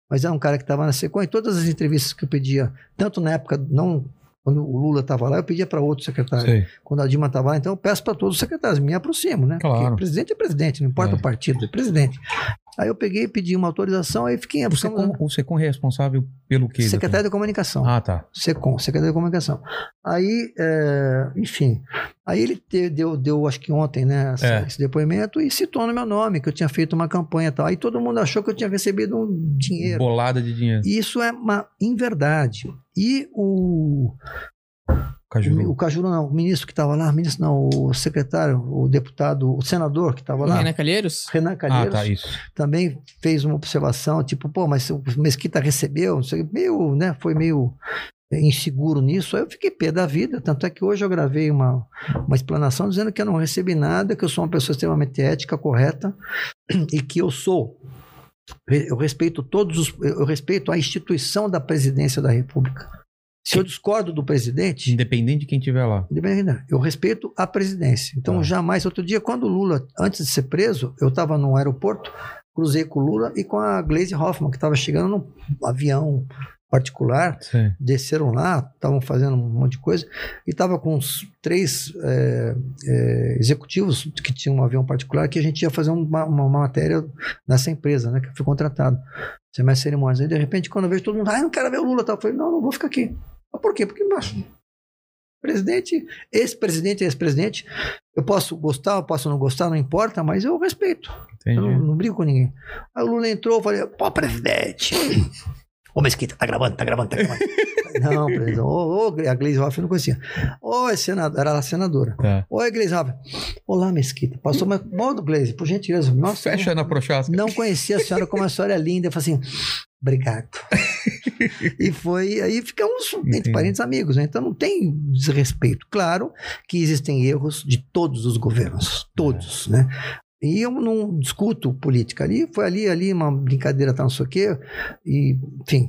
S2: mas era um cara que estava na SECOM e todas as entrevistas que eu pedia, tanto na época, não quando o Lula estava lá, eu pedia para outro secretário
S1: Sei.
S2: quando a Dilma estava lá, então eu peço para todos os secretários, me aproximo, né?
S1: Claro.
S2: Porque presidente é presidente, não importa
S1: É.
S2: o partido, é presidente. Aí eu peguei, pedi uma autorização, aí fiquei
S1: Você
S2: ficamos-
S1: com, o SECOM é responsável pelo quê? doutor?
S2: secretário de comunicação,
S1: Ah, tá.
S2: SECOM, secretário de comunicação. Aí, é, enfim, aí ele te- deu, deu, acho que ontem, né, essa-
S1: É.
S2: esse depoimento e citou no meu nome que eu tinha feito uma campanha e tal. Aí todo mundo achou que eu tinha recebido um dinheiro.
S1: Bolada de dinheiro.
S2: E Isso é uma inverdade. E o
S1: Cajuru.
S2: O Cajuru não, o ministro que estava lá, o ministro não, o secretário, o deputado, o senador que estava
S3: O
S2: lá,
S3: Renan Calheiros?
S2: Renan
S1: Ah,
S2: Calheiros,
S1: tá, isso.
S2: também fez uma observação, tipo, pô, mas o Mesquita recebeu, não sei, meio, né, foi meio é, inseguro nisso, aí eu fiquei pé da vida, tanto é que hoje eu gravei uma, uma explanação dizendo que eu não recebi nada, que eu sou uma pessoa extremamente ética, correta, e que eu sou, eu respeito todos os, eu respeito a instituição da presidência da república. Se eu discordo do presidente,
S1: Independente de quem tiver lá.
S2: Independente, né? Eu respeito a presidência. Então,
S1: Tá.
S2: jamais. Outro dia, quando o Lula, antes de ser preso, eu estava num aeroporto, cruzei com o Lula e com a Glaze Hoffman, que estava chegando num avião particular.
S1: Sim.
S2: Desceram lá, estavam fazendo um monte de coisa, e estava com uns três é, é, executivos que tinham um avião particular que a gente ia fazer um, uma, uma- uma matéria nessa empresa, né? Que eu fui contratado. Semestre cerimônias. Aí, de repente, quando eu vejo todo mundo, ah, eu não quero ver o Lula, tal. Eu falei, não, não vou ficar aqui. Mas por quê? Porque mas, presidente, ex-presidente, ex-presidente, eu posso gostar, eu posso não gostar, não importa, mas eu respeito. Eu não,
S1: Entendi.
S2: não brigo com ninguém. Aí o Lula entrou, eu falei, pô, presidente. Ô, Mesquita, tá gravando, tá gravando, tá gravando. não, presidente. Ô, ô, Gle- a Gleisi Hoffmann eu não conhecia. Oi, senadora, era a senadora.
S1: Tá.
S2: Oi, Gleisi Hoffmann. Olá, Mesquita. Passou, mas modo, Gleisi, por gentileza. Nossa, é eu
S1: Fecha na prochasca.
S2: não conhecia a senhora como a senhora é linda. Eu falei assim, obrigado. e foi, aí ficamos,
S1: Entendi.
S2: entre parentes, amigos. Né? Então não tem desrespeito. Claro que existem erros de todos os governos, todos,
S1: É.
S2: né? E eu não discuto política ali, foi ali, ali, uma brincadeira, tal, não sei o quê, e, enfim.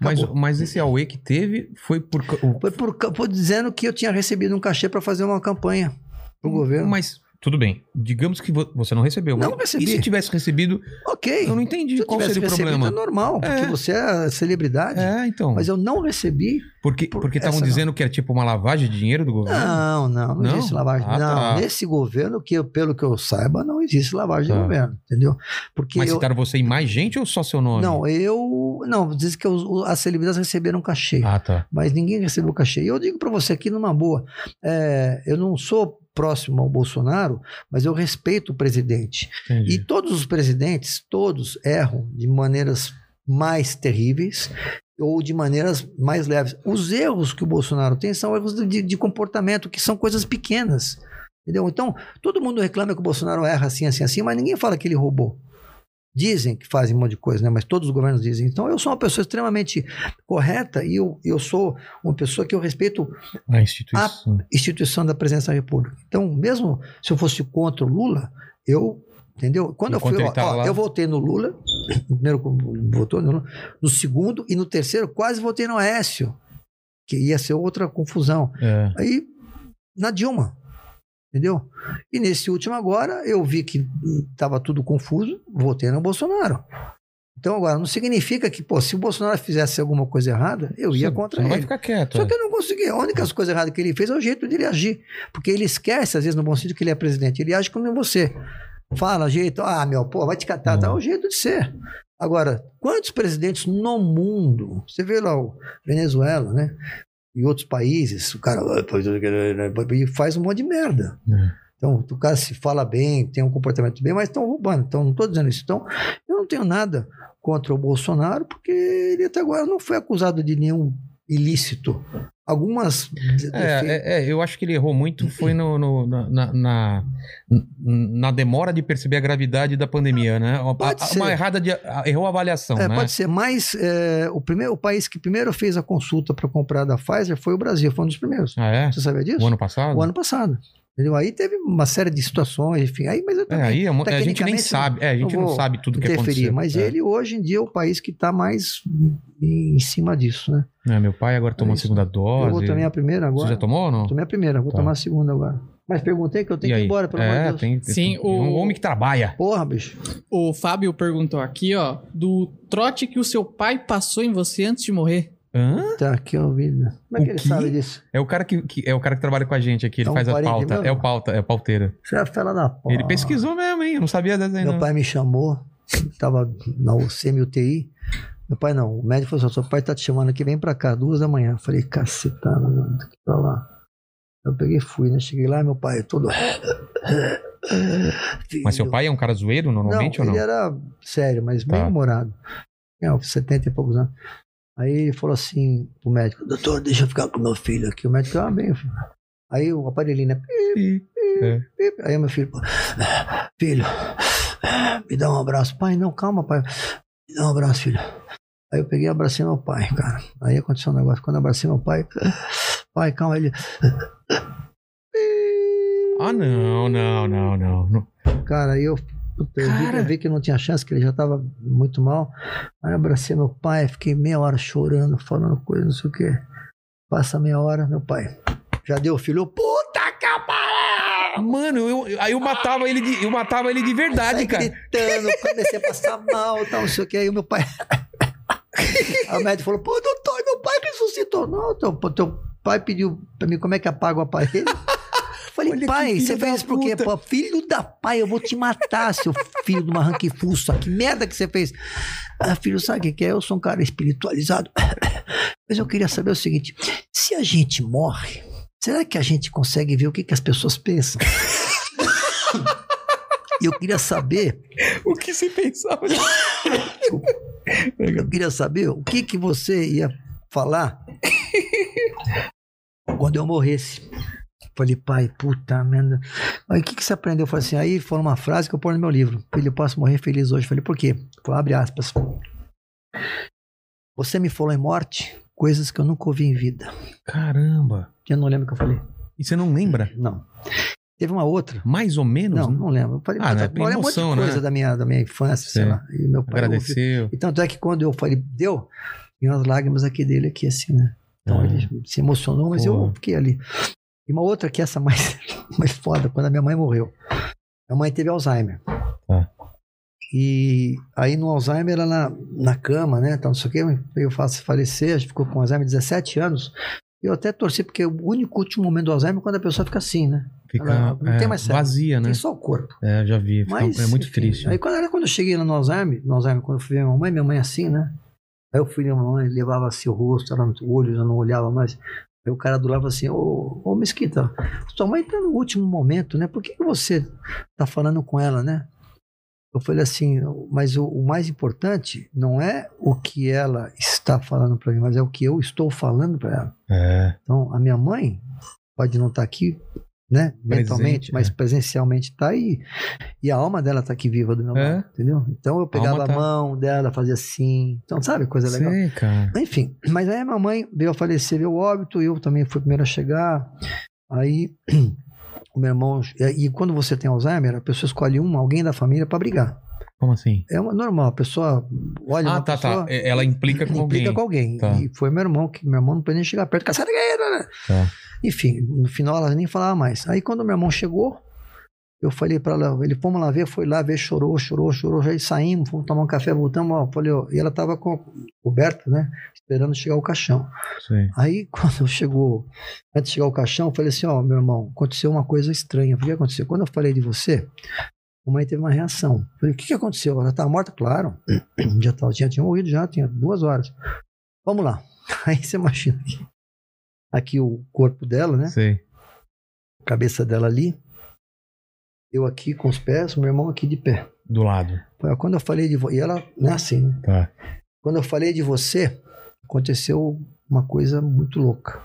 S1: Mas,
S2: acabou.
S1: mas esse Aue que teve foi por. ca- o-
S2: Foi por, ca- por dizendo que eu tinha recebido um cachê para fazer uma campanha pro governo.
S1: Hum, Mas, tudo bem. Digamos que vo- você não recebeu.
S2: Não
S1: mas
S2: recebi.
S1: E se tivesse recebido,
S2: ok.
S1: eu não entendi
S2: se eu
S1: qual
S2: tivesse
S1: seria o
S2: recebido,
S1: problema.
S2: é normal, porque
S1: É.
S2: você é celebridade.
S1: É, então.
S2: Mas eu não recebi
S1: porque
S2: por-
S1: porque estavam
S2: essa não.
S1: dizendo que era tipo uma lavagem de dinheiro do governo?
S2: Não, não, não,
S1: Né? Não?
S2: existe lavagem.
S1: Ah,
S2: não,
S1: tá.
S2: nesse governo, que eu- pelo que eu saiba, não existe lavagem
S1: Tá.
S2: de governo, entendeu? Porque
S1: mas
S2: eu.
S1: citaram você tá e mais gente ou só seu nome?
S2: Não, eu. Não, diz que os- o- as celebridades receberam cachê,
S1: Ah, tá.
S2: mas ninguém recebeu cachê. E eu digo pra você aqui numa boa: é, eu não sou próximo ao Bolsonaro, mas eu respeito o presidente. E
S1: Entendi.
S2: todos os presidentes, todos erram de maneiras mais terríveis ou de maneiras mais leves. Os erros que o Bolsonaro tem são erros de, de comportamento, que são coisas pequenas. Entendeu? Então, todo mundo reclama que o Bolsonaro erra assim, assim, assim, mas ninguém fala que ele roubou. Dizem que fazem um monte de coisa, né? mas todos os governos dizem. Então, eu sou uma pessoa extremamente correta e eu, eu sou uma pessoa que eu respeito
S1: A instituição.
S2: instituição da presença da República. Então, mesmo se eu fosse contra o Lula, eu. Entendeu? Quando
S1: Enquanto
S2: eu
S1: ele
S2: fui. ó,
S1: tava
S2: ó,
S1: lá.
S2: eu votei no Lula, no primeiro votou no Lula, no segundo e no terceiro quase votei no Aécio, que ia ser outra confusão.
S1: É.
S2: Aí, na Dilma. Entendeu? E nesse último agora, eu vi que estava tudo confuso, votei no Bolsonaro. Então, agora, não significa que, pô, se o Bolsonaro fizesse alguma coisa errada, eu ia
S1: Você-
S2: contra
S1: você não
S2: ele.
S1: vai ficar quieto.
S2: Só
S1: é.
S2: que eu não consegui. A única coisa errada que ele fez é o jeito dele agir. Porque ele esquece, às vezes, no bom sentido, que ele é presidente. Ele age como você. Fala, jeito, ah, meu, pô, vai te catar,
S1: Hum.
S2: tá? É o jeito de ser. Agora, quantos presidentes no mundo? Você vê lá o Venezuela, né? E outros países, o cara "Ah, pois eu quero", e faz um monte de merda.
S1: É.
S2: Então, o cara se fala bem, tem um comportamento bem, mas estão roubando. Então, não estou dizendo isso. Então, eu não tenho nada contra o Bolsonaro, porque ele até agora não foi acusado de nenhum ilícito. Algumas.
S1: É, é, é, eu acho que ele errou muito, foi no, no- na, na- na, na demora de perceber a gravidade da pandemia, né? Uma,
S2: Pode
S1: a-
S2: ser.
S1: uma errada de. a- Errou a avaliação,
S2: É,
S1: né?
S2: Pode ser, mas é, o, primeiro, o país que primeiro fez a consulta para comprar da Pfizer foi o Brasil, foi um dos primeiros.
S1: Ah, é?
S2: Você sabia disso?
S1: O ano passado?
S2: O ano passado. Entendeu? Aí teve uma série de situações, enfim. Aí, mas eu
S1: É,
S2: também
S1: aí é um- é, a gente nem
S2: tecnicamente,
S1: sabe. É, a gente
S2: eu
S1: não
S2: vou
S1: sabe tudo o que
S2: interferir.
S1: aconteceu.
S2: Mas
S1: é.
S2: ele hoje em dia é o país que está mais em cima disso, né?
S1: É, meu pai agora tomou a
S2: isso.
S1: segunda
S2: eu vou
S1: dose.
S2: também a primeira agora.
S1: Você já tomou ou não?
S2: Tomei a primeira, vou
S1: Tá.
S2: tomar a segunda agora. Mas perguntei que eu
S1: E
S2: tenho que
S1: aí?
S2: ir embora, pelo amor de
S1: é,
S2: Deus.
S1: tem,
S3: Sim,
S1: tem-
S3: o-
S1: um homem que trabalha.
S2: Porra, bicho.
S3: O Fábio perguntou aqui, ó, do trote que o seu pai passou em você antes de morrer.
S1: Hã?
S2: Tá aqui a vida. Como é
S1: O
S2: que ele
S1: quê?
S2: sabe disso?
S1: É o cara que, que- é o cara que trabalha com a gente aqui, ele
S2: É um
S1: faz a
S2: parente
S1: pauta.
S2: meu?
S1: É o pauta, é o pauteiro.
S2: Você vai falar da porra.
S1: Ele pesquisou mesmo, hein? né? Eu não sabia dessa aí,
S2: Meu
S1: não.
S2: pai me chamou, tava na semi-UTI. Meu pai não, o médico falou assim: seu pai tá te chamando aqui, vem pra cá, duas da manhã. Eu falei, cacetada, mano, tem que ir pra lá. Eu peguei e fui, né? Cheguei lá, meu pai todo.
S1: Mas seu pai é um cara zoeiro normalmente ou
S2: ele é
S1: não?
S2: era sério, mas
S1: Tá.
S2: bem humorado. É, uns 70 e poucos anos. Aí ele falou assim pro médico, doutor, deixa eu ficar com meu filho aqui. O médico, ah, bem. filho." Aí o aparelhinho, né?
S1: Ih,
S2: Pip. Aí meu filho, pô, filho, me dá um abraço. Pai, não, calma, pai. Me dá um abraço, filho. Aí eu peguei e abracei meu pai, cara. Aí aconteceu um negócio. Quando eu abracei meu pai, pai, calma, ele.
S1: Ah, não, não, não, não. não.
S2: Cara, aí eu, puta, eu vi-
S1: Cara.
S2: eu vi que não tinha chance, que ele já tava muito mal. Aí eu abracei meu pai, fiquei meia hora chorando, falando coisa, não sei o quê. Passa meia hora, meu pai. Já deu o filho, eu, puta que pariu!
S1: Mano, eu,
S2: Ah.
S1: aí eu matava ele de, eu matava ele de verdade,
S2: Saí
S1: cara.
S2: gritando, comecei a passar mal, tal, não sei o que. Aí o meu pai. Aí o médico falou: pô, doutor, meu pai ressuscitou. Não, teu, teu pai pediu pra mim como é que apaga o aparelho. Falei,
S1: Olha que
S2: pai,
S1: filho
S2: você fez
S1: da
S2: isso por quê?
S1: puta."
S2: Pô, filho da pai, eu vou te matar, seu filho do marranquifuça. Que merda que você fez. Ah, filho, sabe o que que é? Eu sou um cara espiritualizado. Mas eu queria saber o seguinte: se a gente morre, será que a gente consegue ver o que, que as pessoas pensam? E eu queria saber
S1: O que você pensava?
S2: eu queria saber o que, que você ia falar quando eu morresse. Falei, pai, puta merda. Aí o que, que você aprendeu? Eu falei assim, aí foi uma frase que eu pôr no meu livro. Filho, eu posso morrer feliz hoje. Falei, por quê? Falei, abre aspas. Você me falou em morte coisas que eu nunca ouvi em vida.
S1: Caramba.
S2: Que eu não lembro o que eu falei.
S1: E você não lembra?
S2: Não. Teve uma outra.
S1: Mais ou menos?
S2: Não,
S1: né?
S2: não lembro. Eu falei,
S1: Ah,
S2: puta,
S1: né?
S2: eu falei um monte de
S1: Emoção, né?
S2: coisa da, minha, da minha infância, sei
S1: Sim.
S2: lá. E meu pai ouviu.
S1: Agradeceu.
S2: E tanto é que quando eu falei, deu, e umas lágrimas aqui dele, aqui assim, né? Então
S1: Ah.
S2: ele se emocionou, mas
S1: Porra.
S2: eu fiquei ali. E uma outra que é essa mais, mais foda, quando a minha mãe morreu. Minha mãe teve Alzheimer.
S1: Tá.
S2: E aí no Alzheimer, ela na, na cama, né? Então, não sei o que, veio fácil falecer, a gente ficou com Alzheimer 17 anos. E eu até torci, porque o único último momento do Alzheimer é quando a pessoa fica assim, né?
S1: Fica
S2: Ela- não tem
S1: é,
S2: mais cérebro.
S1: vazia, né?
S2: Tem só o corpo.
S1: É, já vi. Fica-
S2: Mas,
S1: é muito
S2: enfim,
S1: triste.
S2: Aí quando, era quando eu cheguei lá no Alzheimer, no Alzheimer, quando eu fui ver minha mãe, minha mãe assim, né? Aí eu fui ver minha mãe, levava assim o rosto, ela no olho, já não olhava mais. Aí o cara do lado falou assim, ô, ô Mesquita, sua mãe tá no último momento, né? Por que, que você tá falando com ela, né? Eu falei assim, mas o, o mais importante não é o que ela está falando para mim, mas é o que eu estou falando para ela.
S1: É.
S2: Então, a minha mãe pode não estar aqui, né?
S1: Presente,
S2: mentalmente, mas
S1: é.
S2: presencialmente está aí. E a alma dela está aqui viva do meu
S1: É.
S2: lado, entendeu? Então eu pegava
S1: alma
S2: a,
S1: tá-
S2: mão dela, fazia assim. Então, sabe, coisa legal.
S1: Sei, cara.
S2: Enfim, mas aí a minha mãe veio a falecer, veio o óbito, eu também fui o primeiro a chegar. Aí o meu irmão. E e quando você tem Alzheimer, a pessoa escolhe um, alguém da família para brigar.
S1: Como assim?
S2: É uma- normal, a pessoa olha.
S1: Ah,
S2: uma
S1: tá,
S2: pessoa,
S1: tá. É, Ela implica com
S2: implica
S1: alguém.
S2: com alguém.
S1: Tá.
S2: E foi meu irmão, que meu irmão não podia nem chegar perto, cara, sai daí, né?
S1: Tá.
S2: Enfim, no final ela nem falava mais. Aí quando meu irmão chegou, eu falei pra ela, ele fomos lá ver, foi lá ver, chorou, chorou, chorou, já saímos, fomos tomar um café, voltamos, ó, falei, ó, e ela tava com coberta, né? Esperando chegar o caixão.
S1: Sei.
S2: Aí quando chegou, antes de chegar o caixão, eu falei assim, ó, meu irmão, aconteceu uma coisa estranha. O que aconteceu? Quando eu falei de você, a mãe teve uma reação. Eu falei, o que, que aconteceu? Ela tá morta? Claro. Já, tava, já tinha morrido, já tinha duas horas. Vamos lá. Aí você imagina aqui, aqui o corpo dela, né?
S1: Sei.
S2: A cabeça dela ali. Eu aqui com os pés, meu irmão aqui de pé.
S1: Do lado.
S2: Foi Quando eu falei de você, e ela, né, assim, né?
S1: Tá.
S2: Quando eu falei de você, aconteceu uma coisa muito louca.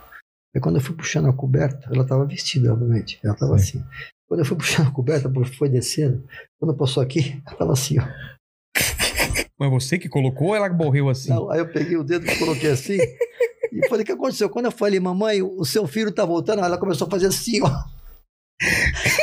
S2: Aí quando eu fui puxando a coberta, ela estava vestida, obviamente. Ela estava assim. Quando eu fui puxando a coberta, foi descendo. Quando passou aqui, ela estava assim, ó.
S1: Mas você que colocou ou ela morreu assim?
S2: Não, Então, aí eu peguei o dedo e coloquei assim. e falei, o que aconteceu? Quando eu falei, mamãe, o seu filho tá voltando, ela começou a fazer assim, ó.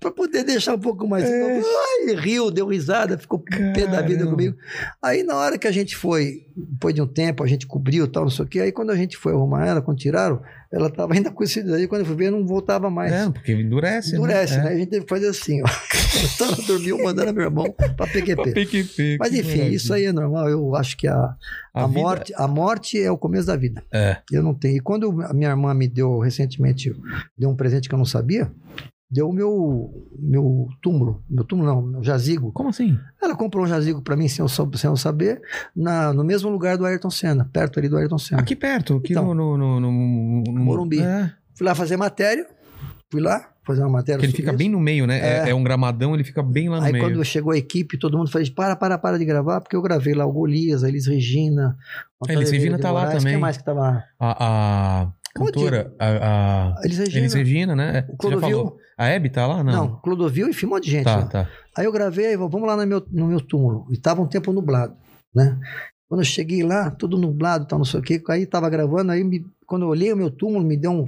S2: pra poder deixar um pouco mais.
S1: É.
S2: Ai, riu, deu risada, ficou pé da vida
S1: Caramba.
S2: comigo. Aí na hora que a gente foi, depois de um tempo, a gente cobriu tal, não sei o quê. Aí quando a gente foi arrumar ela, quando tiraram, ela tava ainda com esse daí. Quando eu fui ver, não voltava mais.
S1: É, porque endurece.
S2: Endurece,
S1: né?
S2: né? A gente teve que fazer assim, ó. Ela dormiu, mandando meu irmão pra
S1: É.
S2: PQP.
S1: PQP,
S2: Mas
S1: que
S2: enfim,
S1: maravilha.
S2: isso aí é normal. Eu acho que a, a,
S1: vida-
S2: morte, a morte é o começo da vida.
S1: É.
S2: Eu não tenho. E quando a minha irmã me deu recentemente, deu um presente que eu não sabia, deu o meu, meu túmulo. Meu túmulo não, meu jazigo.
S1: Como assim?
S2: Ela comprou um jazigo pra mim, sem eu, sab- sem eu saber, na, no mesmo lugar do Ayrton Senna, perto ali do Ayrton Senna.
S1: Aqui perto, aqui
S2: Tá. Então.
S1: no, no, no, no- no-
S2: Morumbi.
S1: É,
S2: Fui lá fazer matéria, fui lá fazer uma matéria.
S1: que ele
S2: sobre
S1: fica
S2: isso.
S1: bem no meio, né? É.
S2: É.
S1: é um gramadão, ele fica bem lá no
S2: Aí
S1: meio.
S2: quando chegou a equipe, todo mundo falou: para, para, para de gravar, porque eu gravei lá o Golias, a Elis Regina. o Antônio
S1: Elis Regina
S2: Herrera de
S1: tá lá
S2: Moraes,
S1: também.
S2: Quem mais que tava lá?
S1: A, a
S2: Como eu
S1: cantora,
S2: digo?
S1: a, a
S2: A Elis Regina.
S1: Elis Regina, né?
S2: O
S1: Você já falou.
S2: Clodovil.
S1: A Hebe tá lá?
S2: Não.
S1: Não.
S2: Clodovil e filme um monte de gente.
S1: tá,
S2: lá.
S1: tá.
S2: Aí eu gravei, aí, vamos lá no meu, no meu túmulo. E tava um tempo nublado, né? Quando eu cheguei lá, tudo nublado, tal, não sei o quê. Aí tava gravando, aí me- quando eu olhei o meu túmulo, me deu um,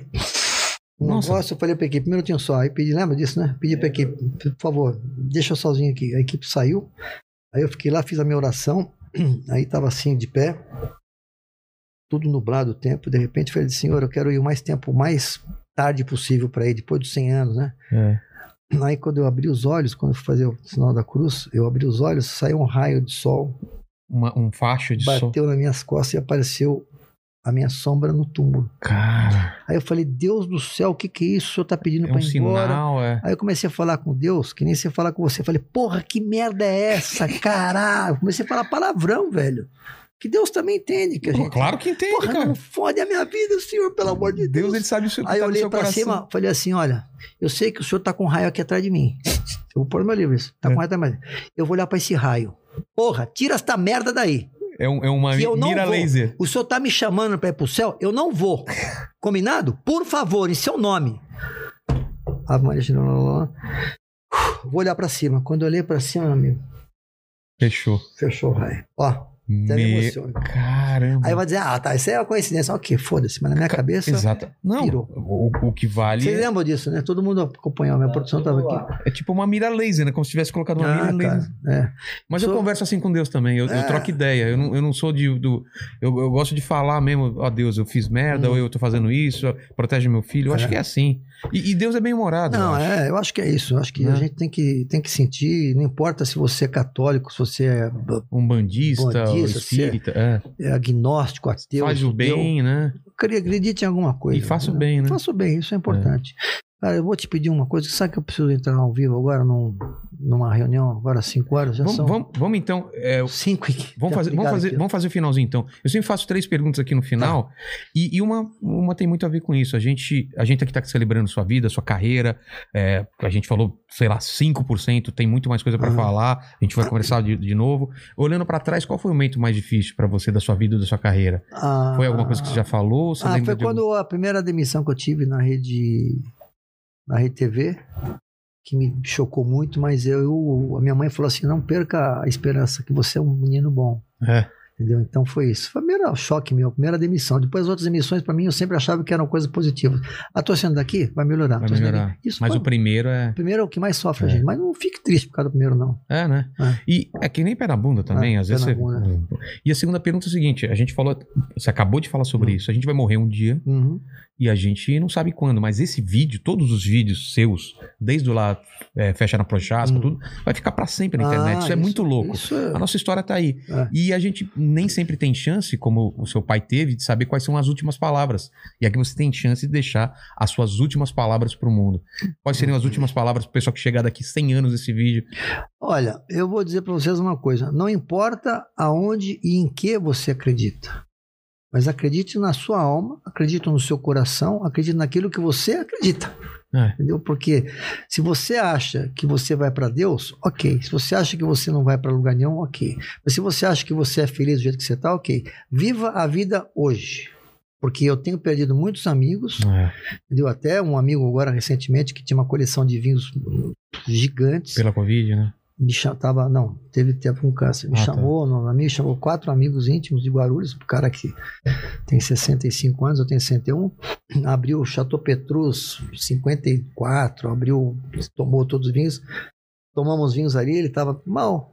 S2: um
S1: Nossa.
S2: negócio. Eu falei pra equipe, primeiro tinha só. Aí pedi, lembra disso, né? Pedi pra equipe, por favor, deixa eu sozinho aqui. A equipe saiu. Aí eu fiquei lá, fiz a minha oração. Aí tava assim, de pé. Tudo nublado o tempo. De repente, eu falei, senhor, eu quero ir o mais tempo, o mais tarde possível para ir, depois dos 100 anos, né?
S1: É.
S2: Aí quando eu abri os olhos, quando eu fui fazer o sinal da cruz, eu abri os olhos, saiu um raio de sol,
S1: Uma- um facho de sol.
S2: bateu nas minhas costas e apareceu a minha sombra no túmulo.
S1: Cara,
S2: Aí eu falei, Deus do céu, o que que é isso? O senhor tá pedindo
S1: é
S2: pra
S1: um
S2: ir embora?
S1: sinal, é.
S2: Aí eu comecei a falar com Deus, que nem você falar com você. Eu falei, porra, que merda é essa, caralho? Eu Comecei a falar palavrão, velho. Que Deus também entende que a
S1: Pô,
S2: gente...
S1: Claro que entende,
S2: Porra,
S1: cara.
S2: não fode a minha vida, senhor, pelo amor de
S1: Deus,
S2: Deus.
S1: ele sabe o seu,
S2: Aí
S1: tá
S2: eu
S1: no
S2: olhei
S1: seu
S2: pra
S1: coração.
S2: cima, falei assim: olha, eu sei que o senhor tá com um raio aqui atrás de mim. Eu vou pôr no meu livro isso. Tá
S1: É.
S2: com um raio atrás de mim. Eu vou olhar pra esse raio. Porra, tira esta merda daí.
S1: É, um, é uma
S2: Que eu não
S1: mira
S2: vou.
S1: laser.
S2: O senhor tá me chamando pra ir pro céu? Eu não vou. Combinado? Por favor, em seu nome. Ave Maria, Jesus, lá, lá, lá. Vou olhar pra cima. Quando eu olhei pra cima, meu amigo,
S1: Fechou.
S2: fechou o raio. Ó, até me
S1: Me...
S2: emociona.
S1: Caramba.
S2: Aí vai dizer: ah, tá, isso aí é uma coincidência. Ok, foda-se, mas na minha cabeça.
S1: Exato. Não,
S2: pirou.
S1: o, o que vale
S2: Vocês
S1: é-
S2: lembram disso, né? Todo mundo acompanhou, minha produção tava aqui.
S1: é tipo uma mira laser, né? Como se tivesse colocado uma
S2: Ah,
S1: mira laser.
S2: cara, é.
S1: Mas eu
S2: Sou-
S1: converso assim com Deus também, eu, eu
S2: É.
S1: troco ideia. Eu não, eu não sou de. Do, eu, eu gosto de falar mesmo, ó Deus, eu fiz merda,
S2: Hum.
S1: ou eu tô fazendo isso, ó, protege meu filho. Eu acho
S2: É.
S1: que é assim. E, e Deus é bem humorado. eu
S2: Não,
S1: acho.
S2: é, eu acho que é isso. Eu acho que
S1: Né?
S2: a gente tem que, tem que sentir, não importa se você é católico, se você é, b-
S1: Um bandista,
S2: Bandista,
S1: espírita. é.
S2: é agnóstico, ateu.
S1: Faz o
S2: judeu.
S1: bem, né?
S2: Acre- Acredite em alguma coisa.
S1: E faça o bem, né?
S2: Faça o bem, isso é importante. Cara, eu vou te pedir uma coisa. Sabe que eu preciso entrar ao vivo agora num, numa reunião, agora às 5 horas? Já
S1: Vamos,
S2: são
S1: vamos- vamos então. é,
S2: 5 e
S1: vamos, fazer, vamos, fazer, vamos fazer o finalzinho então. Eu sempre faço três perguntas aqui no
S2: Tá.
S1: final, e, e uma, uma tem muito a ver com isso. A gente, a gente aqui tá celebrando sua vida, sua carreira. é, a gente falou, sei lá, 5%, tem muito mais coisa para
S2: Aham.
S1: falar. A gente vai conversar de, de novo. Olhando para trás, qual foi o momento mais difícil para você da sua vida ou da sua carreira?
S2: Ah,
S1: Foi alguma coisa que você já falou? Você
S2: Ah,
S1: lembra
S2: foi
S1: de algum-
S2: quando a primeira demissão que eu tive na rede na rede TV que me chocou muito, mas eu a minha mãe falou assim, não perca a esperança que você é um menino bom,
S1: É.
S2: entendeu? Então foi isso, foi o primeiro choque meu, a primeira demissão. Depois as outras emissões para mim eu sempre achava que eram coisas positivas. Ah, tô sendo daqui, vai melhorar.
S1: Vai
S2: Ah, tô saindo
S1: melhorar.
S2: daqui. Isso
S1: Mas
S2: foi
S1: o primeiro é.
S2: o primeiro é o que mais sofre
S1: É.
S2: a gente, mas não fique triste por causa do primeiro não.
S1: É, né?
S2: É.
S1: E é que nem pé na bunda também,
S2: É,
S1: às vezes
S2: pé
S1: você... Hum.
S2: na
S1: E a segunda pergunta é o seguinte, a gente falou, você acabou de falar sobre
S2: Hum.
S1: isso, a gente vai morrer um dia
S2: Uhum.
S1: e a gente não sabe quando, mas esse vídeo, todos os vídeos seus, desde o lá é, Fecha na Prochasca,
S2: Hum.
S1: tudo, vai ficar pra sempre na internet,
S2: Ah,
S1: isso, é muito louco.
S2: Isso é-
S1: A nossa história tá aí.
S2: É.
S1: E a gente nem sempre tem chance, como o seu pai teve, de saber quais são as últimas palavras. E aqui você tem chance de deixar as suas últimas palavras pro mundo. Quais seriam as
S2: Uhum.
S1: últimas palavras pro pessoal que chegar daqui 100 anos nesse vídeo?
S2: Olha, eu vou dizer para vocês uma coisa: não importa aonde e em que você acredita, mas acredite na sua alma, acredite no seu coração, acredite naquilo que você acredita.
S1: É.
S2: Entendeu? Porque se você acha que você vai para Deus, ok. Se você acha que você não vai para lugar nenhum, ok. Mas se você acha que você é feliz do jeito que você tá, ok. Viva a vida hoje. Porque eu tenho perdido muitos amigos,
S1: É.
S2: entendeu? Até um amigo agora recentemente que tinha uma coleção de vinhos gigantes.
S1: Pela Covid, né?
S2: Me cha- tava, não, teve tempo com câncer. Me
S1: Ah, tá.
S2: chamou, não, um amigo, chamou quatro amigos íntimos de Guarulhos, o cara que tem 65 anos, eu tenho 61. Abriu o Chateau Petrus, 54, abriu, tomou todos os vinhos. Tomamos vinhos ali, ele tava mal.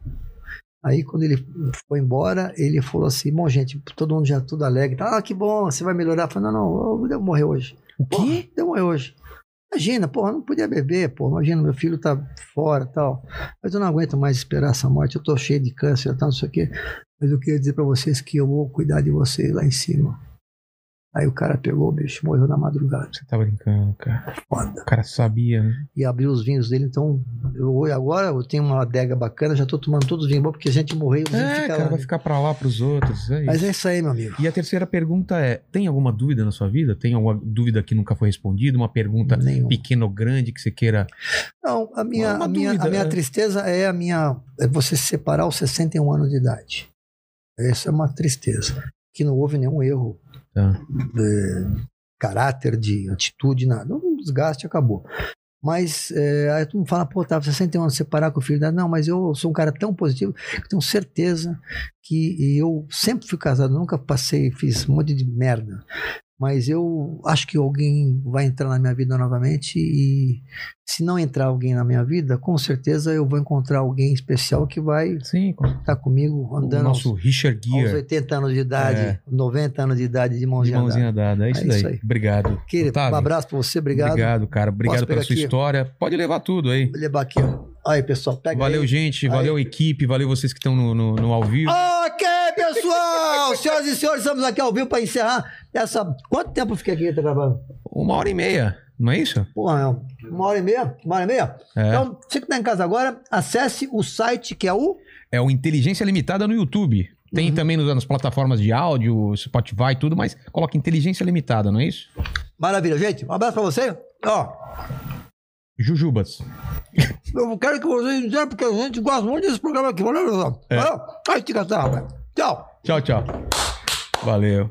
S2: Aí quando ele foi embora, ele falou assim: Bom, gente, todo mundo já tudo alegre. Ah, que bom, você vai melhorar. Eu falei: Não, não, eu devo morrer hoje.
S1: O
S2: Porra, deu morrer hoje. Imagina, porra, eu não podia beber, porra. Imagina, meu filho tá fora tal. Mas eu não aguento mais esperar essa morte. Eu tô cheio de câncer, tal, não sei o quê. Mas eu queria dizer pra vocês que eu vou cuidar de vocês lá em cima. Aí o cara pegou o bicho, morreu na madrugada.
S1: Você tá brincando, cara.
S2: Foda.
S1: O cara sabia, né?
S2: E abriu os vinhos dele, então eu, agora eu tenho uma adega bacana, já tô tomando todos os vinhos bons, porque a gente morreu, os vinhos
S1: É,
S2: ficam
S1: cara,
S2: lá,
S1: vai
S2: né?
S1: ficar pra lá, pros outros. É isso.
S2: Mas é isso aí, meu amigo.
S1: E a terceira pergunta é: tem alguma dúvida na sua vida? Tem alguma dúvida que nunca foi respondida? Uma pergunta
S2: Nenhum.
S1: pequena ou grande que você queira.
S2: Não, a minha,
S1: Uma
S2: a minha,
S1: dúvida,
S2: a minha
S1: é.
S2: tristeza é a minha. É você se separar aos 61 anos de idade. Essa é uma tristeza. Que não houve nenhum erro
S1: Tá.
S2: de caráter, de atitude, nada. Um desgaste acabou. Mas é, aí tu me fala, pô, tava 61 anos separar com o filho da. Não, mas eu sou um cara tão positivo que tenho certeza que e eu sempre fui casado, nunca passei, fiz um monte de merda. Mas eu acho que alguém vai entrar na minha vida novamente e se não entrar alguém na minha vida, com certeza eu vou encontrar alguém especial que vai estar
S1: Sim, com-
S2: comigo
S1: o
S2: andando
S1: nosso Richard
S2: aos, aos
S1: Gere
S2: 80 anos de idade,
S1: É.
S2: 90 anos de idade de
S1: de
S2: mãozinha,
S1: mãozinha dada. É isso
S2: É
S1: daí.
S2: isso aí.
S1: Obrigado.
S2: Querido, um
S1: Otávio,
S2: abraço pra você, obrigado.
S1: Obrigado, cara. Obrigado
S2: Posso
S1: pela
S2: pegar
S1: sua
S2: aqui?
S1: história. Pode levar tudo aí.
S2: Vou levar aqui, ó. Aí, pessoal, pega
S1: Valeu,
S2: aí.
S1: gente.
S2: Aí. Ah!
S1: Valeu, equipe. Valeu vocês que estão no, no- no ao vivo.
S2: Ok, pessoal! Senhoras e senhores, estamos aqui ao vivo para encerrar essa... Quanto tempo eu fiquei aqui tá gravando?
S1: Uma hora e meia, não é isso?
S2: Porra, é uma hora e meia? Uma hora e meia?
S1: É.
S2: Então, você que está em casa agora, acesse o site que é o...
S1: É o Inteligência Limitada no YouTube. Tem
S2: Uhum.
S1: também nos- nas plataformas de áudio, Spotify e tudo, mas coloca Inteligência Limitada, não é isso?
S2: Maravilha, gente. Um abraço pra você. Ó,
S1: Jujubas.
S2: eu quero que vocês entendam, porque a gente gosta muito desse programa aqui. Valeu, pessoal.
S1: É.
S2: Valeu. Ai, tica, tá, rapaz. Tchau.
S1: Tchau, tchau. Valeu.